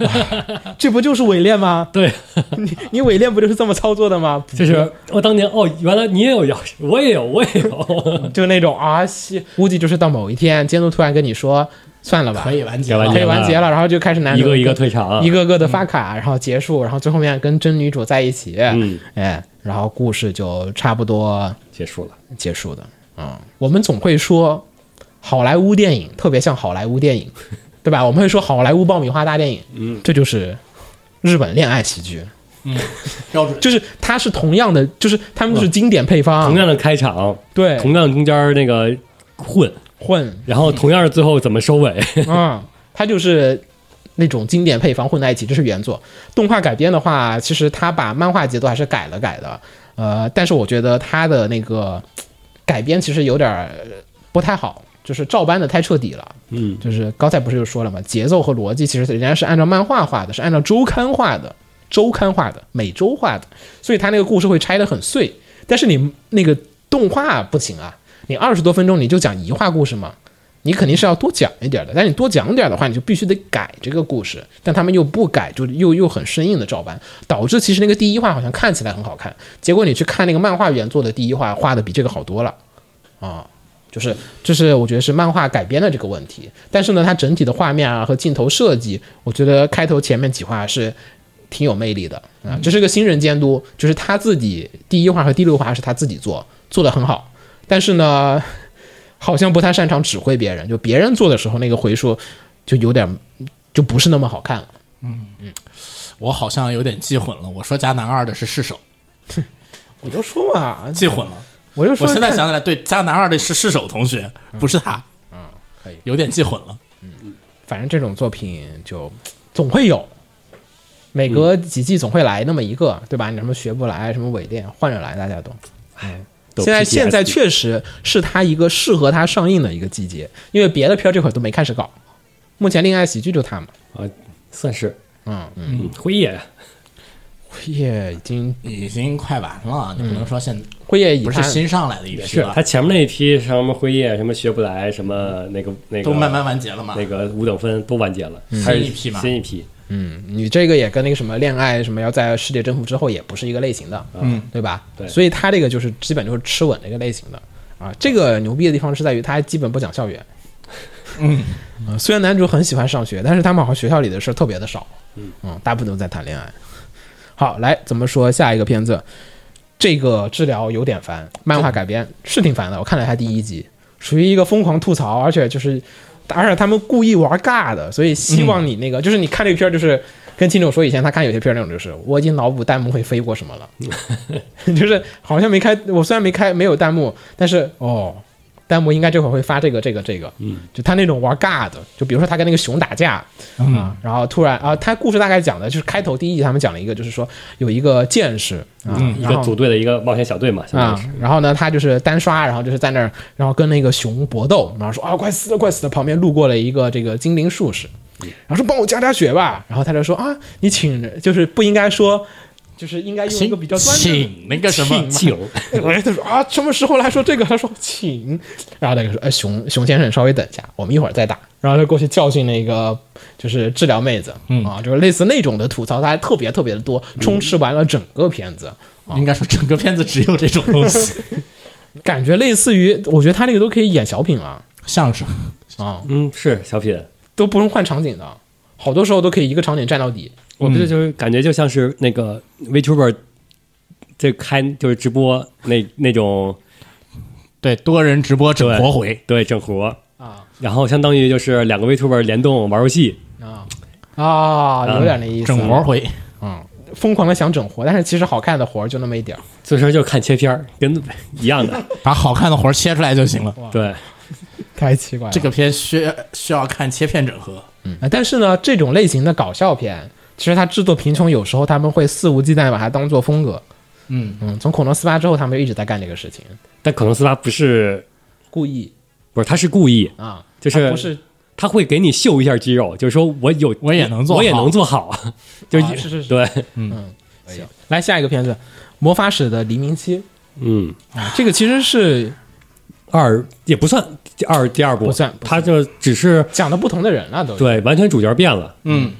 A: 哇这不就是伪恋吗？
B: 对，
A: 你你伪恋不就是这么操作的吗？
B: 就是我当年哦，原来你也有钥匙，我也有，我也有，
A: 就那种啊，西估计就是到某一天监督突然跟你说算了吧，
C: 可以完结
B: 可以完
C: 了
A: 可以
B: 结。
A: 完结了，然后就开始男
B: 一
A: 主
B: 个一个
A: 跟
B: 退场，
A: 一个个的发卡，然后结束，然后最后面跟真女主在一起，
B: 嗯，
A: 哎，然后故事就差不多
B: 结束了。
A: 结束的。嗯，我们总会说好莱坞电影特别像好莱坞电
B: [laughs]
A: 影，对吧？我们会说好莱坞爆米花大电影，嗯，这就是日本恋爱喜剧，
C: 标准
A: 就是它是同样的，就是他们就是经典配方，
B: 同样的开场，
A: 啊对
B: 同样中间那个混，
A: 混，
B: 然后同样是最后怎么收尾，
A: 嗯，它就是。那种经典配方混在一起，这是原作。动画改编的话，其实它把漫画节奏还是改了改的，呃，但是我觉得它的那个嘖改编其实有点儿不太好，就是照搬的太彻底了。
B: 嗯，
A: 就是刚才不是就说了嘛，节奏和逻辑其实人家是按照漫画画的，是按照周刊画的，周刊画的，每周画的，所以他那个故事会拆得很碎。但是你那个动画不行啊，你二十多分钟你就讲一话故事嘛，你肯定是要多讲一点的。但你多讲点的话，你就必须得改这个故事，但他们又不改，就又又很生硬的照搬，导致其实那个第一话好像看起来很好看，结果你去看那个漫画原作的第一话，画的比这个好多了，啊。就是这是我觉得是漫画改编的这个问题，但是呢，它整体的画面啊和镜头设计，我觉得开头前面几话是挺有魅力的啊。这是个新人监督，就是他自己第一话和第六话是他自己做，做的很好，但是呢， [laughs] 好像不太擅长指挥别人，就别人做的时候那个回数就有点就不是那么好看了。
C: 我好像有点记混了。我说加男二的是世手，
A: 我就说嘛，
C: 记混了。
A: 嗯我就
C: 我现在想起来，对，加男二的是世手同学，不是他。嗯，
A: 可以，
C: 有点记混了。
A: 反正这种作品就总会有，每隔几季总会来那么一个，对吧？你什么学不来，什么伪恋，换着来，大家都。
B: 都
A: 现在
B: PTSD
A: 现在确实是他一个适合他上映的一个季节，因为别的片儿这会儿都没开始搞。目前恋爱喜剧就他嘛，
B: 啊，算是
A: 嗯嗯，
B: 嗯，辉夜
A: 辉夜已经
C: 已经快完了，你不能说现
A: 辉夜已
C: 不
A: 他
C: 是新上来的一
B: 也
C: 批
B: 是
C: 了，
B: 他前面那一批什么辉夜什么学不来什么那个那个
C: 都慢慢完结了嘛
B: 那。个五等分都完结了，还是
C: 新一批嘛
B: 新一批，
A: 嗯，你这个也跟那个什么恋爱什么要在世界征服之后也不是一个类型的，嗯，对吧？
B: 对
A: 所以他这个就是基本就是吃稳这个类型的啊。这个牛逼的地方是在于他基本不讲校园， [laughs] 嗯、虽然男主很喜欢上学，但是他们好像学校里的事儿特别的少，嗯大部分都在谈恋爱。好，来怎么说下一个片子？这个治疗有点烦，漫画改编是挺烦的。我看了一下第一集，属于一个疯狂吐槽，而且就是，而且他们故意玩尬的，所以希望你那个、就是你看这个片儿，就是跟听众说以前他看有些片儿那种，就是我已经脑补弹幕会飞过什么了，就是好像没开，我虽然没开没有弹幕，但是哦，弹幕应该这会儿会发这个这个这个，嗯，就他那种玩尬的，就比如说他跟那个熊打架，啊，然后突然啊，他故事大概讲的就是开头第一集他们讲了一个，就是说有一个剑士啊，
C: 嗯
B: 一
A: 然
B: 个
A: 后
B: 组队的一个冒险小队嘛，相当
A: 啊
B: 于是。，
A: 然后呢，他就是单刷，然后就是在那儿，然后跟那个熊搏斗，然后说啊，快死了，快死了！旁边路过了一个这个精灵术士，
C: 嗯
A: 然后说帮我加加血吧，然后他就说啊，你请人，就是不应该说，就是应该用一个比较端正的。
C: 请那个什么
B: 气
C: [laughs]
B: 球，
A: 我他说啊，什么时候来说这个？他说请，然后那个说，哎，熊熊先生，稍微等一下，我们一会儿再打。然后就过去教训那个就是治疗妹子，嗯啊，就是类似那种的吐槽，他还特别特别的多，
C: 嗯
A: 充斥完了整个片子。
C: 应该说整个片子只有这种东西，
A: 感觉类似于，我觉得他这个都可以演小品了
C: 相声。
A: 啊、
B: 嗯，是小品。
A: 都不用换场景的，好多时候都可以一个场景站到底。
B: 我觉得就是感觉就像是那个 VTuber 这开就是直播那那种
C: 对，多人直播整
B: 对
C: 活回，
B: 对整活
A: 啊，
B: 然后相当于就是两个 VTuber 联动玩游戏，
A: 啊啊，有点那意思，
C: 整活，回，
A: 嗯，疯狂的想整活，但是其实好看的活儿就那么一点儿。
B: 所以说就看切片儿跟一样的。
C: 把好看的活儿切出来就行了。
B: 对，
A: 太奇怪了。
C: 这个片需要需要看切片整合，
A: 啊，但是呢，这种类型的搞笑片，其实它制作贫穷，有时候他们会肆无忌惮把它当做风格。
C: 嗯
A: 嗯，从恐龙四八之后，他们就一直在干这个事情，
B: 但可能斯拉不是
A: 故意
B: 不是他是故意，
A: 啊，
B: 就是
A: 它不是
B: 他会给你秀一下肌肉，就是说我有
C: 我也能做好
B: 我也能做好，就
A: 啊是是是
B: 对，
A: 来下一个片子，《魔法使的黎明期
B: 嗯，》
A: 啊，这个其实是
B: 二也不算二第二部
A: 不算不
B: 他就只是
A: 讲的不同的人了，都
B: 对完全主角变了，
C: 嗯，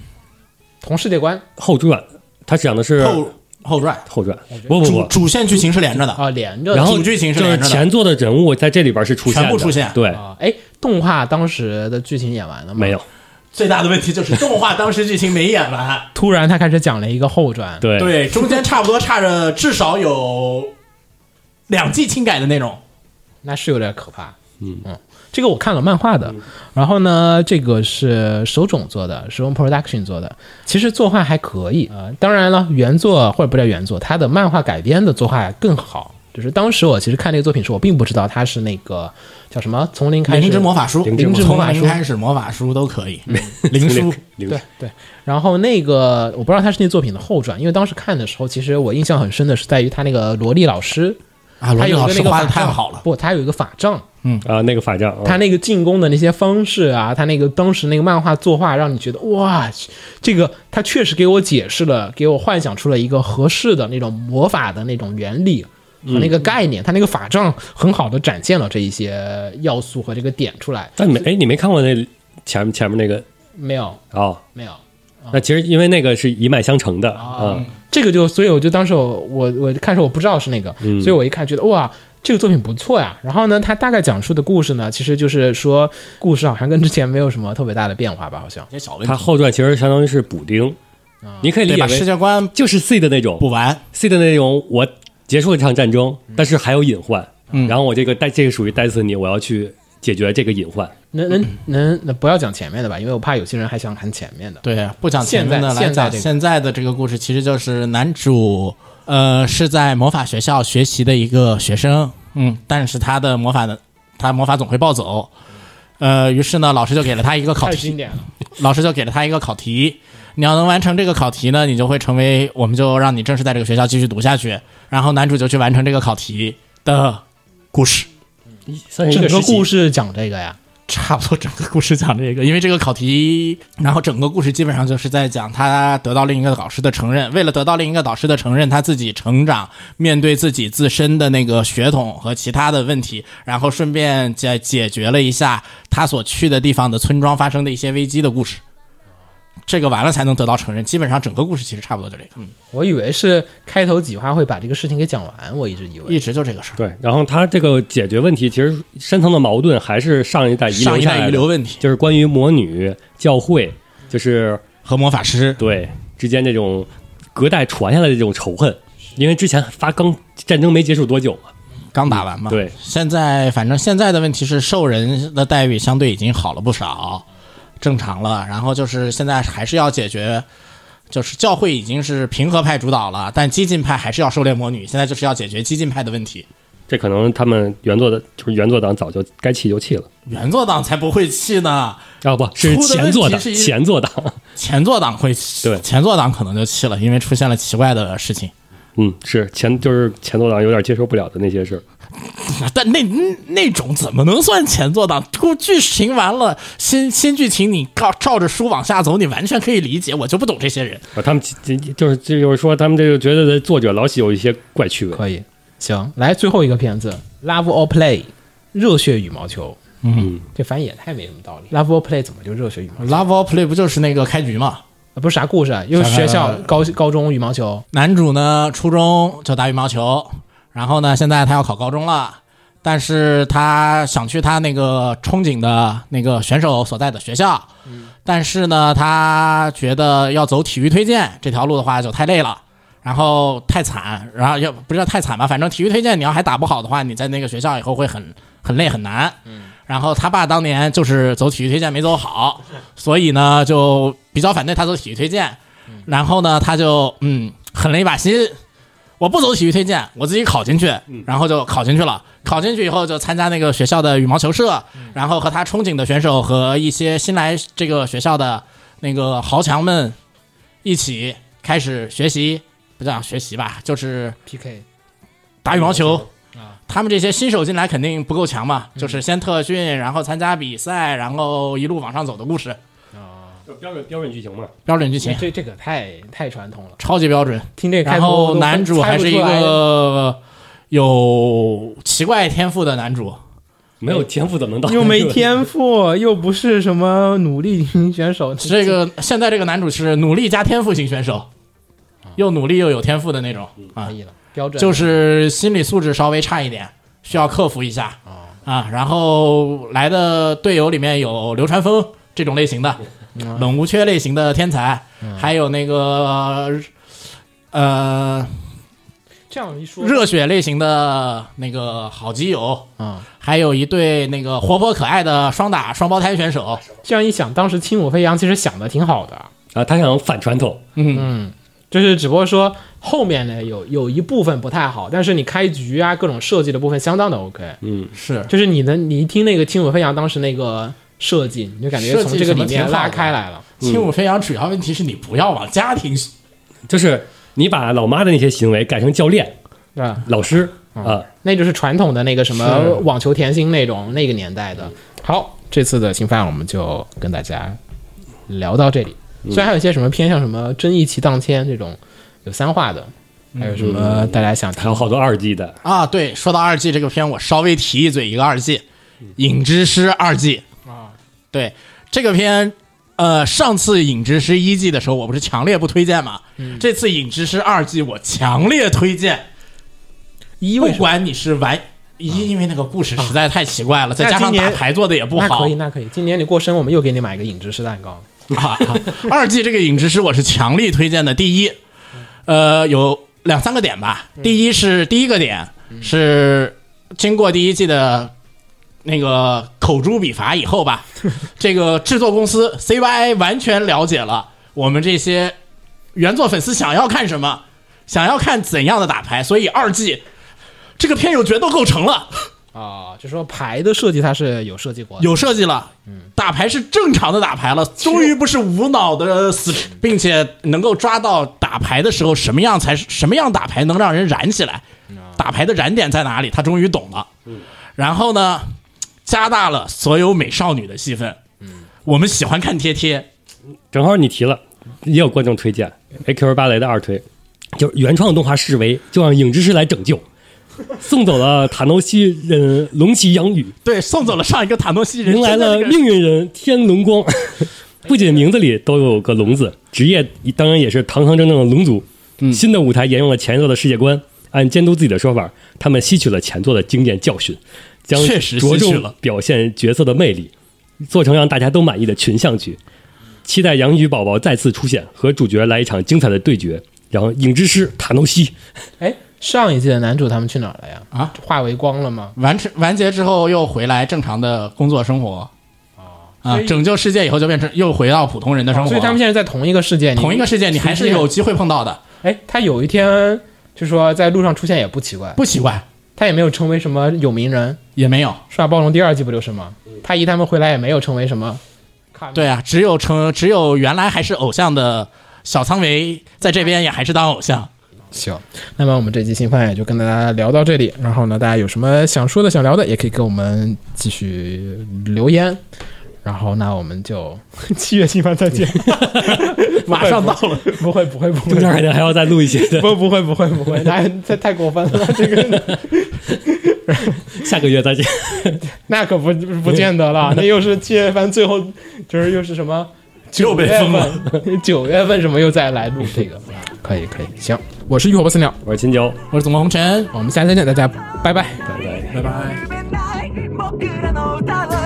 A: 同世界观
B: 后传他讲的是
C: 后后传
B: 后传，不不
C: 主
B: 不，
C: 主线剧情是连着的，
A: 啊，连着的。
B: 然后
C: 主剧情是
B: 就是
C: 连着的
B: 前作的人物在这里边是出现的，
C: 全部出现
B: 对，
A: 啊，哎，动画当时的剧情演完了吗？
B: 没有，，
C: 最大的问题就是动画当时剧情没演完，
A: 突然他开始讲了一个后传，
B: [laughs] 对 [laughs]
C: 对，中间差不多差着至少有两季清改的内容。
A: 那是有点可怕。嗯这个我看了漫画的，然后呢，这个是手冢做的，手冢 Production 做的，其实作画还可以啊、呃当然了，原作或者不叫原作，它的漫画改编的作画更好。就是当时我其实看这个作品时，我并不知道它是那个叫什么从零开始
C: 灵芝魔法书，
B: 灵
A: 芝魔法书
C: 从零开始魔法书都可以，灵书
B: 零
A: 对对，然后那个我不知道他是那作品的后传，因为当时看的时候，其实我印象很深的是在于他那个萝莉老师，
C: 啊，罗
A: 他
C: 辑
A: 有一
C: 老
A: 个
C: 师
A: 那个
C: 画
A: 法
C: 的太
A: 杖
C: 好了，
A: 不，他有一个法杖，
B: 啊那个法杖，
A: 他
B: 嗯
A: 那个进攻的那些方式啊，他那个当时那个漫画作画，让你觉得哇，这个他确实给我解释了，给我幻想出了一个合适的那种魔法的那种原理和那个概念，他那个法杖很好的展现了这一些要素和这个点出来，
B: 但没哎你没看过那前面前面那个
A: 没有
B: 哦，
A: 没有。
B: 那其实因为那个是一脉相承的啊，
A: 这个就，所以我就当时我我我看时候我不知道是那个，所以我一看觉得哇，这个作品不错呀。然后呢，它大概讲述的故事呢，其实就是说故事好像跟之前没有什么特别大的变化吧，好像。
C: 些小问
B: 他后传其实相当于是补丁，你可以理
C: 啊对，
B: 解
C: 把世
B: 为
C: 界观
B: 就是 C 的那种
C: 补完，
B: C 的那种，我结束了这场战争，但是还有隐患，
C: 嗯
B: 然后我这个带这个属于 Destiny，我要去解决这个隐患，
A: 能能
C: 嗯
A: 能，嗯那不要讲前面的吧，因为我怕有些人还想看前面的。
C: 对，不讲前面的来
A: 现在现在
C: 讲
A: 这个
C: 现在的这个故事，其实就是男主呃是在魔法学校学习的一个学生，嗯，但是他的魔法的他魔法总会暴走，呃，于是呢，老师就给了他一个考
A: 太
C: 题
A: 经，典了，
C: 老师就给了他一个考题，你要能完成这个考题呢，你就会成为，我们就让你正式在这个学校继续读下去，然后男主就去完成这个考题的故事。
B: 算是
A: 整
B: 一
A: 个
B: 个
A: 故事讲这个呀，
C: 差不多整个故事讲这个，因为这个考题，然后整个故事基本上就是在讲他得到另一个导师的承认，为了得到另一个导师的承认，他自己成长，面对自己自身的那个血统和其他的问题，然后顺便解解决了一下他所去的地方的村庄发生的一些危机的故事。这个完了才能得到承认，基本上整个故事其实差不多就这个，嗯，
A: 我以为是开头几话会把这个事情给讲完，我一直以为
C: 一直就这个事儿。
B: 对，然后他这个解决问题，其实深层的矛盾还是上一代遗
C: 上
B: 留
C: 一
B: 下来
C: 代
B: 的
C: 遗留问题
B: 就是关于魔女教会，就是
C: 和魔法师，
B: 对之间这种隔代传下来的这种仇恨，因为之前发刚战争没结束多久嘛，
C: 刚打完嘛。
B: 对
C: 现在反正现在的问题是兽人的待遇相对已经好了不少，正常了。然后就是现在还是要解决，就是教会已经是平和派主导了，但激进派还是要狩猎魔女。现在就是要解决激进派的问题。
B: 这可能他们原作的就是原作党早就该弃就弃了
C: 原作党才不会气呢，
B: 啊，不是
C: 出的
B: 前作
C: 问题
B: 党，
C: 是因为
B: 前作党，
C: 前作党会气
B: 对
C: 前作党可能就气了，因为出现了奇怪的事情。
B: [laughs] 嗯，是前就是前作党有点接受不了的那些事儿，
C: 但那那种怎么能算前作党？故剧情完了，新新剧情你照照着书往下走，你完全可以理解。我就不懂这些人，
B: 啊，他们这就是这就是说他们这个觉得作者老喜有一些怪趣味，
A: 可以，行，来最后一个片子《Love or Play》，热血羽毛球。
C: 嗯，
A: 这翻译也太没什么道理。Love or Play 怎么就热血羽毛球？
C: Love or Play 不就是那个开局嘛？
A: 啊不是啥故事啊，又是学校
C: 啥
A: 高高中羽毛球，
C: 男主呢，初中就打羽毛球，然后呢，现在他要考高中了，但是他想去他那个憧憬的那个选手所在的学校，但是呢，他觉得要走体育推荐这条路的话就太累了。然后太惨，然后要不知道太惨吧，反正体育推荐你要还打不好的话，你在那个学校以后会很很累很难。然后他爸当年就是走体育推荐没走好，所以呢就比较反对他走体育推荐。然后呢，他就嗯狠了一把心，我不走体育推荐，我自己考进去，然后就考进去了。考进去以后就参加那个学校的羽毛球社，然后和他憧憬的选手和一些新来这个学校的那个豪强们一起开始学习，不叫学习吧，就是。
A: PK
C: 打羽毛
A: 羽毛
C: 球
A: 球。
C: 他们这些新手进来肯定不够强嘛，就是先特训，然后参加比赛，然后一路往上走的故事，
B: 标准标准剧情嘛，
C: 标准剧情，
A: 哎这这个太太传统了。
C: 超级标准。
A: 听这个开
C: 然
A: 头
C: 后
A: 都
C: 男
A: 猜
C: 主还
A: 不
C: 是一
A: 出来
C: 个有奇怪天赋的男主，
B: 没
C: 哎
B: 有天赋怎么能到
A: 又
C: [laughs]
A: 没天赋，又不是什么努力型选手，
C: 这个现在这个男主是努力加天赋型选手，又努力又有天赋的那种啊
A: 可，以了，标准
C: 就是心理素质稍微差一点，需要克服一下啊。然后来的队友里面有流川枫这种类型的，
A: 嗯
C: 冷无缺类型的天才，还有那个呃
A: 这样一说
C: 热血类型的那个好基友，
A: 啊、
C: 还有一对那个活泼可爱的双打双胞胎选手。
A: 这样一想，当时轻舞飞扬其实想的挺好的，
B: 啊，他想反传统，
C: 嗯，
A: 就是只不过说后面呢有有一部分不太好，但是你开局啊各种设计的部分相当的 OK，
B: 嗯，
C: 是
A: 就是你能你一听那个轻舞飞扬当时那个设计，你就感觉
C: 设计
A: 从这个里
C: 什么
A: 面
C: 挺好的
A: 拉开来了。
C: 轻舞飞扬主要问题是你不要往家庭
B: 就是你把老妈的那些行为改成教练、
A: 是吧？
B: 老师啊，
A: 那就是传统的那个什么网球甜心那种那个年代的。好，这次的新番我们就跟大家聊到这里。虽然还有一些什么偏向什么争议旗荡千这种有三话的，还有什么大家想
B: 还有
A: 听
B: 好多二 G 的，
C: 啊，对，说到二季这个片，我稍微提一嘴一个二季，《影之师》二季啊，对这个片，呃，上次《影之师》一季的时候，我不是强烈不推荐嘛，
A: 嗯
C: 这次《影之师》二季我强烈推荐，
A: 一
C: 不
A: 为什么？啊
C: 管你是玩一，因为那个故事实在太奇怪了，再
A: 那
C: 加上
A: 今
C: 打
A: 年
C: 牌做的也不
A: 那
C: 好
A: 可以，那可以。今年你过生，我们又给你买一个影之式蛋糕。
C: 啊， [laughs] 二季这个《影之师》我是强力推荐的，第一，呃，有两三个点吧，第一是第一个点是经过第一季的那个口诛笔伐以后吧，这个制作公司 CY 完全了解了我们这些原作粉丝想要看什么，想要看怎样的打牌，所以二季这个片有决斗构成了，
A: 啊、就说牌的设计它是有设计过的，
C: 有设计了，
A: 嗯
C: 打牌是正常的打牌了，终于不是无脑的死，并且能够抓到打牌的时候什么样才是什么样打牌能让人燃起来，
A: 啊
C: 打牌的燃点在哪里，他终于懂了。
A: 嗯
C: 然后呢，加大了所有美少女的戏份。
A: 嗯
C: 我们喜欢看贴贴，
B: 正好你提了，也有观众推荐哎 AQ 芭蕾的二推，就是原创动画视为就让影之师来拯救，送走了塔诺西人龙骑杨羽，
C: 对，送走了上一个塔诺西人，
B: 迎来
C: 现在
B: 了
C: 这个
B: 命运人天龙
C: [laughs]
B: 光。不仅名字里都有个龙字，职业当然也是堂堂正正的龙族。
C: 嗯
B: 新的舞台沿用了前作的世界观，按监督自己的说法，他们吸取了前作的经验教训，将
C: 确实吸
B: 着
C: 取
B: 重
C: 了
B: 表现角色的魅力，做成让大家都满意的群像剧。期待杨宇宝宝再次出现，和主角来一场精彩的对决。然后，影之师塔诺西，
A: 哎，上一季的男主他们去哪儿了呀？
C: 啊，
A: 化为光了吗？
C: 完成完结之后又回来正常的工作生活。啊
A: 哦所，以
C: 拯救世界以后就变成又回到普通人的生
A: 哦
C: 活了，
A: 所以他们现在在同一个世界，你
C: 同一个世界，你还是有机会碰到的，
A: 哎，他有一天就说在路上出现也不奇怪，
C: 不奇怪。
A: 他也没有成为什么有名人。
C: 也没有。
A: 数码暴龙第二季不就是吗？
C: 嗯
A: 太一他们回来也没有成为什么，
C: 对啊，只有成只有原来还是偶像的小仓唯在这边也还是当偶像。
A: 行，那么我们这期新番也就跟大家聊到这里。然后呢，大家有什么想说的、想聊的，也可以给我们继续留言。然后那我们就 [laughs] 七月新番再 [laughs] 见，
C: 马上到了，
A: 不会不会不
B: 中
A: 会
B: 间肯定还要再录一些
C: [laughs]
B: 的，
A: 不不会不会不 [laughs] 会，太太太过分 [laughs] 了，这个
B: 下个月再见。
A: 那可不不见得了，那又是七月份最后，就是又是什么
C: 又 [laughs] 被封了
A: 九月份，九月份什么又再来录这个，可以可以，行，我是浴火不死鸟，
B: 我是秦九，
C: 我是总管红尘，
A: 我们下期再见，大家拜拜。
B: 拜拜。
C: 拜拜。
D: めない僕らの歌は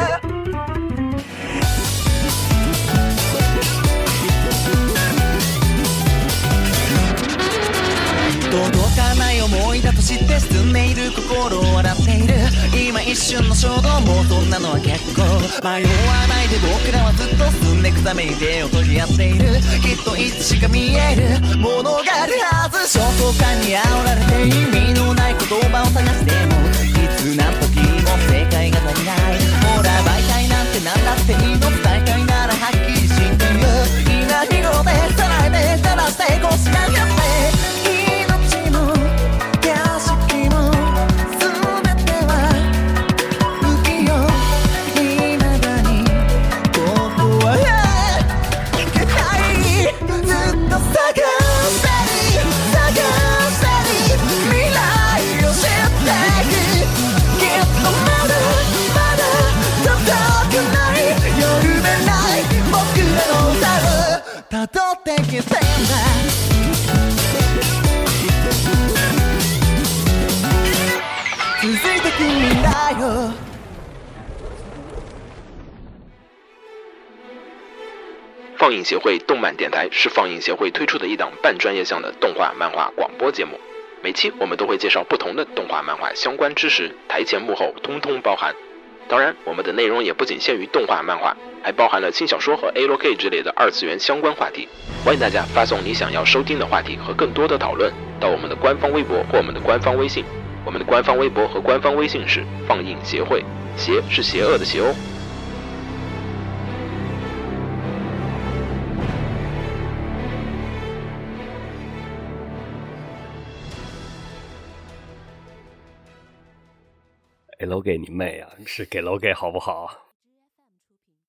F: 届かない思いだと知って進んでいる心を笑っている今一瞬の衝動もそんなのは結構迷わないで僕らはずっと進んでいくために手を取り合っているきっといつしか見えるものがあるはず焦燥感に煽られて意味のない言葉を探してもいつ何時も正解が足りないほら媒体なんて何だっていいの伝えたいならはっきり知っている今二号でさらいでさら成功しなかった命も景色も全ては不器用未だにここは行けないずっと探したり探したり未来を知っていくきっとまだまだ届かない夜めない僕らの歌を辿ってきてんだ続いてくんだよ
G: 放映协会动漫电台是放映协会推出的一档半专业向的动画漫画广播节目。每期我们都会介绍不同的动画漫画相关知识，台前幕后通通包含。当然，我们的内容也不仅限于动画漫画，还包含了轻小说和 A l o K 之类的二次元相关话题。欢迎大家发送你想要收听的话题和更多的讨论到我们的官方微博或我们的官方微信。我们的官方微博和官方微信是放映协会，邪是邪恶的邪哦。
B: 哎给楼给你妹啊！是给楼给好不好？